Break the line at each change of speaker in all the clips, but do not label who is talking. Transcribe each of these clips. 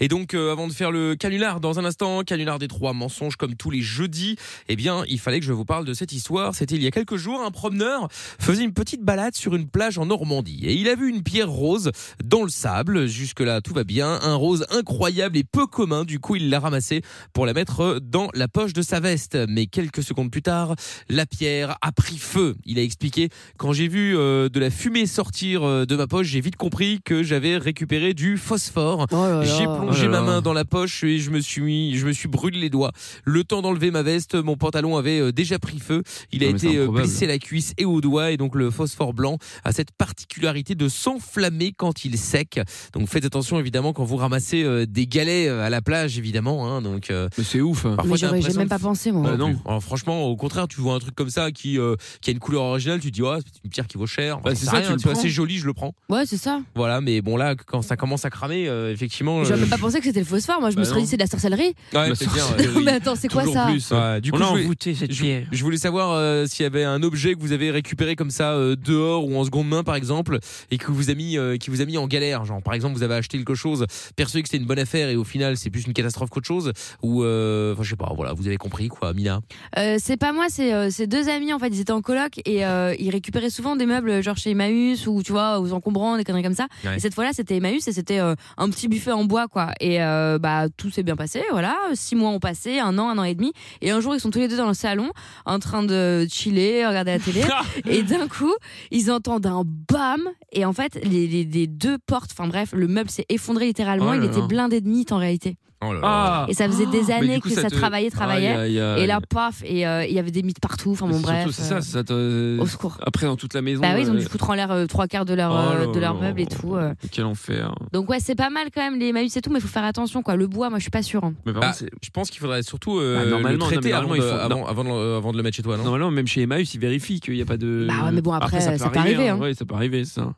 Et donc, euh, avant de faire le canular, dans un instant, canular des trois mensonges comme tous les jeudis, eh bien, il fallait que je vous parle de cette histoire. C'était il y a quelques jours, un promeneur faisait une petite balade sur une plage en Normandie et il a vu une pierre rose dans le sable. Jusque-là, tout va bien. Un rose incroyable et peu commun. Du coup, il l'a ramassé pour la mettre dans la poche de sa veste. Mais quelques secondes plus tard, la pierre a pris feu. Il a expliqué quand j'ai vu euh, de la fumée sortir euh, de ma poche, j'ai vite compris que j'avais récupéré du phosphore.
Oh là là.
J'ai plongé
Oh là
ma
là.
main dans la poche et je me suis mis, je me suis brûlé les doigts. Le temps d'enlever ma veste, mon pantalon avait euh, déjà pris feu. Il a
Non, mais
été
c'est
euh,
improbable.
blessé à la cuisse et au doigt et donc le phosphore blanc a cette particularité de s'enflammer quand il sec. Donc faites attention évidemment quand vous ramassez euh, des galets euh, à la plage évidemment. hein. donc euh,
Mais c'est ouf. hein.
parfois
Mais
j'ai
j'aurais j'ai
l'impression
même
de-
pas pensé, moi.
Bah non.
Alors, franchement, au contraire, tu vois un truc comme ça qui, euh, qui a une couleur originale, tu te dis, ouais, c'est une pierre qui vaut cher.
Bah,
J'en
c'est
sais
ça,
rien,
tu le
vois,
prends.
c'est joli, je le prends.
Ouais, c'est ça.
Voilà, mais bon, là, quand ça commence à cramer, euh, effectivement.
J'aurais
euh,
même pas pensé que c'était le phosphore. Moi, je me
Bah
serais
non.
dit c'est de la sorcellerie.
ouais,
La
c'est bien,
sorcellerie.
euh,
Non, mais attends, c'est quoi
Toujours
ça
plus.
ouais,
Oh
du coup,
On a
je voulais,
envoûté cette
je-
pierre.
je voulais savoir euh, s'il y avait un objet que vous avez récupéré comme ça euh, dehors ou en seconde main, par exemple, et que vous a mis, euh, qui vous a mis en galère. Genre, par exemple, vous avez acheté quelque chose, persuadé que c'était une bonne affaire, et au final, c'est plus une catastrophe qu'autre chose. Ou, euh, enfin, je sais pas, voilà, vous avez compris, quoi, Mina.
Euh, c'est pas moi, c'est euh, c'est deux amis en fait. Ils étaient en coloc et euh, ils récupéraient souvent des meubles genre chez Emmaüs ou tu vois aux encombrants, des conneries comme ça.
Ouais.
Et cette fois-là, c'était Emmaüs et c'était euh, un petit buffet en bois quoi. Et euh, bah tout s'est bien passé, voilà. Six mois ont passé, un an, un an et demi. Et un jour, ils sont tous les deux dans le salon en train de chiller, regarder la télé.
Ah.
et d'un coup, ils entendent un bam et en fait les, les- les deux portes, enfin bref, le meuble s'est effondré littéralement.
Oh là
il était
là.
blindé de mythes en réalité.
Oh là là.
Ah
Et ça faisait des
Mais
années
du coup,
que ça
te- Ah,
travaillait, travaillait.
Aïe, aïe, aïe.
Et là, paf, et euh, il y avait des mythes partout. Enfin, bon,
Surtout,
bref.
C'est
euh,
ça, ça te-
Au secours.
Après, dans toute la maison.
Bah oui, ils ont
euh,
dû foutre en l'air euh, trois quarts de leur,
oh
euh,
là
de leur
là.
meuble et tout. euh.
Quel enfer.
Donc, ouais, c'est pas mal quand même, les maïs et tout, mais il faut faire attention, quoi. Le bois, moi, je suis pas sûre. hein.
Mais vraiment,
Bah,
c'est-
je pense qu'il faudrait surtout euh,
Bah, normalement,
le
non,
traiter
mais
avant,
normalement,
de,
il faut-
avant, avant de, euh, avant de le mettre chez toi, non
Normalement, même chez Emmaüs, ils vérifient qu'il n'y a pas de.
Bah ouais, mais bon, après, ça peut arriver, hein.
Ouais, ça peut arriver, ça.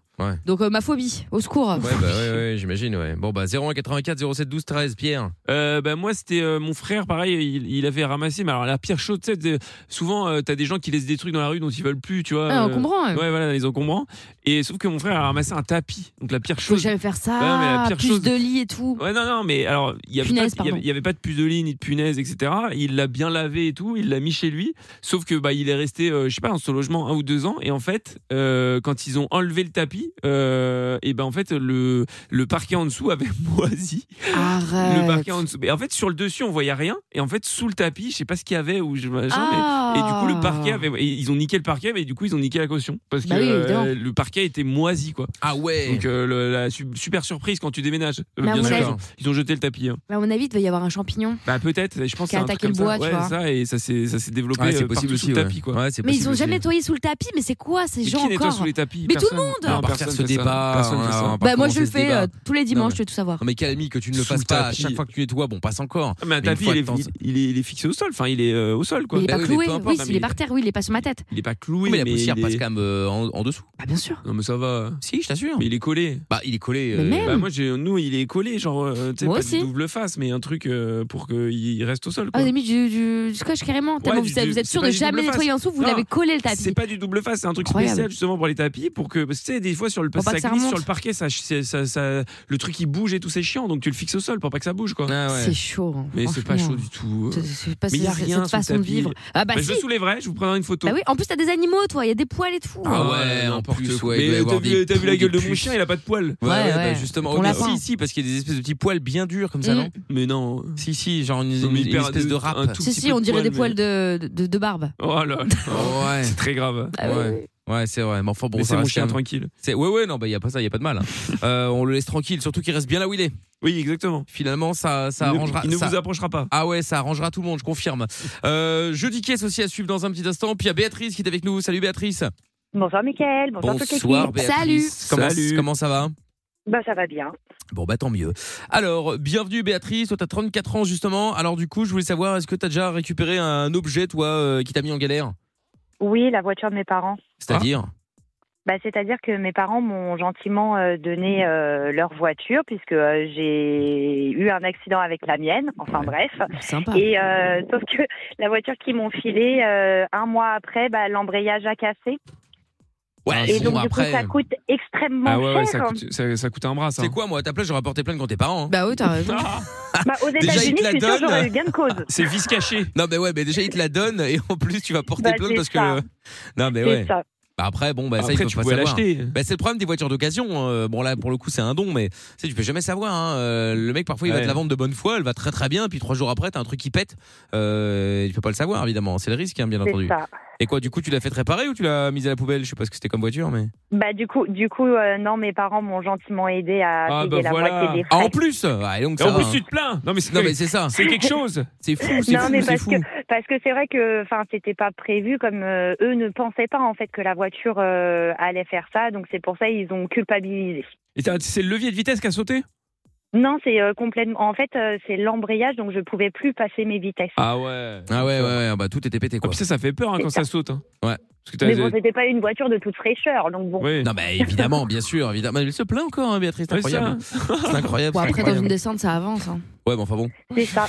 Donc, euh, ma phobie, au secours.
Ouais, bah ouais, ouais, j'imagine, ouais. Bon, bah 01 84 07 12 13, Pierre.
Euh, bah, moi, c'était euh, mon frère, pareil, il, il avait ramassé. Mais alors, la pire chose, tu sais, c'est- souvent, euh, t'as des gens qui laissent des trucs dans la rue dont ils veulent plus, tu vois.
Ah,
euh,
on comprend. hein.
Ouais, voilà, les encombrants. Et sauf que mon frère a ramassé un tapis. Donc, la pire
Faut
chose.
jamais faire ça.
Ouais, mais la pire
plus
chose-
de lit et tout.
Ouais, non, non, mais alors, il n'y avait,
Punaise,
pas de- il y avait-
pardon.
il y avait pas de puce de lit, ni de punaise, etc. Il l'a bien lavé et tout, il l'a mis chez lui. Sauf que bah, il est resté, euh, je sais pas, dans ce logement un ou deux ans. Et en fait, euh, quand ils ont enlevé le tapis, euh, et ben en fait, le, le parquet en dessous avait moisi. Le
Arrête.
parquet en dessous. Mais en fait, sur le dessus, on voyait rien. Et en fait, sous le tapis, je sais pas ce qu'il y avait. Ou je, machin, mais-
Ah.
et du coup, le parquet avait. et Ils ont niqué le parquet, mais du coup, ils ont niqué la caution. Parce
Bah
que euh,
oui, évidemment.
le parquet était moisi, quoi.
Ah ouais
Donc, euh, le- la su- super surprise quand tu déménages. Euh,
Mais à
bien
mon
sûr,
avis-
ils ont- ils ont jeté le tapis. hein.
Mais Bah, à mon avis, il devait y avoir un champignon.
Bah peut-être, je pense
Qui a
que c'est un truc
attaqué le
comme
bois,
ça.
tu
Ouais,
vois.
ça et ça s'est ça s'est développé
Ouais,
euh, partout sous le tapis quoi.
Ouais, c'est
Mais ils
possible
ont jamais
aussi.
nettoyé sous le tapis, mais c'est quoi ces
Mais
gens
qui nettoie
encore
sous les tapis
Mais tout le
Personne.
monde
Non, on va pas
personne
faire ce
fait ça.
débat.
Personne
on
fait
va-
ça.
on va pas
Bah, moi, je
commencer
le
ce
fais
débat.
euh, tous les
Non,
dimanches,
mais-
je veux tout savoir.
Non, mais Calami, que tu ne le
Sous
fasses
le
pas à
tapis.
chaque fois que tu nettoies, bon, passe encore.
Ah, Mais un
Mais une
tapis
fois
il
que
est,
t'en-
il, est, il est fixé au sol, enfin il est euh, au sol quoi.
Mais il est
Bah
pas
oui, mais
cloué.
peu importe,
Oui,
hein, mais
s'il est
il est-
par terre, oui, il est pas sur ma tête.
Il est pas cloué
Oui, mais la poussière
il
passe
est-
quand même euh, en, en dessous.
Bah, bien sûr.
Non mais ça va.
Si, je t'assure.
Mais il est collé.
Bah, il est collé.
Mais
euh,
même.
Bah moi j'ai nous il est collé genre euh, tu sais
Moi
pas
aussi.
de double face mais un truc euh, pour qu'il reste au sol
Ah,
quoi.
vous avez mis du, du scotch carrément. Tellement
du-
vous, êtes- vous êtes
c'est
sûr
pas
de
du
jamais
double
nettoyer en dessous, vous
Non,
l'avez collé le
C'est
tapis.
pas du double face, c'est un truc
Incroyable.
spécial justement pour les tapis pour que parce que, tu sais des fois sur le
Pour pas
ça
que ça
glisse
remonte.
sur le parquet ça, c'est- ça- ça- le truc il bouge et tout c'est chiant donc tu le fixes au sol pour pas que ça bouge quoi.
Ah ouais.
C'est chaud. hein,
Mais c'est pas
franchement.
chaud du tout. euh.
C'est- C'est pas
Mais y a
c'est- cette
rien sous le
façon de
tapis.
vivre. Ah bah
Bah,
si.
Je soulèverai, je vous prendrai une photo. Bah,
Bah oui, en plus t'as des animaux toi, il y a des poils et tout.
Ah ouais, en
n'importe
plus,
quoi.
ouais, il doit y
Mais
avoir
t'as
des
vu, t'as vu la
poux,
gueule de
des
mon
puces.
chien, il a pas de poils.
Ouais, ouais,
Ouais,
bah
ouais.
justement.
Ton
regarde,
lapin.
si, si, parce qu'il y a des espèces de petits poils bien durs comme ça,
Mm.
non
Mais non.
Si, si, genre une,
Non, mais il
une- une
perd
espèce
de-
de rap.
un tout
Si
petit
si,
peu
on
de
dirait
poils,
des
mais-
poils de, de, de barbe.
Oh là là.
Ouais.
C'est très grave. hein.
Ah oui, oui.
Ouais, c'est vrai. Mais enfin, bon,
Mais
ça
c'est mon
reste
chien
quand même-
tranquille.
C'est ouais ouais non bah y a pas ça y a pas de mal. hein. Euh, on le laisse tranquille surtout qu'il reste bien là où il est.
Oui, exactement.
Finalement ça ça
Il ne-
arrangera
Il ne
ça-
vous approchera pas.
Ah ouais ça arrangera tout le monde je confirme. Euh, jeudi caisse aussi à suivre dans un petit instant puis il y a Béatrice qui est avec nous. Salut Béatrice.
Bonsoir Mickaël, bonsoir, toute
Bonsoir
l'équipe.
Salut.
Béatrice. Comment
Salut.
comment ça va
Bah ça va bien.
Bon bah tant mieux. Alors bienvenue Béatrice toi t'as 34 ans justement alors du coup je voulais savoir est-ce que t'as déjà récupéré un objet toi euh, qui t'a mis en galère
Ah.
Oui, la voiture de mes parents.
c'est-à-dire
Bah, C'est-à-dire que mes parents m'ont gentiment euh, donné euh, leur voiture puisque euh, j'ai eu un accident avec la mienne, enfin
Ouais.
bref.
Sympa.
Et euh, sauf que la voiture qu'ils m'ont filée, euh, un mois après, bah, l'embrayage a cassé.
Ah,
Ouais,
Et
bon,
donc, du coup,
après.
ça coûte extrêmement
Ah ouais, ouais, ça
cher.
coûte, ça, ça coûte un bras, ça.
hein.
hein.
C'est quoi, moi, à ta place, j'aurais porté plainte quand tes parents. hein.
Bah oui, t'as raison.
Ah,
Bah, aux
Déjà, ils
États-Unis,
te
je
la
suis sûre
donnent.
j'aurais eu gain de cause.
C'est vice caché.
Non, mais ouais, mais déjà, ils te la donnent et en plus, tu vas porter
Bah,
plainte
c'est
parce que.
ça.
le- Non, mais
C'est
ouais.
ça.
Bah, après, bon, bah, ça, ils
Après,
peuvent
tu
pas
pouvais
savoir.
l'acheter.
Bah, c'est le problème des voitures d'occasion. euh, bon là, pour le coup, c'est un don, mais tu sais, tu peux jamais savoir. hein. Euh, le mec, parfois, il va
Ouais.
te la vendre de bonne foi, elle va très très bien, puis trois jours après, t'as un truc qui pète. Euh, tu peux pas le savoir, évidemment. C'est le risque, hein, bien
C'est
entendu.
ça.
Et quoi, du coup, tu l'as fait réparer ou tu l'as mise à la poubelle Je sais pas ce que c'était comme voiture, mais.
Bah, du coup, du coup euh, non, mes parents m'ont gentiment aidé à
Ah,
payer
bah,
la
voilà.
moitié des
Ah,
frais.
en plus Ah, et donc,
Et
ça
en
va,
plus,
hein.
tu te plains. Non, mais c'est
Non, mais c'est ça.
c'est quelque chose.
C'est fou, c'est
Non,
fou,
mais
c'est
parce
fou.
que- Parce que c'est vrai que, enfin, c'était pas prévu, comme euh, eux ne pensaient pas en fait que la voiture euh, allait faire ça, donc c'est pour ça ils ont culpabilisé.
Et t'as- c'est le levier de vitesse qui a sauté
Non, c'est euh, complètement. En fait, euh, c'est l'embrayage, donc je pouvais plus passer mes vitesses.
Ah ouais.
Ah ouais, ouais, ouais, bah tout était pété
Ah,
quoi.
puis ça, ça fait peur hein, quand ça saute. hein.
Ouais.
Parce que t'as-
Mais bon, c'était pas une voiture de toute fraîcheur, donc bon.
Ouais.
Non, bah évidemment, bien sûr, évidemment. Mais Elle se plaint encore, hein, Béatrice, c'est
Ouais, ça.
incroyable. C'est incroyable.
Bon,
c'est
après, dans
incroyable.
une descente, ça avance. Hein.
Ouais, mais enfin bon.
C'est ça.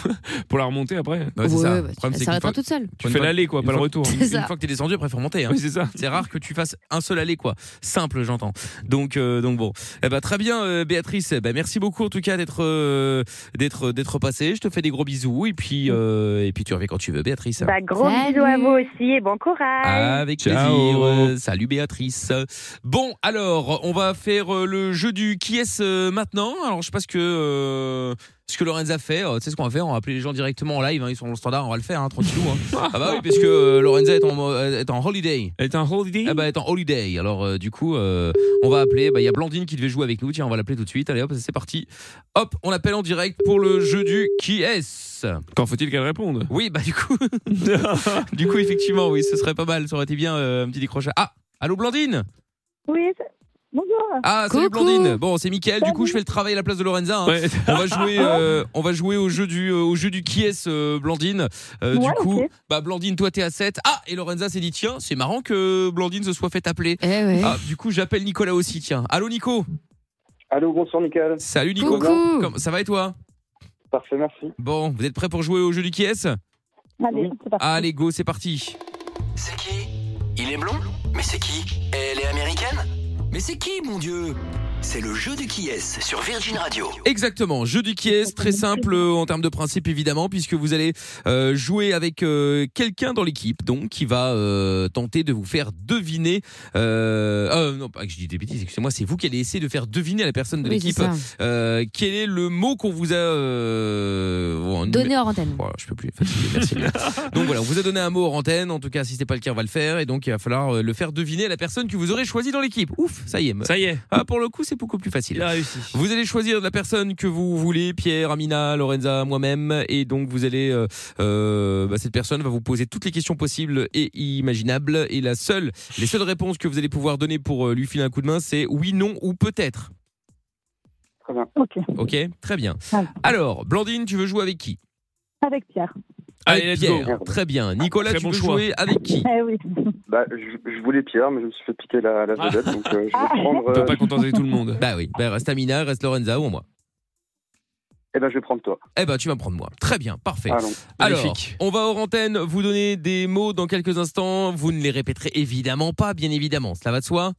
Pour la remonter après.
Ouais, c'est
Ouais,
ça.
ouais, bah,
Le problème,
elle
c'est qu'une
s'arrêtera
fois-
toute seule.
Tu
une
fais
fois-
l'aller, quoi,
une
pas le
fois-
retour.
C'est
Une
ça.
fois que t'es descendu, après, faut remonter. Hein.
Oui, c'est ça.
C'est rare que tu fasses un seul aller, quoi. Simple, j'entends. Donc, euh, donc bon. Eh ben, très bien, euh, Béatrice. Eh ben, merci beaucoup, en tout cas, d'être, euh, d'être, d'être passée. Je te fais des gros bisous. Et puis, euh, et puis tu reviens quand tu veux, Béatrice.
Bah, gros
Salut.
bisous à vous aussi et bon courage.
Avec
Ciao.
plaisir. Euh, Salut Béatrice. Bon, alors, on va faire euh, le jeu du qui est-ce euh, maintenant. Alors, je sais pas ce que, euh, ce que Lorenz a fait. Euh, Tu sais ce qu'on va faire On va appeler les gens directement en live. hein. Ils sont dans le standard, on va le faire, hein, tranquillou. hein. Ah bah oui, parce que euh, Lorenza est en, mo- est en holiday.
Elle est un holding
Ah bah, elle est en holiday. Alors, euh, du coup, euh, on va appeler. Bah, Il y a Blandine qui devait jouer avec nous. Tiens, on va l'appeler tout de suite. Allez, hop, c'est parti. Hop, on appelle en direct pour le jeu du qui est-ce.
Quand faut-il qu'elle réponde
Oui, bah, du coup. Du coup, effectivement, oui, ce serait pas mal. Ça aurait été bien euh, un petit décrochage. Ah, allô Blandine
Oui, ça- bonjour.
Ah, salut
Coucou.
Blandine. Bon, c'est Mickaël. Du coup,
Salut.
je fais le travail à la place de Lorenza. hein.
Ouais.
On va jouer, euh, on va jouer au jeu du, euh, au jeu du qui est Blandine. Euh, du
Ouais,
coup,
ok.
bah Blandine, toi t'es à 7 Ah, et Lorenza s'est dit tiens, c'est marrant que Blandine se soit fait appeler.
Eh ouais.
Ah, du coup, j'appelle Nicolas aussi. Tiens, allô Nico.
Allô, bonsoir Michael.
Salut Nico.
Coucou.
Comment- ça va et toi
Parfait, merci.
Bon, vous êtes prêts pour jouer au jeu du qui est Ah.
Allez, c'est parti.
Allez, go, c'est parti.
C'est qui Il est blond Mais c'est qui Elle est américaine Mais c'est qui, mon Dieu C'est le jeu du qui est sur Virgin Radio.
Exactement, jeu du qui est, très simple euh, en termes de principe évidemment, puisque vous allez euh, jouer avec euh, quelqu'un dans l'équipe, donc qui va euh, tenter de vous faire deviner. Euh, euh, non, pas que je dis des bêtises, excusez-moi, c'est vous qui allez essayer de faire deviner à la personne de
Oui, c'est
l'équipe
ça.
euh, quel est le mot qu'on vous a euh, bon,
Donner hors antenne.
voilà, je peux plus, fatigué, merci. Mia. donc voilà, on vous a donné un mot en antenne, en tout cas si c'est pas le cas, on va le faire, et donc il va falloir euh, le faire deviner à la personne que vous aurez choisie dans l'équipe. Ouf, ça y est.
Ça y est,
Ah, pour le coup, c'est beaucoup plus facile.
il a réussi.
Vous allez choisir la personne que vous voulez, Pierre, Amina, Lorenza, moi-même, et donc vous allez, euh, euh, bah, cette personne va vous poser toutes les questions possibles et imaginables, et la seule, les seules réponses que vous allez pouvoir donner pour euh, lui filer un coup de main, c'est oui, non ou peut-être.
Très bien.
Ok,
Ok, très bien.
Voilà.
Alors, Blandine, tu veux jouer avec qui
avec Pierre.
Allez,
Avec
let's go.
Pierre, Très bien. Nicolas,
Très
tu
bon
veux
choix.
jouer avec qui
Eh oui.
Bah, je, je voulais Pierre, mais je me suis fait piquer la, la vedette, donc euh, je vais prendre.
Ah. On
euh,
peut pas contenter tout le monde.
Bah oui, bah, reste Amina, reste Lorenza ou moi.
eh ben, je vais prendre toi.
Eh ben, tu vas me prendre moi. Très bien, parfait.
Allons.
Alors,
Magnifique.
on va hors antenne vous donner des mots dans quelques instants. Vous ne les répéterez évidemment pas, bien évidemment. Cela va de soi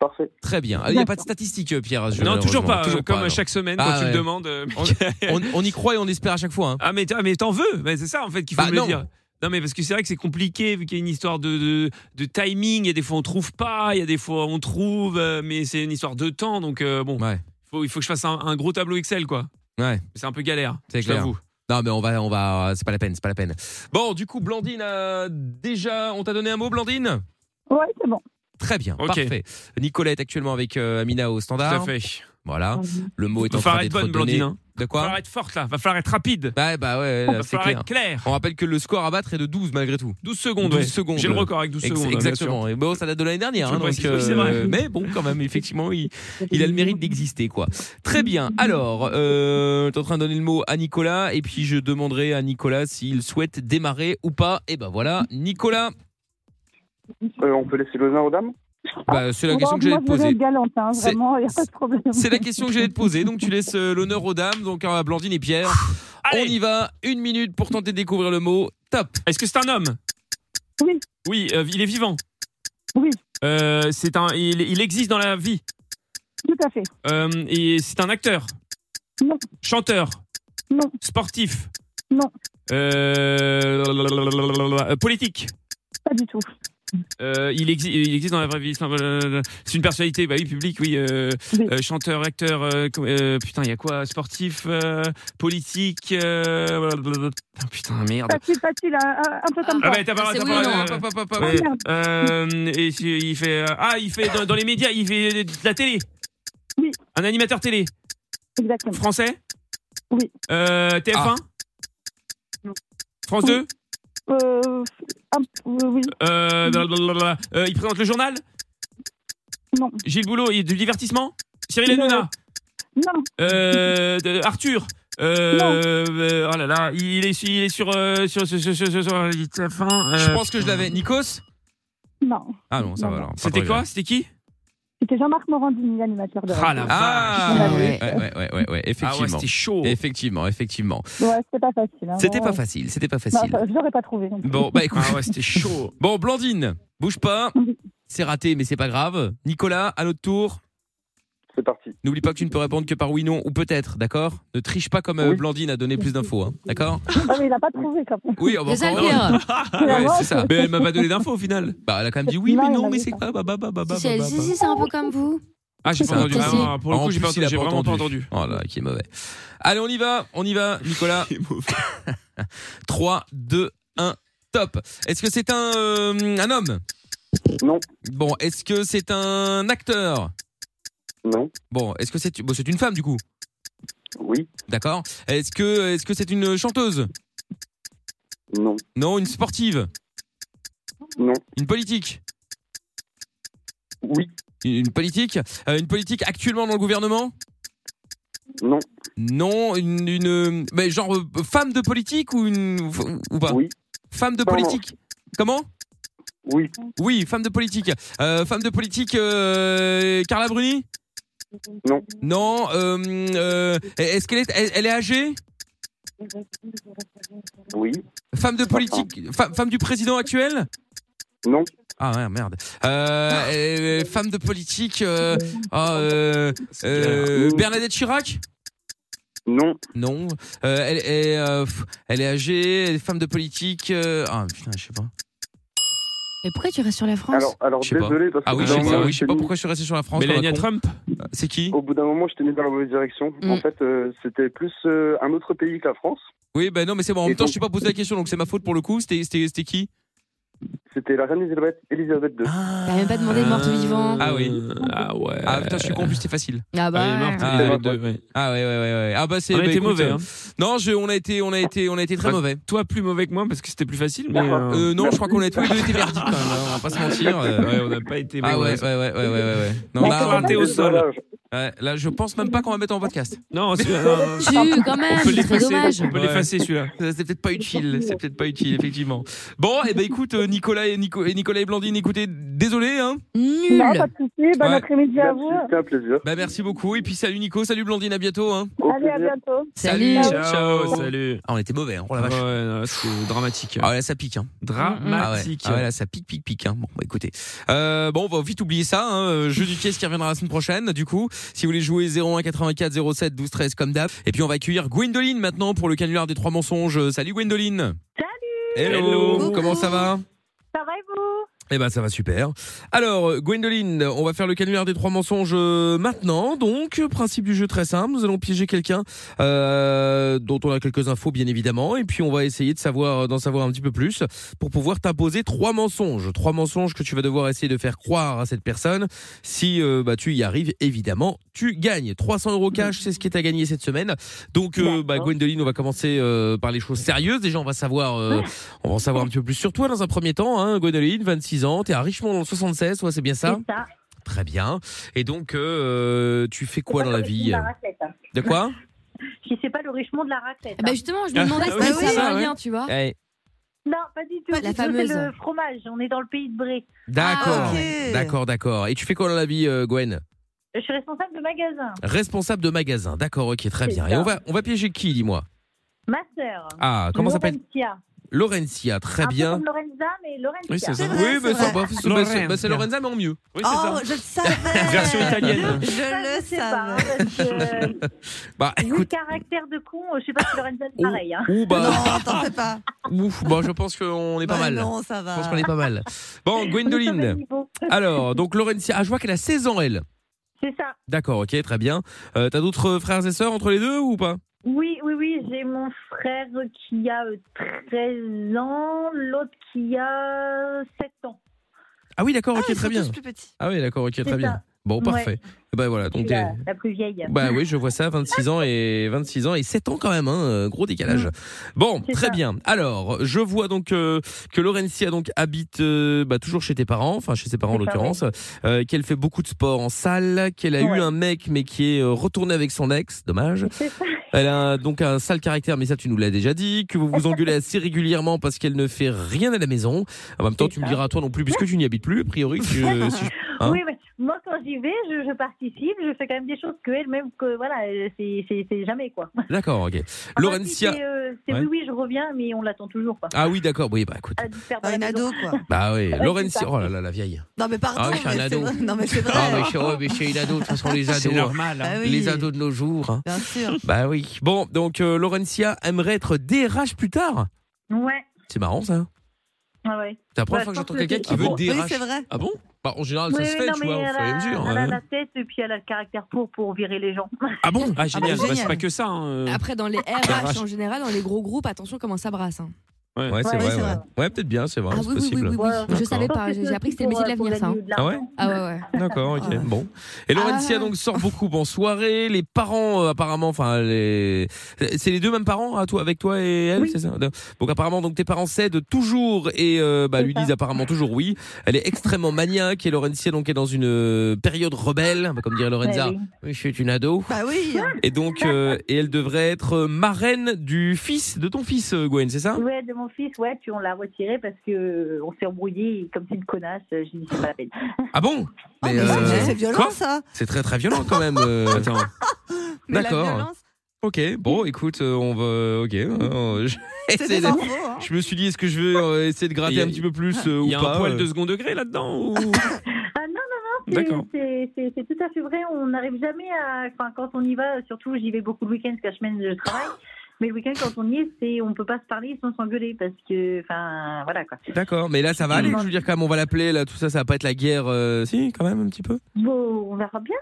Parfait.
Très bien. Ah, Il n'y a pas de statistiques, euh, Pierre. je-
non, toujours
malheureusement.
pas. euh, comme
non.
chaque semaine,
Ah,
quand tu
ouais.
me demandes. euh,
On, on y croit et on espère à chaque fois. hein.
Ah mais t'as- mais t'en veux mais C'est ça en fait qu'il faut
Bah,
me
non.
le dire. Non mais parce que c'est vrai que c'est compliqué vu qu'il y a une histoire de, de, de timing, il y a des fois on trouve pas, il y a des fois on trouve, euh, mais c'est une histoire de temps donc euh, bon,
Ouais.
faut, il faut que je fasse un, un gros tableau Excel quoi.
Ouais.
C'est un peu galère,
C'est
je
clair.
l'avoue.
Non, mais on va, on va. C'est pas la peine, c'est pas la peine. Bon, du coup, Blandine a déjà. On t'a donné un mot, Blandine
Ouais, c'est bon.
Très bien,
Ok.
parfait. Nicolas est actuellement avec euh, Amina au
Tout à
standard.
fait.
Voilà, le mot est
Va
en
falloir
train
être
d'être
bonne
donné.
Blandine. hein.
De
Va
quoi
falloir être forte là, va falloir être rapide.
Bah, bah ouais,
va
là, c'est
falloir
clair.
être clair.
On rappelle que le score à battre est de 12 malgré tout.
12 secondes.
12
ouais.
secondes.
J'ai le record avec 12
Ex-
secondes. hein, bien sûr.
exactement. Et bon, ça date de l'année dernière.
Je
hein, donc,
précise, oui, c'est vrai.
mais bon, quand même, effectivement, il, il a le mérite d'exister, quoi. Très bien. Alors, euh, t'es en train de donner le mot à Nicolas, et puis je demanderai à Nicolas s'il souhaite démarrer ou pas. Et ben voilà, Nicolas.
Euh, on peut laisser l'honneur aux dames
Bah, c'est la
Bon,
question que j'allais te
Moi, je vais
poser.
être galante, hein,
C'est-
vraiment, il n'y a pas de problème.
C'est la question que j'allais te poser. Donc, tu laisses euh, l'honneur aux dames, donc à Blandine et Pierre. On
Allez,
y va. Une minute pour tenter de découvrir le mot. Top.
est-ce que c'est un homme
Oui.
Oui, euh, il est vivant.
Oui.
Euh, c'est un, il, il existe dans la vie.
Tout à fait.
Euh, et c'est un acteur.
Non.
Chanteur.
Non.
Sportif.
Non.
Euh, politique.
Pas du tout.
Euh, il, exi- il existe dans la vraie vie. C'est un- C'est une personnalité, bah oui, public, oui. euh,
Oui.
euh, chanteur, acteur, euh, com- euh, putain, il y a quoi Sportif, euh, politique. euh, putain, Putain, merde.
Facile, facile, un, un- un peu comme
Ah
ça.
ouais, t'as pas
c'est
t'as
oui,
pas-
non,
euh,
Hop, hop, hop, hop.
ouais.
merde.
Euh, et si- il fait euh, ah il fait dans, dans les médias il fait de la télé
Oui.
un animateur télé
Exactement.
français
Oui.
Euh, TF1
Non.
France
Oui.
2
Euh, un- euh, oui,
Euh, blablabla. Euh, il présente le journal
Non.
Gilles Boulot, il- du divertissement Cyril
Non.
Hanouna
non,
euh, de- Arthur euh, euh, oh là là, il est, il est sur, euh, sur, sur, sur, sur, sur- sur- il est à la fin, euh,
Je pense que je l'avais. Nikos
non.
Ah non, ça va
Non.
alors. pas
C'était
trop
quoi C'était qui
C'était Jean-Marc Morandini, l'animateur de.
Ah, la vache.
grave. Ah ouais,
Ouais.
ouais, ouais, ouais, ouais,
Ah ouais,
effectivement.
c'était chaud.
Effectivement, effectivement.
Ouais, c'était pas facile. hein.
C'était
Ouais.
pas facile, c'était pas
Bah,
facile.
enfin, je l'aurais pas trouvé. non plus.
Bon, bah écoute.
Ah ouais, c'était chaud.
Bon, Blandine, bouge pas. C'est raté, mais c'est pas grave. Nicolas, à notre tour.
C'est parti.
N'oublie pas que tu ne peux répondre que par oui, non ou peut-être, d'accord Ne triche pas comme euh,
Oui.
Blandine a donné plus d'infos, hein, d'accord
Ah, mais il a pas trouvé quand même.
Oui, on
C'est ça le
encore-
pire.
Ouais,
Vraiment,
c'est ça.
Mais elle m'a pas donné d'infos au final.
Bah, elle a quand même dit oui, mais
Non,
non,
elle a
mais c'est
dit
pas. Bah, bah, bah, bah, bah,
Si, si,
bah,
si,
bah.
si, c'est un peu comme vous.
Ah, j'ai
C'est
pas
ça.
entendu.
Si, si.
Ah, pour le
En
coup, j'ai
plus,
pas
il a
entendu. J'ai
pas
vraiment pas
entendu.
entendu.
Oh là, qui est mauvais. Allez, on y va, on y va, Nicolas. 3, 2, 1, top. Est-ce que c'est un, euh, un homme
Non.
Bon, est-ce que c'est un acteur
Non.
Bon, est-ce que c'est bon, c'est une femme du coup
Oui.
D'accord. Est-ce que est-ce que c'est une chanteuse
Non.
Non, une sportive
Non.
Une politique
Oui.
Une- Une politique Euh, Une politique actuellement dans le gouvernement
Non.
Non, une, une euh, mais genre euh, femme de politique ou une ou- ou pas
Oui.
Femme de
Pardon.
politique Comment
Oui.
Oui, femme de politique. Euh, femme de politique, euh, Carla Bruni
Non.
Non. euh, euh, Est-ce qu'elle est, elle, elle est âgée
Oui.
Femme de politique, fa- femme du président actuel
Non.
Ah ouais, merde. Euh, euh, femme de politique, euh, ah, euh, euh, Bernadette Chirac
Non.
Non. Euh, elle, est, euh, pff, elle est âgée, elle est femme de politique. euh, ah putain, je sais pas.
Mais pourquoi tu restes sur la France
Alors, alors
Je sais pas.
désolé parce que
Ah oui,
au
je
bout
sais
d'un
pas,
moment,
oui, je sais
t'ai
pas
mis-
pourquoi je suis resté sur la France.
Mélania
on va con-
Trump
Euh, C'est qui
Au bout d'un moment, je t'ai mis dans la mauvaise direction.
Mm.
En fait, euh, c'était plus euh, un autre pays que la France.
Oui, ben non, mais c'est bon. En
Et
même temps,
donc-
je suis pas posé la question, donc c'est ma faute pour le coup. C'était- C'était c'était qui
C'était la reine Elisabeth, Elisabeth II.
T'as même pas demandé de morte-vivant.
Ah oui.
euh, Ah ouais.
Ah putain, je suis con, en plus c'était facile.
Ah bah.
Ah,
ouais.
morte,
Ah,
les
ouais.
deux, ouais.
Ah ouais, ouais, ouais, ouais. Ah bah c'est.
On a
bah,
été
écoute,
mauvais.
euh,
hein.
Non, je, on a été, on a été, on a été très
Ouais.
mauvais.
Bah, Toi, plus mauvais que moi parce que c'était plus facile, mais.
D'accord.
euh,
Euh, non, je crois qu'on a tous les deux été verdicts quand même.
Ah,
hein, On va pas se mentir. euh.
ouais, on n'a pas été
Ah
mauvais.
ouais, ouais, ouais, ouais, ouais, ouais. ouais. Non,
Mais
là,
comment
on-
Raté au
Désolé,
sol.
là, je-
ouais, là, je pense même pas qu'on va mettre en podcast.
Non, c'est- euh,
Tu, quand même,
on peut
c'est très
l'effacer.
dommage.
On peut
Ouais.
l'effacer celui-là.
C'est peut-être pas utile. C'est peut-être pas utile, effectivement. Bon, et ben écoute, euh, Nicolas et, Nico- et Nicolas et Blandine, écoutez, désolé. Hein.
Nul.
Non, pas de souci. Bon
Ouais.
après-midi à
Merci,
vous.
C'était un plaisir.
Bah merci beaucoup. Et puis salut Nico, salut Blandine, à bientôt. Hein.
Au
Allez, à
plaisir.
bientôt.
Salut.
Salut.
Ciao, salut.
Ah, on était mauvais. Hein. Oh la
Ouais,
vache.
non, c'est dramatique.
Ah ouais, là ça pique. Hein. Ah ouais.
Dramatique.
Ah ouais, là, ça pique, pique, pique. Hein. Bon, bah, écoutez. Euh, bon, on va vite oublier ça. Hein. Euh, Jeu du caisse qui reviendra la semaine prochaine. Du coup, si vous voulez jouer 01 84 07 12 13 comme d'hab. Et puis, on va accueillir Gwendoline maintenant pour le canular des trois mensonges. Salut Gwendoline. Salut. Hello.
Hello.
Comment ça va
Ça va et vous
eh ben ça va super. Alors euh, Gwendoline, on va faire le canular des trois mensonges euh, maintenant. Donc principe du jeu très simple, nous allons piéger quelqu'un euh, dont on a quelques infos bien évidemment et puis on va essayer de savoir d'en savoir un petit peu plus pour pouvoir t'imposer trois mensonges, trois mensonges que tu vas devoir essayer de faire croire à cette personne. Si euh, bah tu y arrives évidemment, tu gagnes 300 euros cash, c'est ce qui est à gagner cette semaine. Donc euh, bah Gwendoline, on va commencer euh, par les choses sérieuses. Déjà on va savoir euh, on va en savoir un petit peu plus sur toi dans un premier temps, hein, Gwendoline, 26 ans, t'es à Richemont dans le 76, ouais, c'est bien ça
ça.
Très bien. Et donc, euh, tu fais quoi dans la vie euh De quoi
Je sais hein. pas le richement de la raclette. hein.
Ah Bah justement, je me demandais
Ah
si
oui,
ça
c'est
avait
ça,
un
ouais.
lien, tu vois.
Eh,
Non, pas du tout.
Pas la
Nous, c'est
fameuse.
le fromage. On est dans le pays de Bré.
D'accord,
Ah,
ok.
d'accord, d'accord. Et tu fais quoi dans la vie, euh, Gwen
Je suis responsable de magasin.
Responsable de magasin. D'accord, ok, très
C'est
bien. Et
ça.
on va, on va piéger qui, dis-moi
Ma sœur.
Ah, comment s'appelle
Laurentiia.
Laurentia, très
Un peu
bien.
comme Lorenza, mais Lorenza.
Oui, c'est ça.
C'est vrai,
Oui, mais
c'est
ça, bah, c'est bah, c'est- bah, c'est Lorenza, mais en mieux.
Oui, c'est
Oh,
ça.
je le savais.
Version italienne.
Je le
sais pas, hein,
savais.
parce que, euh,
Bah,
vu le
écoute.
caractère de con, euh, je sais pas si Lorenza est pareil. Hein.
Ou bah,
Non, t'en fais pas.
ouf, bah, je pense qu'on est pas
Bah
mal.
Non, ça
Je
va.
pense qu'on est pas mal. Bon,
On est au même
Gwendoline.
niveau.
Alors, donc Laurentia, ah, je vois qu'elle a 16 ans, elle.
C'est ça.
D'accord, ok, très bien. Euh, T'as d'autres frères et sœurs entre les deux ou pas
Oui, oui, oui, j'ai mon frère qui a euh, 13 ans, l'autre qui a 7 ans.
Ah oui, d'accord,
Ah,
ok,
ils
très
sont
bien.
tous plus petits.
Ah oui, d'accord, ok, très
ça.
bien. Bon,
Ouais.
parfait. Bah voilà,
C'est
donc
la,
t'es-
la plus vieille.
Bah oui, je vois ça, 26 ans et 26 ans et 7 ans quand même, hein, euh, gros décalage. Bon,
C'est
très
ça.
bien. Alors, je vois donc euh, que Laurentia donc habite euh, bah, toujours chez tes parents, enfin chez ses parents en
C'est ça,
l'occurrence, euh, qu'elle fait beaucoup de sport en salle, qu'elle a
Ouais.
eu un mec mais qui est euh, retourné avec son ex, dommage.
C'est ça.
Elle a donc un sale caractère, mais ça tu nous l'as déjà dit, que vous vous engueulez assez régulièrement parce qu'elle ne fait rien à la maison. En même temps,
C'est
tu me
ça.
diras toi non plus puisque tu n'y habites plus, a priori. tu- si je- Hein
oui, mais moi quand j'y vais, je, je participe, je fais quand même des choses que elle, même que voilà, euh, c'est- c'est c'est jamais quoi.
D'accord, ok.
Enfin,
Laurentia.
Ah bah si, C'est euh, c'est
Ouais.
oui, oui, je reviens, mais on l'attend toujours quoi.
Ah oui, d'accord. Oui, bah écoute.
À la dispersion
Ah,
de
une
la maison.
ado, quoi.
Bah oui,
c'est
Laurentia.
ça.
Oh là là, la vieille.
Non, mais pardon.
Ah oui, je suis un
mais c'est
ado.
vrai- Non, mais c'est vrai.
Ah, mais chez, ouais, mais chez une ado, de toute façon, les
C'est
ados. hein.
normal. hein.
Bah oui,
Les ados de nos jours. hein.
Bien sûr.
Bah oui. Bon, donc euh, Laurentia aimerait être DRH plus tard.
Ouais,
C'est marrant ça.
ah ouais.
C'est la première
Bah,
fois que
je
j'entends
pense que
quelqu'un
c'est-
qui
Ah
veut
bon
Oui,
DRH.
c'est vrai.
Ah bon
Bah, en général, ça
Oui,
se
oui,
fait,
non,
tu
mais euh,
vois, au
elle
fur et à
a-
mesure.
elle a
hein.
la tête et puis elle a le caractère pour pour virer les gens.
Ah bon
Ah, génial.
bah,
Bah, c'est
génial.
pas que ça. hein.
euh. Après, dans les RH en général, dans les gros groupes, attention comment ça brasse. hein.
Ouais, c'est
Ouais,
vrai.
c'est
Ouais,
vrai.
Ouais, peut-être bien, c'est vrai,
Ah
c'est
oui, oui, oui,
possible.
oui, oui.
Ouais,
Je savais
Parce
pas,
que
j'ai
c'est
appris que c'était le
aussi
métier de
pour, euh,
l'avenir, ça. hein.
pour gagner de
Ah ouais
l'argent.
Ah ouais, ouais.
D'accord, ok.
Ah.
Bon. Et Laurentia
Ah.
donc sort beaucoup en soirée. Les parents euh, apparemment, enfin les, c'est les deux mêmes parents à toi, avec toi et elle,
Oui.
c'est ça. Donc apparemment donc tes parents cèdent toujours et euh, bah,
C'est
lui
ça.
disent apparemment toujours oui. Elle est extrêmement maniaque et Laurentia donc est dans une euh, période rebelle, bah, comme dirait Lorenza.
Ouais, Eh oui.
Oui, Je suis une ado.
Bah oui.
Et donc euh, et elle devrait être marraine du fils de ton fils euh, Gwen, c'est ça
Ouais, de mon fils, ouais, puis on l'a retiré parce que euh, on s'est embrouillé et comme c'est une connasse, euh, j'ai dit c'est pas la peine.
Ah bon
Oh,
Mais,
mais
euh,
c'est- C'est violent,
quoi
ça.
C'est très très violent quand même. euh.
Attends.
Mais la
D'accord.
violence,
Ok, bon, écoute, euh, on va. Ok, euh, je...
C'est
essayer
des
de-
infos. hein.
Je me suis dit, est-ce que je vais euh, essayer de
Il y
gratter
a-
un petit peu plus euh,
Il
ou
y a
pas
un poil
euh.
de second degré là-dedans ou...
Ah non, non,
D'accord.
non, c'est- c'est- c'est c'est tout à fait vrai. On n'arrive jamais à. Enfin, quand on y va, surtout, j'y vais beaucoup le week-end parce que la semaine, je travaille. Mais le week-end, quand on y est, c'est on peut pas se parler sans s'engueuler parce que. Enfin, voilà quoi.
D'accord, mais là ça va aller. Je veux dire, quand même, on va l'appeler, là, tout ça, ça va pas être la guerre. euh, Si, quand même, un petit peu.
Bon, on verra bien.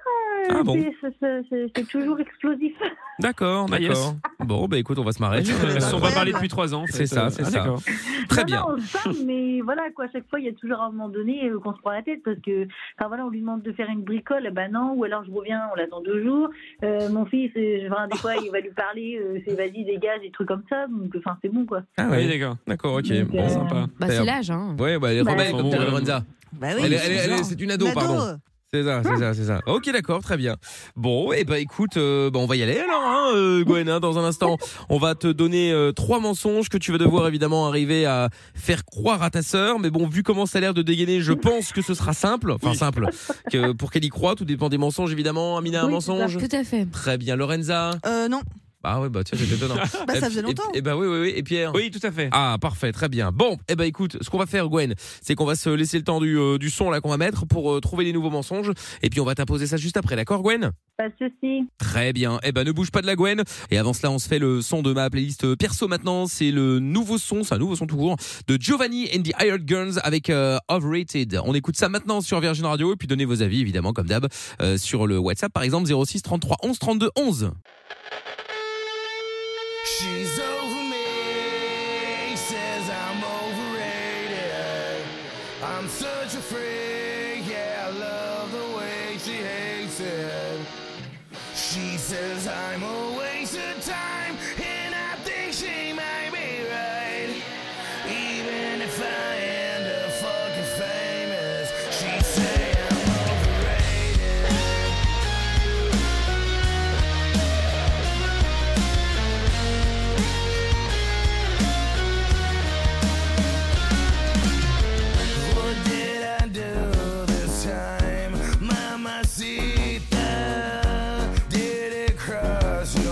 euh,
Ah bon.
c'est- c'est- c'est- C'est c'est toujours explosif.
D'accord,
Ah, yes.
d'accord. Bon, bah écoute, on va se marrer.
Elles se sont pas
Incroyable.
parlées depuis trois ans. en fait.
C'est ça, c'est
Ah,
ça.
d'accord.
Très
Non,
bien.
non, on se parle, mais voilà, quoi, à chaque fois, il y a toujours un moment donné euh, qu'on se prend la tête parce que, enfin voilà, on lui demande de faire une bricole, eh ben non, ou alors je reviens, on l'attend deux jours. Euh, mon fils, euh, je- enfin, des fois, il va lui parler, euh, c'est vas-y, dégage, des trucs comme ça, donc, enfin, c'est bon, quoi.
Ah
Oui,
ouais,
d'accord.
d'accord, ok.
Donc,
Bon,
euh,
sympa.
Bah,
D'ailleurs.
c'est l'âge. Hein.
Ouais, bah elle est
Bah,
rebelle,
ouais.
comme dirait Lorenza.
Ah
Bah oui.
Elle est-
c'est
elle est- elle est-
violent.
c'est une ado,
L'ado.
pardon. C'est ça, c'est ça, c'est ça. Ok, d'accord, très bien. Bon, et bah écoute, euh, bah, on va y aller alors, hein, euh, Gwen. hein, dans un instant, on va te donner euh, trois mensonges que tu vas devoir évidemment arriver à faire croire à ta sœur. Mais bon, vu comment ça a l'air de dégainer, je pense que ce sera simple. Enfin
Oui.
simple, que pour qu'elle y croit, tout dépend des mensonges évidemment. Amina, un
Oui,
mensonge.
bah, Tout à fait.
Très bien, Lorenza.
Euh, non.
Bah ouais, bah tiens, c'est étonnant. Et
Bah, ça
puis-
faisait longtemps.
Et, et bah oui, oui, oui. Et Pierre.
Oui, tout à fait.
Ah parfait, très bien. Bon, eh ben écoute, ce qu'on va faire Gwen, c'est qu'on va se laisser le temps du, euh, du son là qu'on va mettre pour euh, trouver les nouveaux mensonges et puis on va t'imposer ça juste après, d'accord Gwen
Pas de souci.
Très bien. Eh ben ne bouge pas de la Gwen et avant cela, on se fait le son de ma playlist euh, perso maintenant, c'est le nouveau son, c'est un nouveau son tout court de Giovanni and the Hired Guns avec euh, Overrated. On écoute ça maintenant sur Virgin Radio et puis donnez vos avis évidemment comme d'hab euh, sur le WhatsApp par exemple 06 33 11 32 11.
She's over me, says I'm overrated. I'm such a freak, yeah, I love the way she hates it. She says I'm a waste of time, and I think she might be right. Even if I end up fucking famous, she say I'm overrated. What did I do this time? Mamacita, did it cross me?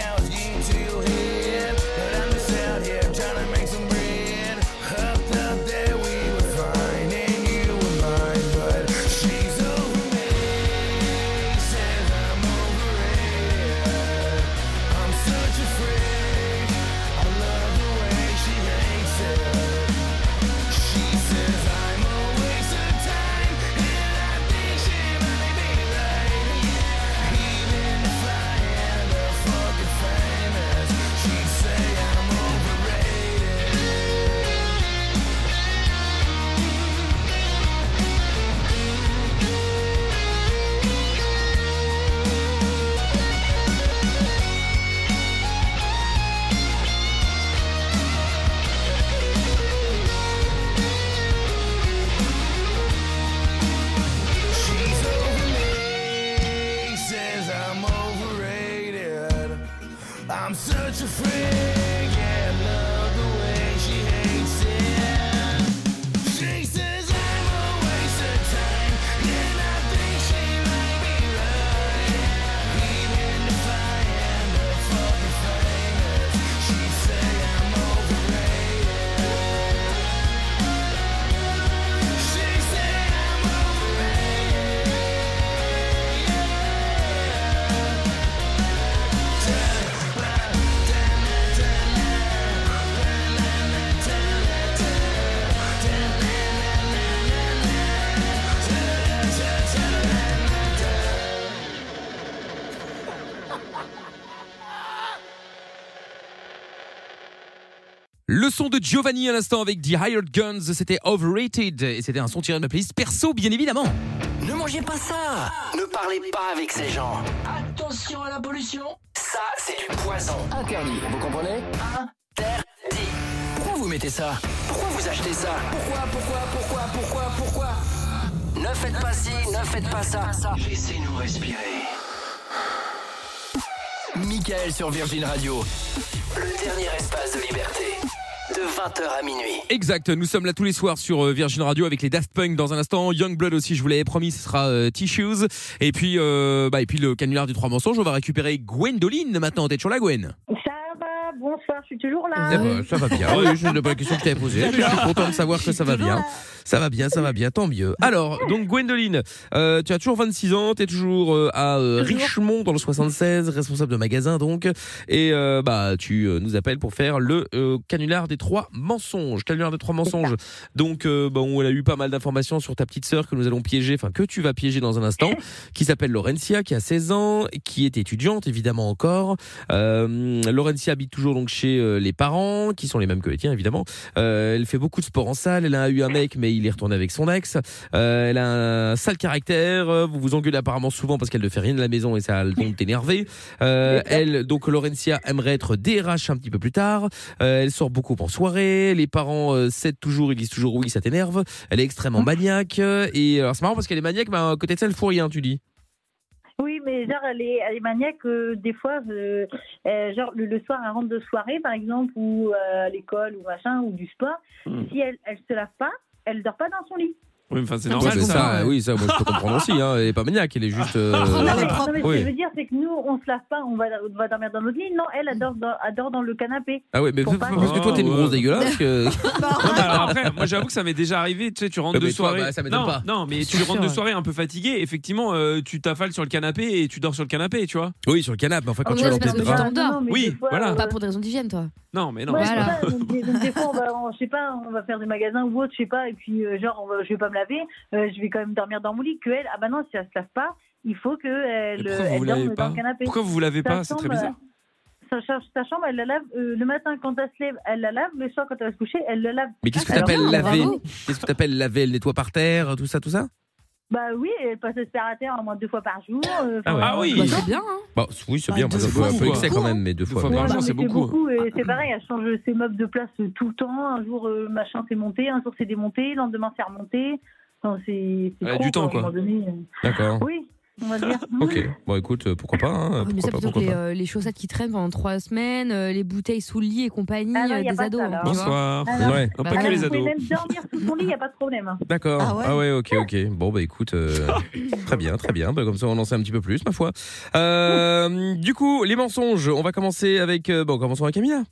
out getting to your head. But I'm just out here trying to make some bread. I thought that we were fine and you were mine, but she's over me. Says I'm overrated. I'm such a freak. I love the way she hates it. She says I'm a waste of time, and I think she might be right. Even if I end up fucking famous, she'd say I'm overrated. She's over me, says I'm overrated. I'm such a freak, yeah, love the way she hates it. She says I'm a waste of time, and I think she might be right. Even if I end up fucking famous, she'd say I'm overrated. She'd say I'm
Le son de Giovanni à l'instant avec The Hired Guns, c'était Overrated et c'était un son tiré de ma playlist perso bien évidemment.
Ne mangez pas ça Ne parlez pas avec ces gens Attention à la pollution Ça, c'est du poison Interdit, vous comprenez Interdit Pourquoi vous mettez ça Pourquoi vous achetez ça Pourquoi, pourquoi, pourquoi, pourquoi, pourquoi Ne faites pas ci, ne faites pas ça Laissez-nous respirer Michael sur Virgin Radio Le dernier espace de liberté De 20h à minuit
Exact, nous sommes là tous les soirs sur euh, Virgin Radio avec les Daft Punk dans un instant, Youngblood aussi, je vous l'avais promis, ce sera euh, Tissues et puis euh, bah, et puis le canular des trois mensonges, on va récupérer Gwendoline maintenant, t'es toujours là Gwen
Ça va, Ah, bonsoir, je suis toujours
Eh
là.
ben, ça va bien. Oui, je n'ai pas la question que tu avais posée. mais Je suis content de savoir que ça va bien. Ça va bien, ça va bien, tant mieux. Alors, donc Gwendoline, euh, tu as toujours 26 ans, tu es toujours euh, à euh, Richemont dans le 76, responsable de magasin donc. Et euh, bah tu euh, nous appelles pour faire le euh, canular des trois mensonges. Canular des trois mensonges. Donc, euh, bah, on a eu pas mal d'informations sur ta petite sœur que nous allons piéger, enfin que tu vas piéger dans un instant, qui s'appelle Laurentia, qui a 16 ans, qui est étudiante évidemment encore. Euh, Laurentia habite toujours donc chez euh, les parents, qui sont les mêmes que les tiens évidemment. Euh, elle fait beaucoup de sport en salle. Elle a eu un mec, mais il est retourné avec son ex. Euh, elle a un sale caractère. Euh, Vous vous engueulez apparemment souvent parce qu'elle ne fait rien de la maison et ça a le don de t'énerver. Euh, elle, donc Laurentia aimerait être DRH un petit peu plus tard. Euh, elle sort beaucoup en soirée. Les parents euh, cèdent toujours, ils disent toujours oui, ça t'énerve. Elle est extrêmement maniaque. Euh, Et alors c'est marrant parce qu'elle est maniaque, mais à côté de ça, elle fout rien, tu dis.
Oui, mais genre, elle est, elle est maniaque. euh, des fois, euh, euh, genre, le, le soir, elle rentre de soirée, par exemple, ou euh, à l'école, ou machin, ou du sport.
Hmm.
Si elle, elle se lave pas, elle dort pas dans son lit.
Oui, mais enfin, c'est
Ah,
normal
mais
ça.
ça,
oui, bah, ça, moi je peux comprendre aussi. Hein. Elle est pas maniaque, elle est juste. euh,
On a
Non,
les
mais- non,
propres.
mais ce
Oui.
que je veux dire, c'est que nous, on se lave pas, on va, on va dormir dans notre lit. Non, elle, elle dort dans, elle dort dans le canapé.
Ah oui, mais
Faut pas-
parce que toi t'es une
Ah,
grosse
ouais.
Bah,
dégueulasse. que-
Non, mais alors après, moi j'avoue que ça m'est déjà arrivé, tu sais, tu rentres
Euh, mais
de
toi,
soirée.
bah, ça m'étonne
non,
pas.
non, mais tu
C'est
rentres de
sûr, ouais.
soirée un peu fatigué, effectivement, euh, tu t'affales sur le canapé et tu dors sur le canapé, tu vois.
Oui, sur le canapé. mais Enfin, quand
Ah oui,
tu vas dans
c'est parce
tes
que
draps.
tu t'endors.
Non, mais
Oui,
des fois,
voilà.
euh,
Pas pour des raisons d'hygiène, toi.
Non, mais non.
Ouais,
c'est
Voilà.
pas-
c'est ça, Ah, donc, des- donc des fois, on va, on- je sais pas, on va faire des magasins ou autre, je sais pas, et puis euh, genre, on va, je vais pas me laver, euh, je vais quand même dormir dans mon lit. Que elle, ah bah non, si elle se lave pas, il faut que elle,
Mais
euh,
pourquoi vous
elle
vous
dorme
lavez
dans
pas
le canapé. euh,
Pourquoi vous vous lavez
Sa
pas C'est très
chambre,
bizarre.
Sa, cha- sa chambre, elle la lave euh, le matin quand elle se lève, elle la lave, le soir quand elle va se coucher, elle la lave.
Mais qu'est-ce que
Alors,
t'appelles
non,
laver
bravo.
Qu'est-ce que t'appelles laver Elle nettoie par terre, tout ça, tout ça
Bah oui, elle passe aspirateur au moins deux fois par jour. euh,
Ah ouais.
enfin,
Ah oui.
Bah,
voilà.
c'est bien, hein.
Bah oui, c'est
Bah,
bien,
deux
parce que
fois,
un
c'est
peu
beaucoup,
excès
hein.
quand même, mais deux
Deux
fois.
fois
ouais.
par
Ouais,
jour,
non,
c'est
mais
beaucoup.
euh, c'est pareil, elle change ses meubles de place euh, tout le temps. Un jour, euh, machin, c'est monté. Un jour, c'est démonté. Le lendemain, c'est remonté. Enfin, c'est c'est
Elle a
trop,
du temps,
à un
quoi.
moment donné, euh.
D'accord.
Oui. on va dire.
Ok, bon écoute, euh, pourquoi pas, hein,
Oui, Oh, Ah, mais
pourquoi
ça
pas,
plutôt que
pourquoi
les,
pas.
euh, les chaussettes qui traînent pendant trois semaines, euh, les bouteilles sous le lit et compagnie
Ah non,
euh,
y a
des
pas ça,
ados.
là.
tu vois.
Bonsoir.
Alors-
Ouais.
Ah,
que
là,
les
vous pouvez
ados.
même dormir sous son lit, il n'y a pas de problème. hein.
D'accord.
Ah ouais.
ok, ok. Bon, bah écoute, euh, très bien, très bien. Bah, comme ça, on en sait un petit peu plus, ma foi. Euh, du coup, les mensonges, on va commencer avec. euh, bon, commençons avec Camilla.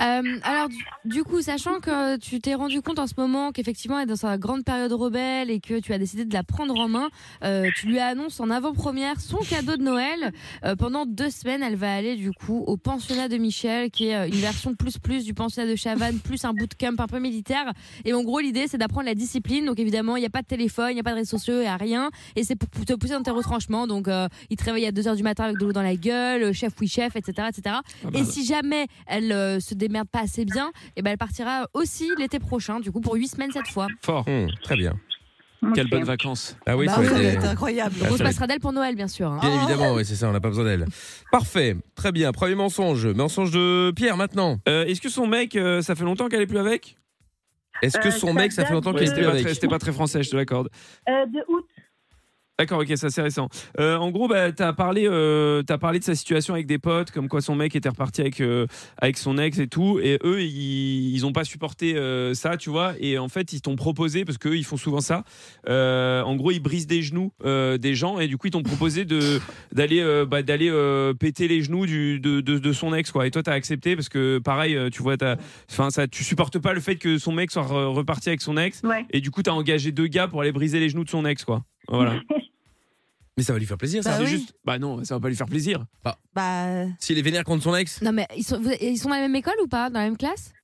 Euh, alors, du, du coup, sachant que tu t'es rendu compte en ce moment qu'effectivement, elle est dans sa grande période rebelle et que tu as décidé de la prendre en main, euh, tu lui annonces en avant-première son cadeau de Noël. Euh, pendant deux semaines, elle va aller du coup au pensionnat de Michel, qui est euh, une version plus plus du pensionnat de Chavannes, plus un bootcamp un peu militaire. Et en gros, l'idée, c'est d'apprendre la discipline. Donc évidemment, il n'y a pas de téléphone, il n'y a pas de réseaux sociaux, il n'y a rien. Et c'est pour te pousser dans tes retranchements. Donc, euh, il te réveille à 2h du matin avec de l'eau dans la gueule, euh, chef oui chef, etc.
Ah
etc.
bah
et si jamais elle euh, se démerde pas assez bien, et ben elle partira aussi l'été prochain, du coup, pour 8 semaines cette fois.
Fort.
Hmm, très bien.
Oh. Quelles bonnes vacances.
Ah oui,
Bah
ça
oui,
a été-
c'est incroyable.
On se
Ah, ça va être-
passera d'elle pour Noël, bien sûr. hein.
Bien évidemment, oui, c'est ça, on n'a pas besoin d'elle. Parfait, très bien. Premier mensonge, mensonge de Pierre maintenant.
Euh, Est-ce que son mec, euh, ça fait longtemps qu'elle est plus avec
Est-ce que
Euh,
son
ça
mec, ça fait
date
longtemps
de-
Ouais,
qu'il est
C'était
plus
pas,
avec
très- c'était pas très français, je te l'accorde.
Euh, de août,
D'accord, ok, ça c'est récent. Euh, en gros, bah, t'as parlé, euh, t'as parlé de sa situation avec des potes, comme quoi son mec était reparti avec euh, avec son ex et tout, et eux ils, ils ont pas supporté euh, ça, tu vois. Et en fait, ils t'ont proposé parce qu'eux ils font souvent ça. euh, en gros, ils brisent des genoux euh, des gens et du coup ils t'ont proposé de d'aller euh, bah, d'aller euh, péter les genoux du, de, de, de son ex quoi. Et toi t'as accepté parce que pareil, euh, tu vois, t'as, enfin ça, tu supportes pas le fait que son mec soit re- reparti avec son ex,
ouais.
et du coup t'as engagé deux gars pour aller briser les genoux de son ex quoi. Voilà.
Mais ça va lui faire plaisir, ça.
Bah
C'est
oui.
juste- Bah non, ça va pas lui faire plaisir.
Bah,
S'il est vénère contre son ex
Non, mais ils sont, vous- ils sont dans la même école ou pas Dans la même classe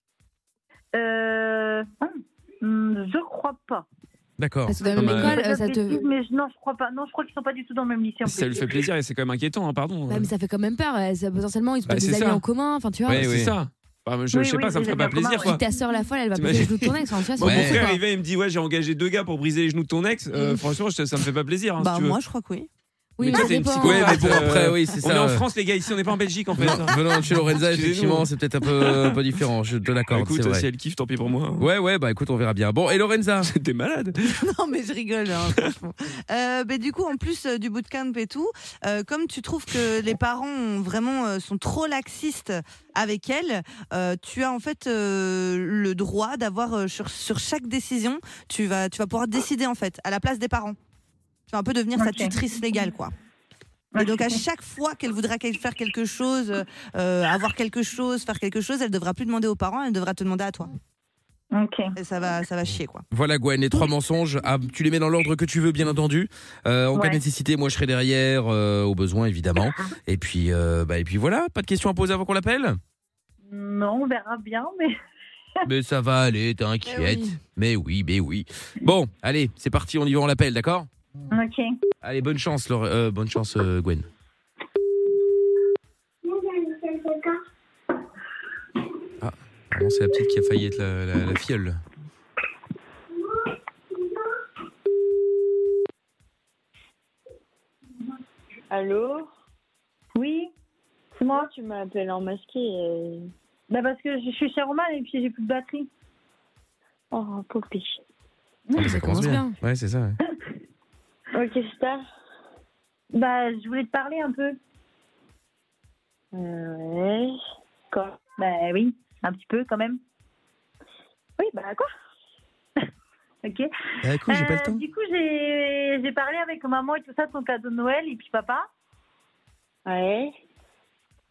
Euh, hum, hum, je crois pas.
D'accord.
Parce que dans la
Non,
même
mais-
école,
Je
euh, ça
dis bêtises,
te.
mais je- non, je crois pas. Non, je crois qu'ils sont pas du tout dans le même lycée. en
Ça lui
plus.
fait plaisir et c'est quand même inquiétant, hein, pardon.
Bah, mais ça fait quand même peur. euh, ça- potentiellement, ils ont
Bah,
peut-être
c'est
des amis
ça.
en commun. Enfin, tu vois.
Ouais,
c'est
oui.
ça. Bah, je, je
Oui,
sais
oui,
pas, ça me
oui,
ferait pas
d'accord,
plaisir.
ouais.
Quoi.
Si ta sœur la folle, elle va passer les
T'imagines
genoux de ton ex. Enfin, tu vois, c'est
Moi, Mon
Ouais.
beaucoup,
frère
quoi.
arrivait, il me dit Ouais, j'ai engagé deux gars pour briser les genoux de ton ex. Euh,
Mm.
Franchement, je- ça me fait pas plaisir. hein, si
bah
tu veux.
moi, je crois que oui.
Oui,
Mais
mais
ça,
ça
c'est une
dépend.
psychose.
Ouais, mais bon,
Euh,
après, oui, c'est
on
ça.
est en
euh,
France, les gars, ici, on n'est pas en Belgique en fait. hein.
Venant de chez Lorenza,
Excusez-nous.
effectivement, c'est peut-être un peu, euh, un peu différent, je te l'accorde.
Bah Écoute,
c'est vrai.
si elle kiffe, tant pis pour moi. hein.
Ouais, ouais, bah écoute, on verra bien. Bon, et Lorenza
T'es malade.
Non, mais je rigole, hein, franchement. Euh, mais du coup, en plus euh, du bootcamp et tout, euh, comme tu trouves que les parents ont vraiment euh, sont trop laxistes avec elle, euh, tu as en fait euh, le droit d'avoir euh, sur, sur chaque décision, tu vas, tu vas pouvoir décider en fait à la place des parents. Tu vas un peu devenir
Ok.
sa tutrice légale, quoi. Et donc à chaque fois qu'elle voudra quel- faire quelque chose, euh, avoir quelque chose, faire quelque chose, elle devra plus demander aux parents, elle devra te demander à toi.
Ok.
Et ça va, ça va chier quoi.
Voilà Gwen, les trois mensonges, Ah, tu les mets dans l'ordre que tu veux bien entendu. Euh, en cas de
Ouais.
nécessité, moi je serai derrière, euh, au besoin évidemment. Et puis, euh, bah, et puis voilà, pas de questions à poser avant qu'on l'appelle
Non, Hmm, on verra bien, mais
Mais ça va aller, t'inquiète.
Eh oui.
Mais oui, mais oui. Bon, allez, c'est parti, on y va, on l'appelle, d'accord
ok.
Allez, bonne chance, Laure- euh, bonne chance euh, Gwen. Ah, pardon, c'est la petite qui a failli être la, la, la fiole.
Allô
Oui. C'est
Moi,
moi.
tu m'appelles en masqué. euh.
Bah parce que je suis chez Roman et puis j'ai plus de batterie.
Oh, poupée.
Ah,
Ça commence bien.
Ouais, c'est ça.
hein.
ouais.
Ok, star.
Bah je voulais te parler un peu.
Euh, ouais. Quoi
Bah oui, un petit peu quand même.
Oui, bah quoi
Ok.
Ah, cool, j'ai pas le
Euh,
temps.
Du coup, j'ai j'ai parlé avec maman et tout ça de ton cadeau de Noël et puis papa.
Ouais.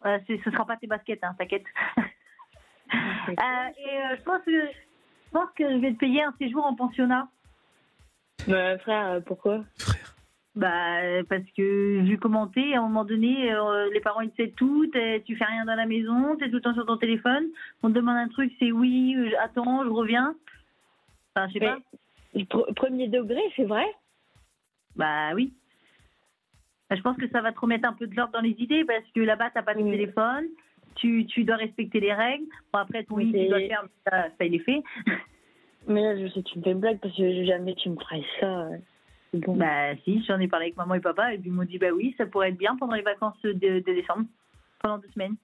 Euh, c'est- ce sera pas tes baskets, hein, t'inquiète. Euh, et euh, je pense que je pense que je vais te payer un séjour en pensionnat.
Mais frère, euh, pourquoi
Bah euh, parce que vu commenter, à un moment donné, euh, les parents ils te savent tout, t'es- tu fais rien dans la maison, t'es tout le temps sur ton téléphone. On te demande un truc, c'est oui, euh, attends, je reviens. Enfin, je sais
Mais-
pas.
Pr- Premier degré, c'est vrai
Bah oui. Bah, Je pense que ça va te remettre un peu de l'ordre dans les idées parce que là-bas, t'as pas de
Oui.
téléphone, tu, tu dois respecter les règles. Bon, après, ton lit, tu
Mais-
dois le faire, mais ça, ça, il est fait.
Mais là, je sais que tu me fais une blague parce que jamais tu me ferais ça. ouais. C'est Bon.
Bah si, j'en ai parlé avec maman et papa et puis ils m'ont dit bah oui, ça pourrait être bien pendant les vacances de, de décembre, pendant deux semaines.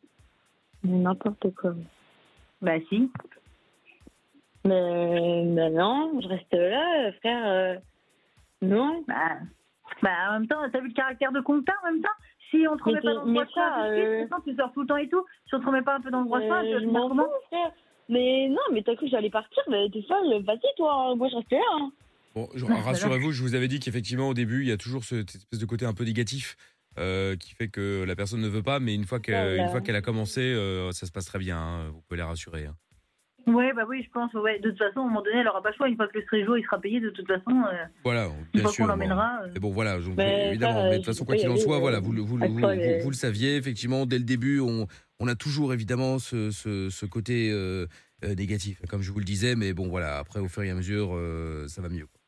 Mais N'importe quoi.
Bah si.
Mais, mais non, je reste là, euh, frère. euh, Non
Bah,
Bah, en même temps, t'as vu le caractère de compta en même temps Si on te
Mais
remet pas
t'es-
dans le droit chemin
mais ça,
tout de suite,
euh,
pourtant, tu sors tout le temps et tout. Si on te remet pas un peu dans le droit chemin, tu vas
Euh, je
finir
m'en
comment
fous, frère. Mais non, mais t'as cru que j'allais partir, mais t'es folle, vas-y toi, moi je reste là. hein.
Bon, je-
Non, c'est
rassurez-vous, je vous avais dit qu'effectivement, au début, il y a toujours ce- cette espèce de côté un peu négatif euh, qui fait que la personne ne veut pas, mais une fois que-
Voilà.
une fois qu'elle a commencé, euh, ça se passe très bien. hein. vous pouvez la rassurer. hein.
Ouais, bah oui, je pense. Ouais. De toute façon, à un moment donné, elle aura pas le choix. Une fois que le séjour il sera payé, de toute façon, euh,
Voilà,
une
bien
fois
sûr.
qu'on
bon.
l'emmènera. euh,
Et bon, voilà, donc,
Mais ça,
évidemment.
euh,
mais de toute
je
façon,
peux
quoi
pas y
qu'il en
aller,
soit,
euh,
voilà, vous, le- vous, le-
à
vous-
l'école,
vous-
euh.
vous le saviez, effectivement, dès le début, on, on a toujours, évidemment, ce, ce- ce côté euh, euh, négatif, comme je vous le disais, mais bon, voilà, après, au fur et à mesure, euh, ça va mieux. quoi.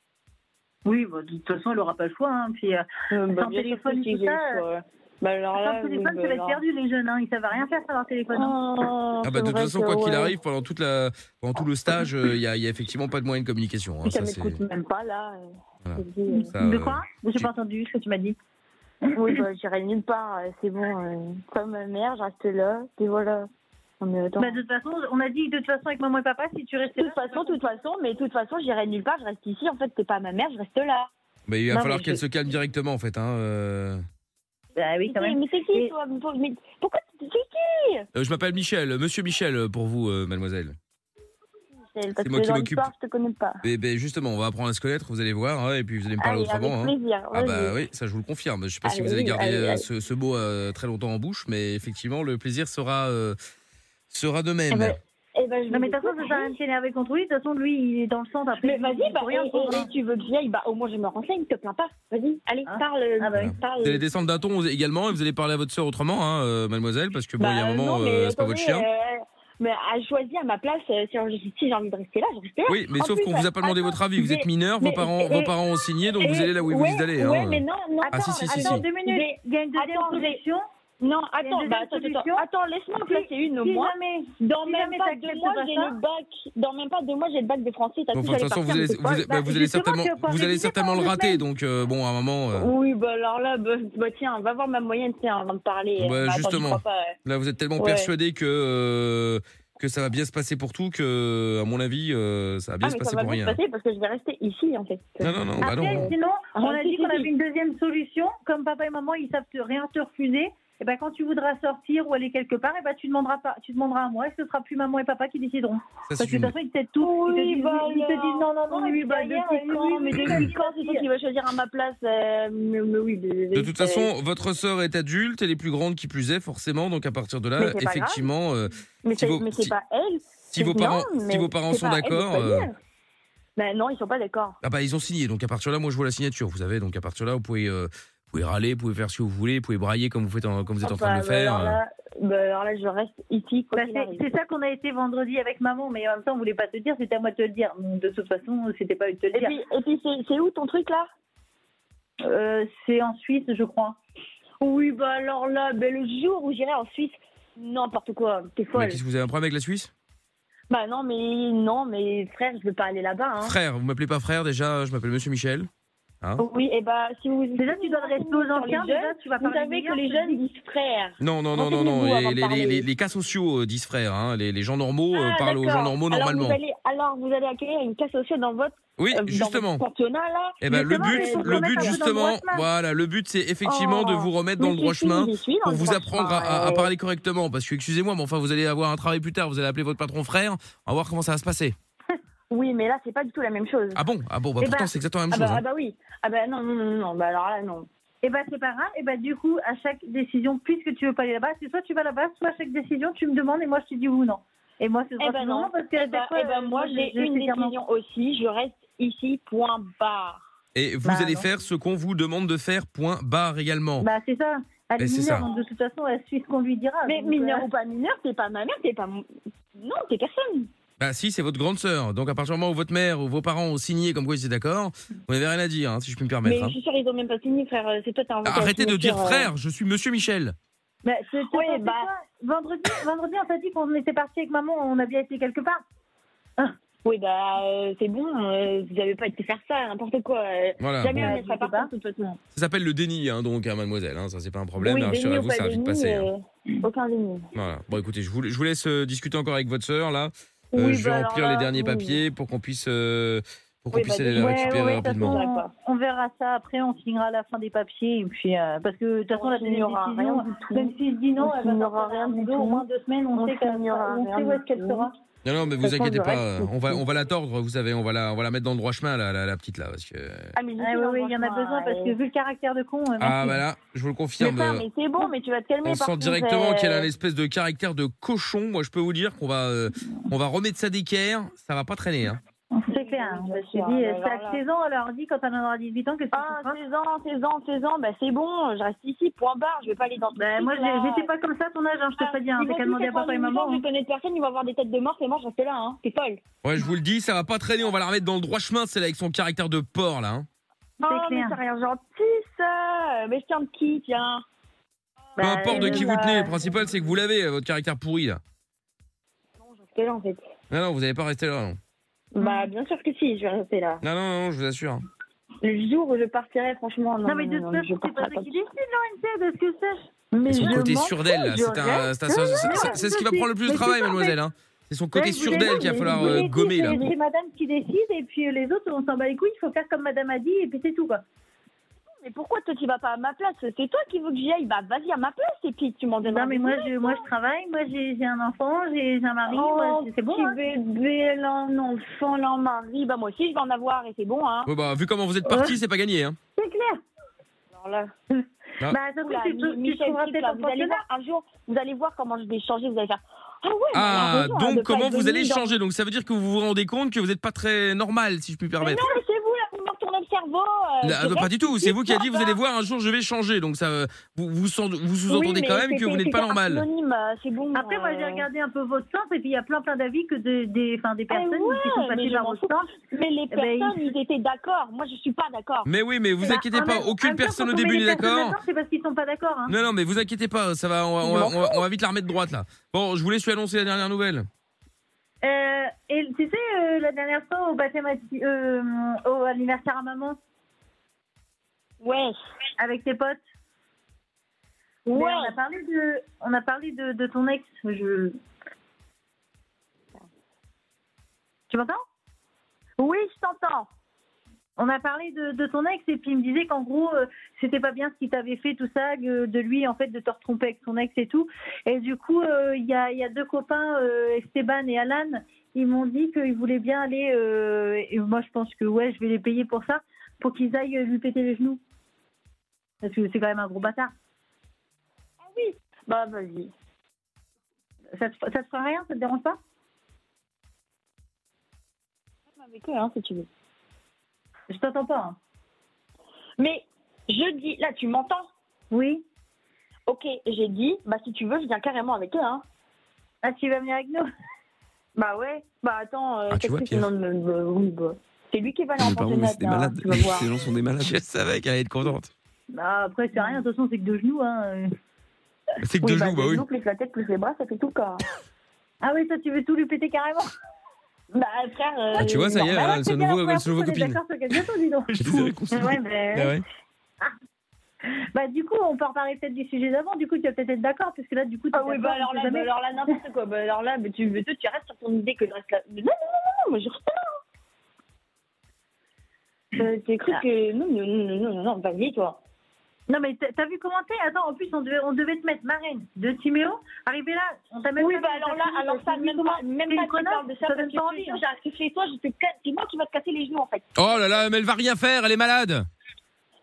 Oui, bah, de toute façon, elle aura pas le choix. Hein. Puis, euh,
bah,
sans
bien sûr
téléphone
qu'ils
et tout
ont
ça,
le choix.
euh,
Bah, alors
sans
là,
téléphone,
oui,
ça va
bah,
être
alors.
perdu, les jeunes. Hein. Ils savent rien faire sans leur téléphone.
hein.
Ah bah, de toute façon, quoi qu'il arrive, pendant, toute la, pendant tout le stage, euh, il n'y a, il y a effectivement pas de moyen de communication. hein,
Ça
ça, c'est-
m'écoute même pas là. euh,
voilà.
je te dis, euh.
Ça, euh,
J'ai pas entendu ce que tu m'as dit.
Oui, bah, j'irai nulle part, euh, c'est bon. euh, Comme ma mère, je reste là, et voilà. Non, mais attends.
Bah, de toute façon, on a dit de toute façon avec maman et papa, si tu restais.
De toute façon, de toute façon, mais de toute façon, j'irai nulle part, je reste ici. En fait, t'es pas ma mère, je reste là.
Mais bah, il va
Non,
falloir
mais
qu'elle
je-
se calme directement, en fait. hein, euh.
Bah oui,
quand même. Mais c'est qui, toi Mais pour- mais Pourquoi tu- C'est qui
Euh, je m'appelle Michel, Monsieur Michel, euh, pour vous, euh, mademoiselle.
Michel, Parce
moi
que
qui
dans
m'occupe.
l'histoire, je te connais pas.
Eh ben, justement, on va apprendre à se connaître, vous allez voir, hein, et puis vous allez me parler
Allez,
autrement.
avec
hein.
plaisir,
Ah bah
vas-y.
oui, ça je vous le confirme. Je sais pas si
Allez,
vous avez
oui,
gardé
allez,
euh,
allez.
Ce, ce mot euh, très longtemps en bouche, mais effectivement, le plaisir sera, euh, sera de
Eh
même.
ben,
non, mais de toute façon, ça sert à rien de s'énerver contre lui. De toute façon, lui, il est dans le centre. Après,
hein. Mais vas-y, bah,
pour rien,
et-
pour
et-
rien.
et tu veux que j'y aille, bah, au moins je me renseigne, te plains pas. Vas-y, allez,
Ah.
parle,
bah
parle.
Vous allez descendre d'un ton également, et vous allez parler à votre sœur autrement, hein, euh, mademoiselle, parce que bon,
Bah,
il y a un
euh,
moment,
non,
euh,
mais
c'est pas votre
attendez,
chien.
euh, mais à choisir à ma place, euh, si j'ai si j'ai envie de rester là, je reste là.
Oui, mais
En
sauf
plus,
qu'on vous a pas demandé
attends,
votre avis. Vous
mais-
êtes mineur, vos
mais-
parents,
et-
vos parents ont signé, donc
et-
vous allez là où ils vous
ouais,
dites d'aller.
Ouais,
hein.
mais non, non.
Ah, si, si, si,
attends,
si.
Deux minutes,
mais-
il y a une deuxième
attends,
solution.
Non,
Il y a
attends,
une
bah, attends,
deuxième
attends,
solution.
attends, laisse-moi en
Si-
placer une au
si
moins.
jamais-
Dans
si
même
jamais
pas
t'acceptes
deux mois,
pas
j'ai
ça-
le bac. Dans même pas deux mois, j'ai le bac de français. T'as
Bon,
cru
enfin,
que
de
j'allais
toute façon, vous
partir,
allez,
mais c'est pas
vous,
vrai.
bah, vous allez certainement, vous allez certainement le rater, donc euh, bon, à un moment. euh,
Oui, bah alors là, bah, bah, tiens, va voir ma moyenne, tiens, avant de parler.
Bah,
Bah, attends, j'y
justement.
crois pas, euh.
Là, vous êtes tellement
Ouais.
persuadé que, euh, que ça va bien se passer pour tout que, à mon avis, euh, ça va bien
Ah,
se
mais
passer
ça va
pour
bien se
rien.
passer parce que je vais rester ici, en fait.
Non, non, non, bah
Après,
non.
sinon,
Ah,
on a
si,
dit
si,
qu'on
si.
avait une deuxième solution. Comme papa et maman, ils savent te- rien te refuser. Et ben, quand tu voudras sortir ou aller quelque part, et ben, tu demanderas pas, tu demanderas à moi. Et ce sera plus maman et papa qui décideront.
c'est
Parce que de
une-
toute façon, ils t'aident tout.
Oui,
ils, te disent,
bah
ils te disent non, non, non,
Oui,
oui, bah,
derrière,
depuis
oui,
quand, mais
oui,
depuis
oui,
quand,
c'est toi qui vas choisir à ma place. euh, mais, mais oui, mais-
De toute façon, votre sœur est adulte, elle est plus grande qui plus est, forcément. Donc à partir de
Mais
là,
c'est pas
effectivement, euh,
mais
si
c'est
vos-
mais c'est
si-
pas elle.
si vos
Non,
parents- si
mais
vos parents
c'est
sont
pas elle de
d'accord,
choisir.
euh,
Ben non, ils sont pas d'accord.
ah bah ils ont signé. Donc à partir de là, moi je vois la signature. Vous savez, donc à partir de là, vous pouvez, euh, vous pouvez râler, vous pouvez faire ce que vous voulez, vous pouvez brailler comme vous faites, en- comme vous êtes en train de le
Enfin, ben
faire. euh.
alors là- ben alors là, je reste ici. quoi
Bah,
qu'il
c'est-
arrive.
c'est ça qu'on a été vendredi avec maman, mais en même temps, on voulait pas te le dire, c'était à moi de te le dire. Donc, De toute façon, c'était pas à eux de te le
Et
dire.
puis, et puis c'est- c'est où ton truc là
Euh, c'est en Suisse, je crois.
Oui, bah alors là, ben le jour où j'irai en Suisse, n'importe quoi, t'es
Mais
folle.
qu'est-ce que vous avez un problème avec la Suisse
Bah non, mais non, mais frère, je veux pas aller là-bas. Hein.
Frère, vous m'appelez pas frère déjà. Je m'appelle Monsieur Michel. Hein
Oui, et bah si vous.
Déjà, tu dois rester aux anciens,
les jeunes,
déjà, tu vas
Vous
parler
savez
des
que les
meilleurs,
jeunes disent frère.
Non, non, non, non, non.
Renseignez-vous avant
Les,
de
les- les-
parler.
les cas sociaux euh, disent frère. hein. Les, les gens normaux euh,
Ah,
parlent aux gens
d'accord.
normaux
alors
normalement.
Vous allez, alors vous allez acquérir une classe sociale dans votre.
Oui,
dans votre
justement.
pensionnat, là.
Eh ben, le but,
Justement,
le
mais
but
faut se remettre un peu dans le droit
justement,
chemin.
voilà, le but c'est effectivement
Oh,
de vous remettre dans
mais
le
si,
droit
si,
chemin
j'y suis dans
pour
le
vous
droit
apprendre à,
chemin,
à- à
ouais.
parler correctement. Parce que excusez-moi, mais enfin vous allez avoir un travail plus tard, vous allez appeler votre patron frère, on va voir comment ça va se passer.
Oui, mais là, c'est pas du tout la même chose.
Ah bon, ah bon, bah
Eh ben,
pourtant c'est exactement la même
ah
chose.
Bah,
hein.
Ah bah oui. Ah bah non, non, non, non. Bah alors là, non. ben,
Et bah, c'est pas
Eh
grave. Et bah, du coup, à chaque décision, puisque tu veux pas aller là-bas, c'est soit tu vas là-bas, soit à chaque décision, tu me demandes et moi, je te dis oui ou non. Et moi, c'est
Eh ben non.
parce que
Eh
à
ben,
chaque fois,
eh ben,
euh,
moi,
je-
j'ai
je
une
sais dire non.
décision aussi. Je reste ici, point barre.
Et vous
bah,
allez
non.
faire ce qu'on vous demande de faire, point barre également.
Bah, c'est ça. Elle
Eh,
est
c'est
mineure,
ça.
donc de toute façon, elle suit ce qu'on lui dira.
Mais
Donc,
mineur
euh,
ou pas mineur, t'es pas ma mère, t'es pas. mon- Non, t'es personne.
Bah si, c'est votre grande sœur. Donc à partir du moment où votre mère ou vos parents ont signé comme quoi ils étaient d'accord, vous n'avez rien à dire, hein, si je puis me
Mais
permettre. hein.
je suis sûre, ils ont même pas signé, frère. euh, C'est toi, t'as inventé. la
Arrêtez de dire
signature, euh.
frère, je suis Monsieur Michel.
Bah, c'est- c'est
Ouais,
pas-
bah.
c'est quoi vendredi, vendredi, on t'a dit qu'on était parti avec maman, on a bien été quelque part. Ah.
Oui, bah, euh, c'est bon, euh, vous n'avez pas été faire ça, n'importe quoi. euh,
Voilà,
Jamais
bon.
on ne laissera partir de toute façon.
Ça s'appelle le déni, hein, donc, hein, mademoiselle. hein, ça, c'est pas un problème.
Oui, déni ou
Rassurez-vous,
pas
ça va vite
déni,
passer. hein.
euh, Aucun déni.
Voilà. Bon, écoutez, je vous, je vous laisse euh, discuter encore avec votre sœur, là. Euh,
Oui,
je vais
bah, alors
remplir
là,
les derniers
oui. bah,
papiers pour qu'on puisse euh, Pour qu'on puisse aller la
ouais,
récupérer
ouais, de toute
rapidement.
façon, on, on verra ça après, on signera à la fin des papiers. Et puis, euh, parce que de toute façon,
On
la deuxième
signera
décision,
rien du tout.
même si je dis non,
On
elle va
signera
sortir
rien
dans
du
deux, au
tout.
moins deux semaines, on,
On
sait, qu'elle
signera
sera- on
rien
sait où
du
est-ce qu'elle
tout.
sera.
Non, non, mais
De
vous
toute façon,
inquiétez
je
pas,
reste
euh, on va, on va la tordre, vous savez, on va la, on va la mettre dans le droit chemin, la, la, la petite là. Parce que...
Ah, mais
Ah, oui, oui, il y en a besoin parce que vu le caractère de con. euh,
Ah,
merci.
bah là, je vous le
Mais,
confirme.
pas,
euh,
mais c'est bon, mais tu vas te calmer.
On
par
sent
contre,
directement
euh,
qu'elle a un espèce de caractère de cochon. Moi, je peux vous dire qu'on va, euh, on va remettre ça d'équerre. Ça va pas traîner. Hein.
C'est clair. Je me suis
sûr,
dit,
alors
c'est à
là.
16 ans, on leur dit quand on en aura 18 ans, qu'est-ce que
Ah, 16 ans, 16 ans, 16 ans, bah c'est bon, je reste ici, point barre, je vais pas aller dans
Bah, moi, j'ai- j'étais pas comme ça à ton âge,
Ah,
hein, je te fais bien. T'as qu'à demander à papa et maman. hein.
Je connais personne, ils vont avoir des têtes de mort, c'est mort, je reste là, hein. T'es folle.
Ouais, je vous le dis, ça va pas traîner. On va la remettre dans le droit chemin, celle avec son caractère de porc là. hein.
Oh, mais ça rien gentil, ça. Mais je tiens de qui, tiens.
Bah,
Peu importe de
euh,
qui vous tenez, le principal c'est que vous l'avez, euh, votre caractère pourri là.
Quel en fait
Non, non, vous n'allez pas rester là. Non.
Bah,
Hmm.
bien sûr que si, je vais rester là.
non, non, non, je vous assure. hein.
Le jour où je partirai, franchement, non.
Non, mais de toute façon, c'est pas ça qui décide, Lorenzo, de ce que c'est.
Mais
Son côté sur d'elle, là, c'est un- c'est un- c'est- c'est- c'est- c'est ce qui va prendre le plus de travail, mademoiselle. hein. C'est son côté sur d'elle qu'il va falloir euh, gommer là.
C'est madame qui décide, et puis euh, les autres, on s'en bat les couilles, il faut faire comme madame a dit, et puis c'est tout, quoi.
Mais pourquoi toi tu vas pas à ma place C'est toi qui veux que j'y aille. Bah vas-y à ma place et puis tu m'en donnes.
Non, mais moi, je, moi, je travaille, moi, j'ai j'ai un enfant, j'ai j'ai un mari,
Oh,
moi, c'est- c'est bon.
petit
hein.
bébé, l'en enfant, l'en mari. Bah moi aussi je vais en avoir et c'est bon hein.
Ouais, bah, vu comment vous êtes parti,
Ouais.
c'est pas gagné. hein.
C'est clair.
Alors là.
Ah.
Bah, surtout,
Oula,
tu- tu- tu
Michel
trouveras
Type,
peut-être
là,
un
vous allez
pensionnat.
voir un jour, vous allez voir comment je vais changer, vous allez faire. Ah ouais, mais elle a
Ah,
raison, hein, de
donc
pas
comment
être
vous
venue
allez
dans-
changer Donc ça veut dire que vous vous rendez compte que vous n'êtes pas très normal, si je puis me
Mais
permettre.
non, mais c'est vous là, vous me retournez le cerveau. euh,
Là,
direct.
pas du tout, c'est vous qui a dit vous
là.
allez voir un jour je vais changer. Donc ça euh, vous vous, sent- vous sous-entendez
Oui,
quand
mais
même que
c'était-
vous n'êtes pas
c'était un
normal.
synonyme, euh, c'est bon.
Après, moi, j'ai
euh,
regardé un peu votre sens, et puis il y a plein, plein d'avis que de- des, enfin, des
Ah
personnes
ouais,
qui sont
mais
passées
je
par
m'en
votre
fous.
sens.
Mais les
Eh ben, Eh
personnes, ils étaient d'accord. Moi, je suis pas d'accord.
Mais oui, mais vous
Bah,
inquiétez
en
pas,
même-
aucune personne au début n'est d'accord.
C'est parce qu'ils sont pas d'accord. hein.
Non non, mais vous inquiétez pas, ça va on va, on va- on va- on va vite la remettre droite là. Bon, je vous laisse lui annoncer la dernière nouvelle.
Euh, et tu sais, euh, la dernière fois au baptême à ti- euh, au anniversaire à maman.
Ouais.
Avec tes potes. Mais
Ouais.
on a parlé de, on a parlé de, de ton ex. Je. Tu m'entends
Oui, je t'entends.
On a parlé de, de ton ex et puis il me disait qu'en gros euh, c'était pas bien ce qu'il t'avait fait tout ça, que de lui en fait de te retromper avec son ex et tout. Et du coup euh, il y, a, il y a deux copains euh, Esteban et Alan, ils m'ont dit qu'ils voulaient bien aller. euh, et moi je pense que ouais je vais les payer pour ça, pour qu'ils aillent lui péter les genoux. Parce que c'est quand même un gros bâtard.
Bah, vas-y.
Ça te, ça te fera rien, ça te dérange pas
Avec eux, hein, si tu veux.
Je t'entends pas. hein.
Mais je dis, là, tu m'entends
Oui.
Ok, j'ai dit, bah, si tu veux, je viens carrément avec eux, hein.
Ah tu vas venir avec nous
Bah, ouais. Bah, attends, euh,
Ah, tu
qu'est-ce
vois,
que
Pierre.
non, non, non, oui, bah. C'est lui qui va aller en
Mais pardon, mais
pensionnat,
c'est des
hein,
malades.
tu vas voir.
Ces gens sont des malades.
Je savais qu'elle allait être contente.
Bah après c'est rien, de toute façon c'est que deux genoux hein. euh.
C'est que
Oui,
deux
bah,
jours, bah
les
oui.
genoux, plus la tête, plus les bras, ça fait tout le corps.
Ah oui, toi tu veux tout lui péter carrément.
bah, frère... euh,
Ah, tu vois, ça y est,
normal.
elle a son nouveau,
Après,
son nouveau
on est
copine.
D'accord sur quelque chose, dis donc.
Je vous ai réconcilié.
Ouais, mais-
Ah ouais.
Bah du coup, on peut reparler peut-être du sujet d'avant. Du coup, tu vas peut-être être d'accord, puisque là, du coup, t'es
Ah oui, bah
d'accord, on
alors
sait
là,
jamais.
bah, alors là, n'importe quoi. Bah alors là, bah, tu, mais toi, tu restes sur ton idée que je reste là. Mais Non, non, non, non, non, moi, je reste là. hein. Euh, T'es cru que. Non, non, non, non, non, non, vas-y, toi.
hein. Non, mais t'as t'as vu comment t'es Attends, en plus, on devait, on devait te mettre marraine de Timéo. Arrivé là, on t'a même
oui,
pas
bah
mis,
alors
t'as
là,
fini,
alors
t'as
ça,
fini
même
comment
pas, même pas
T'es une
que tu
connasse,
parles de ça,
ça
parce
donne
que
pas envie. hein.
je j'arrive chez toi, je te ca- c'est moi qui va te casser les genoux, en fait.
Oh là là, mais elle va rien faire, elle est malade.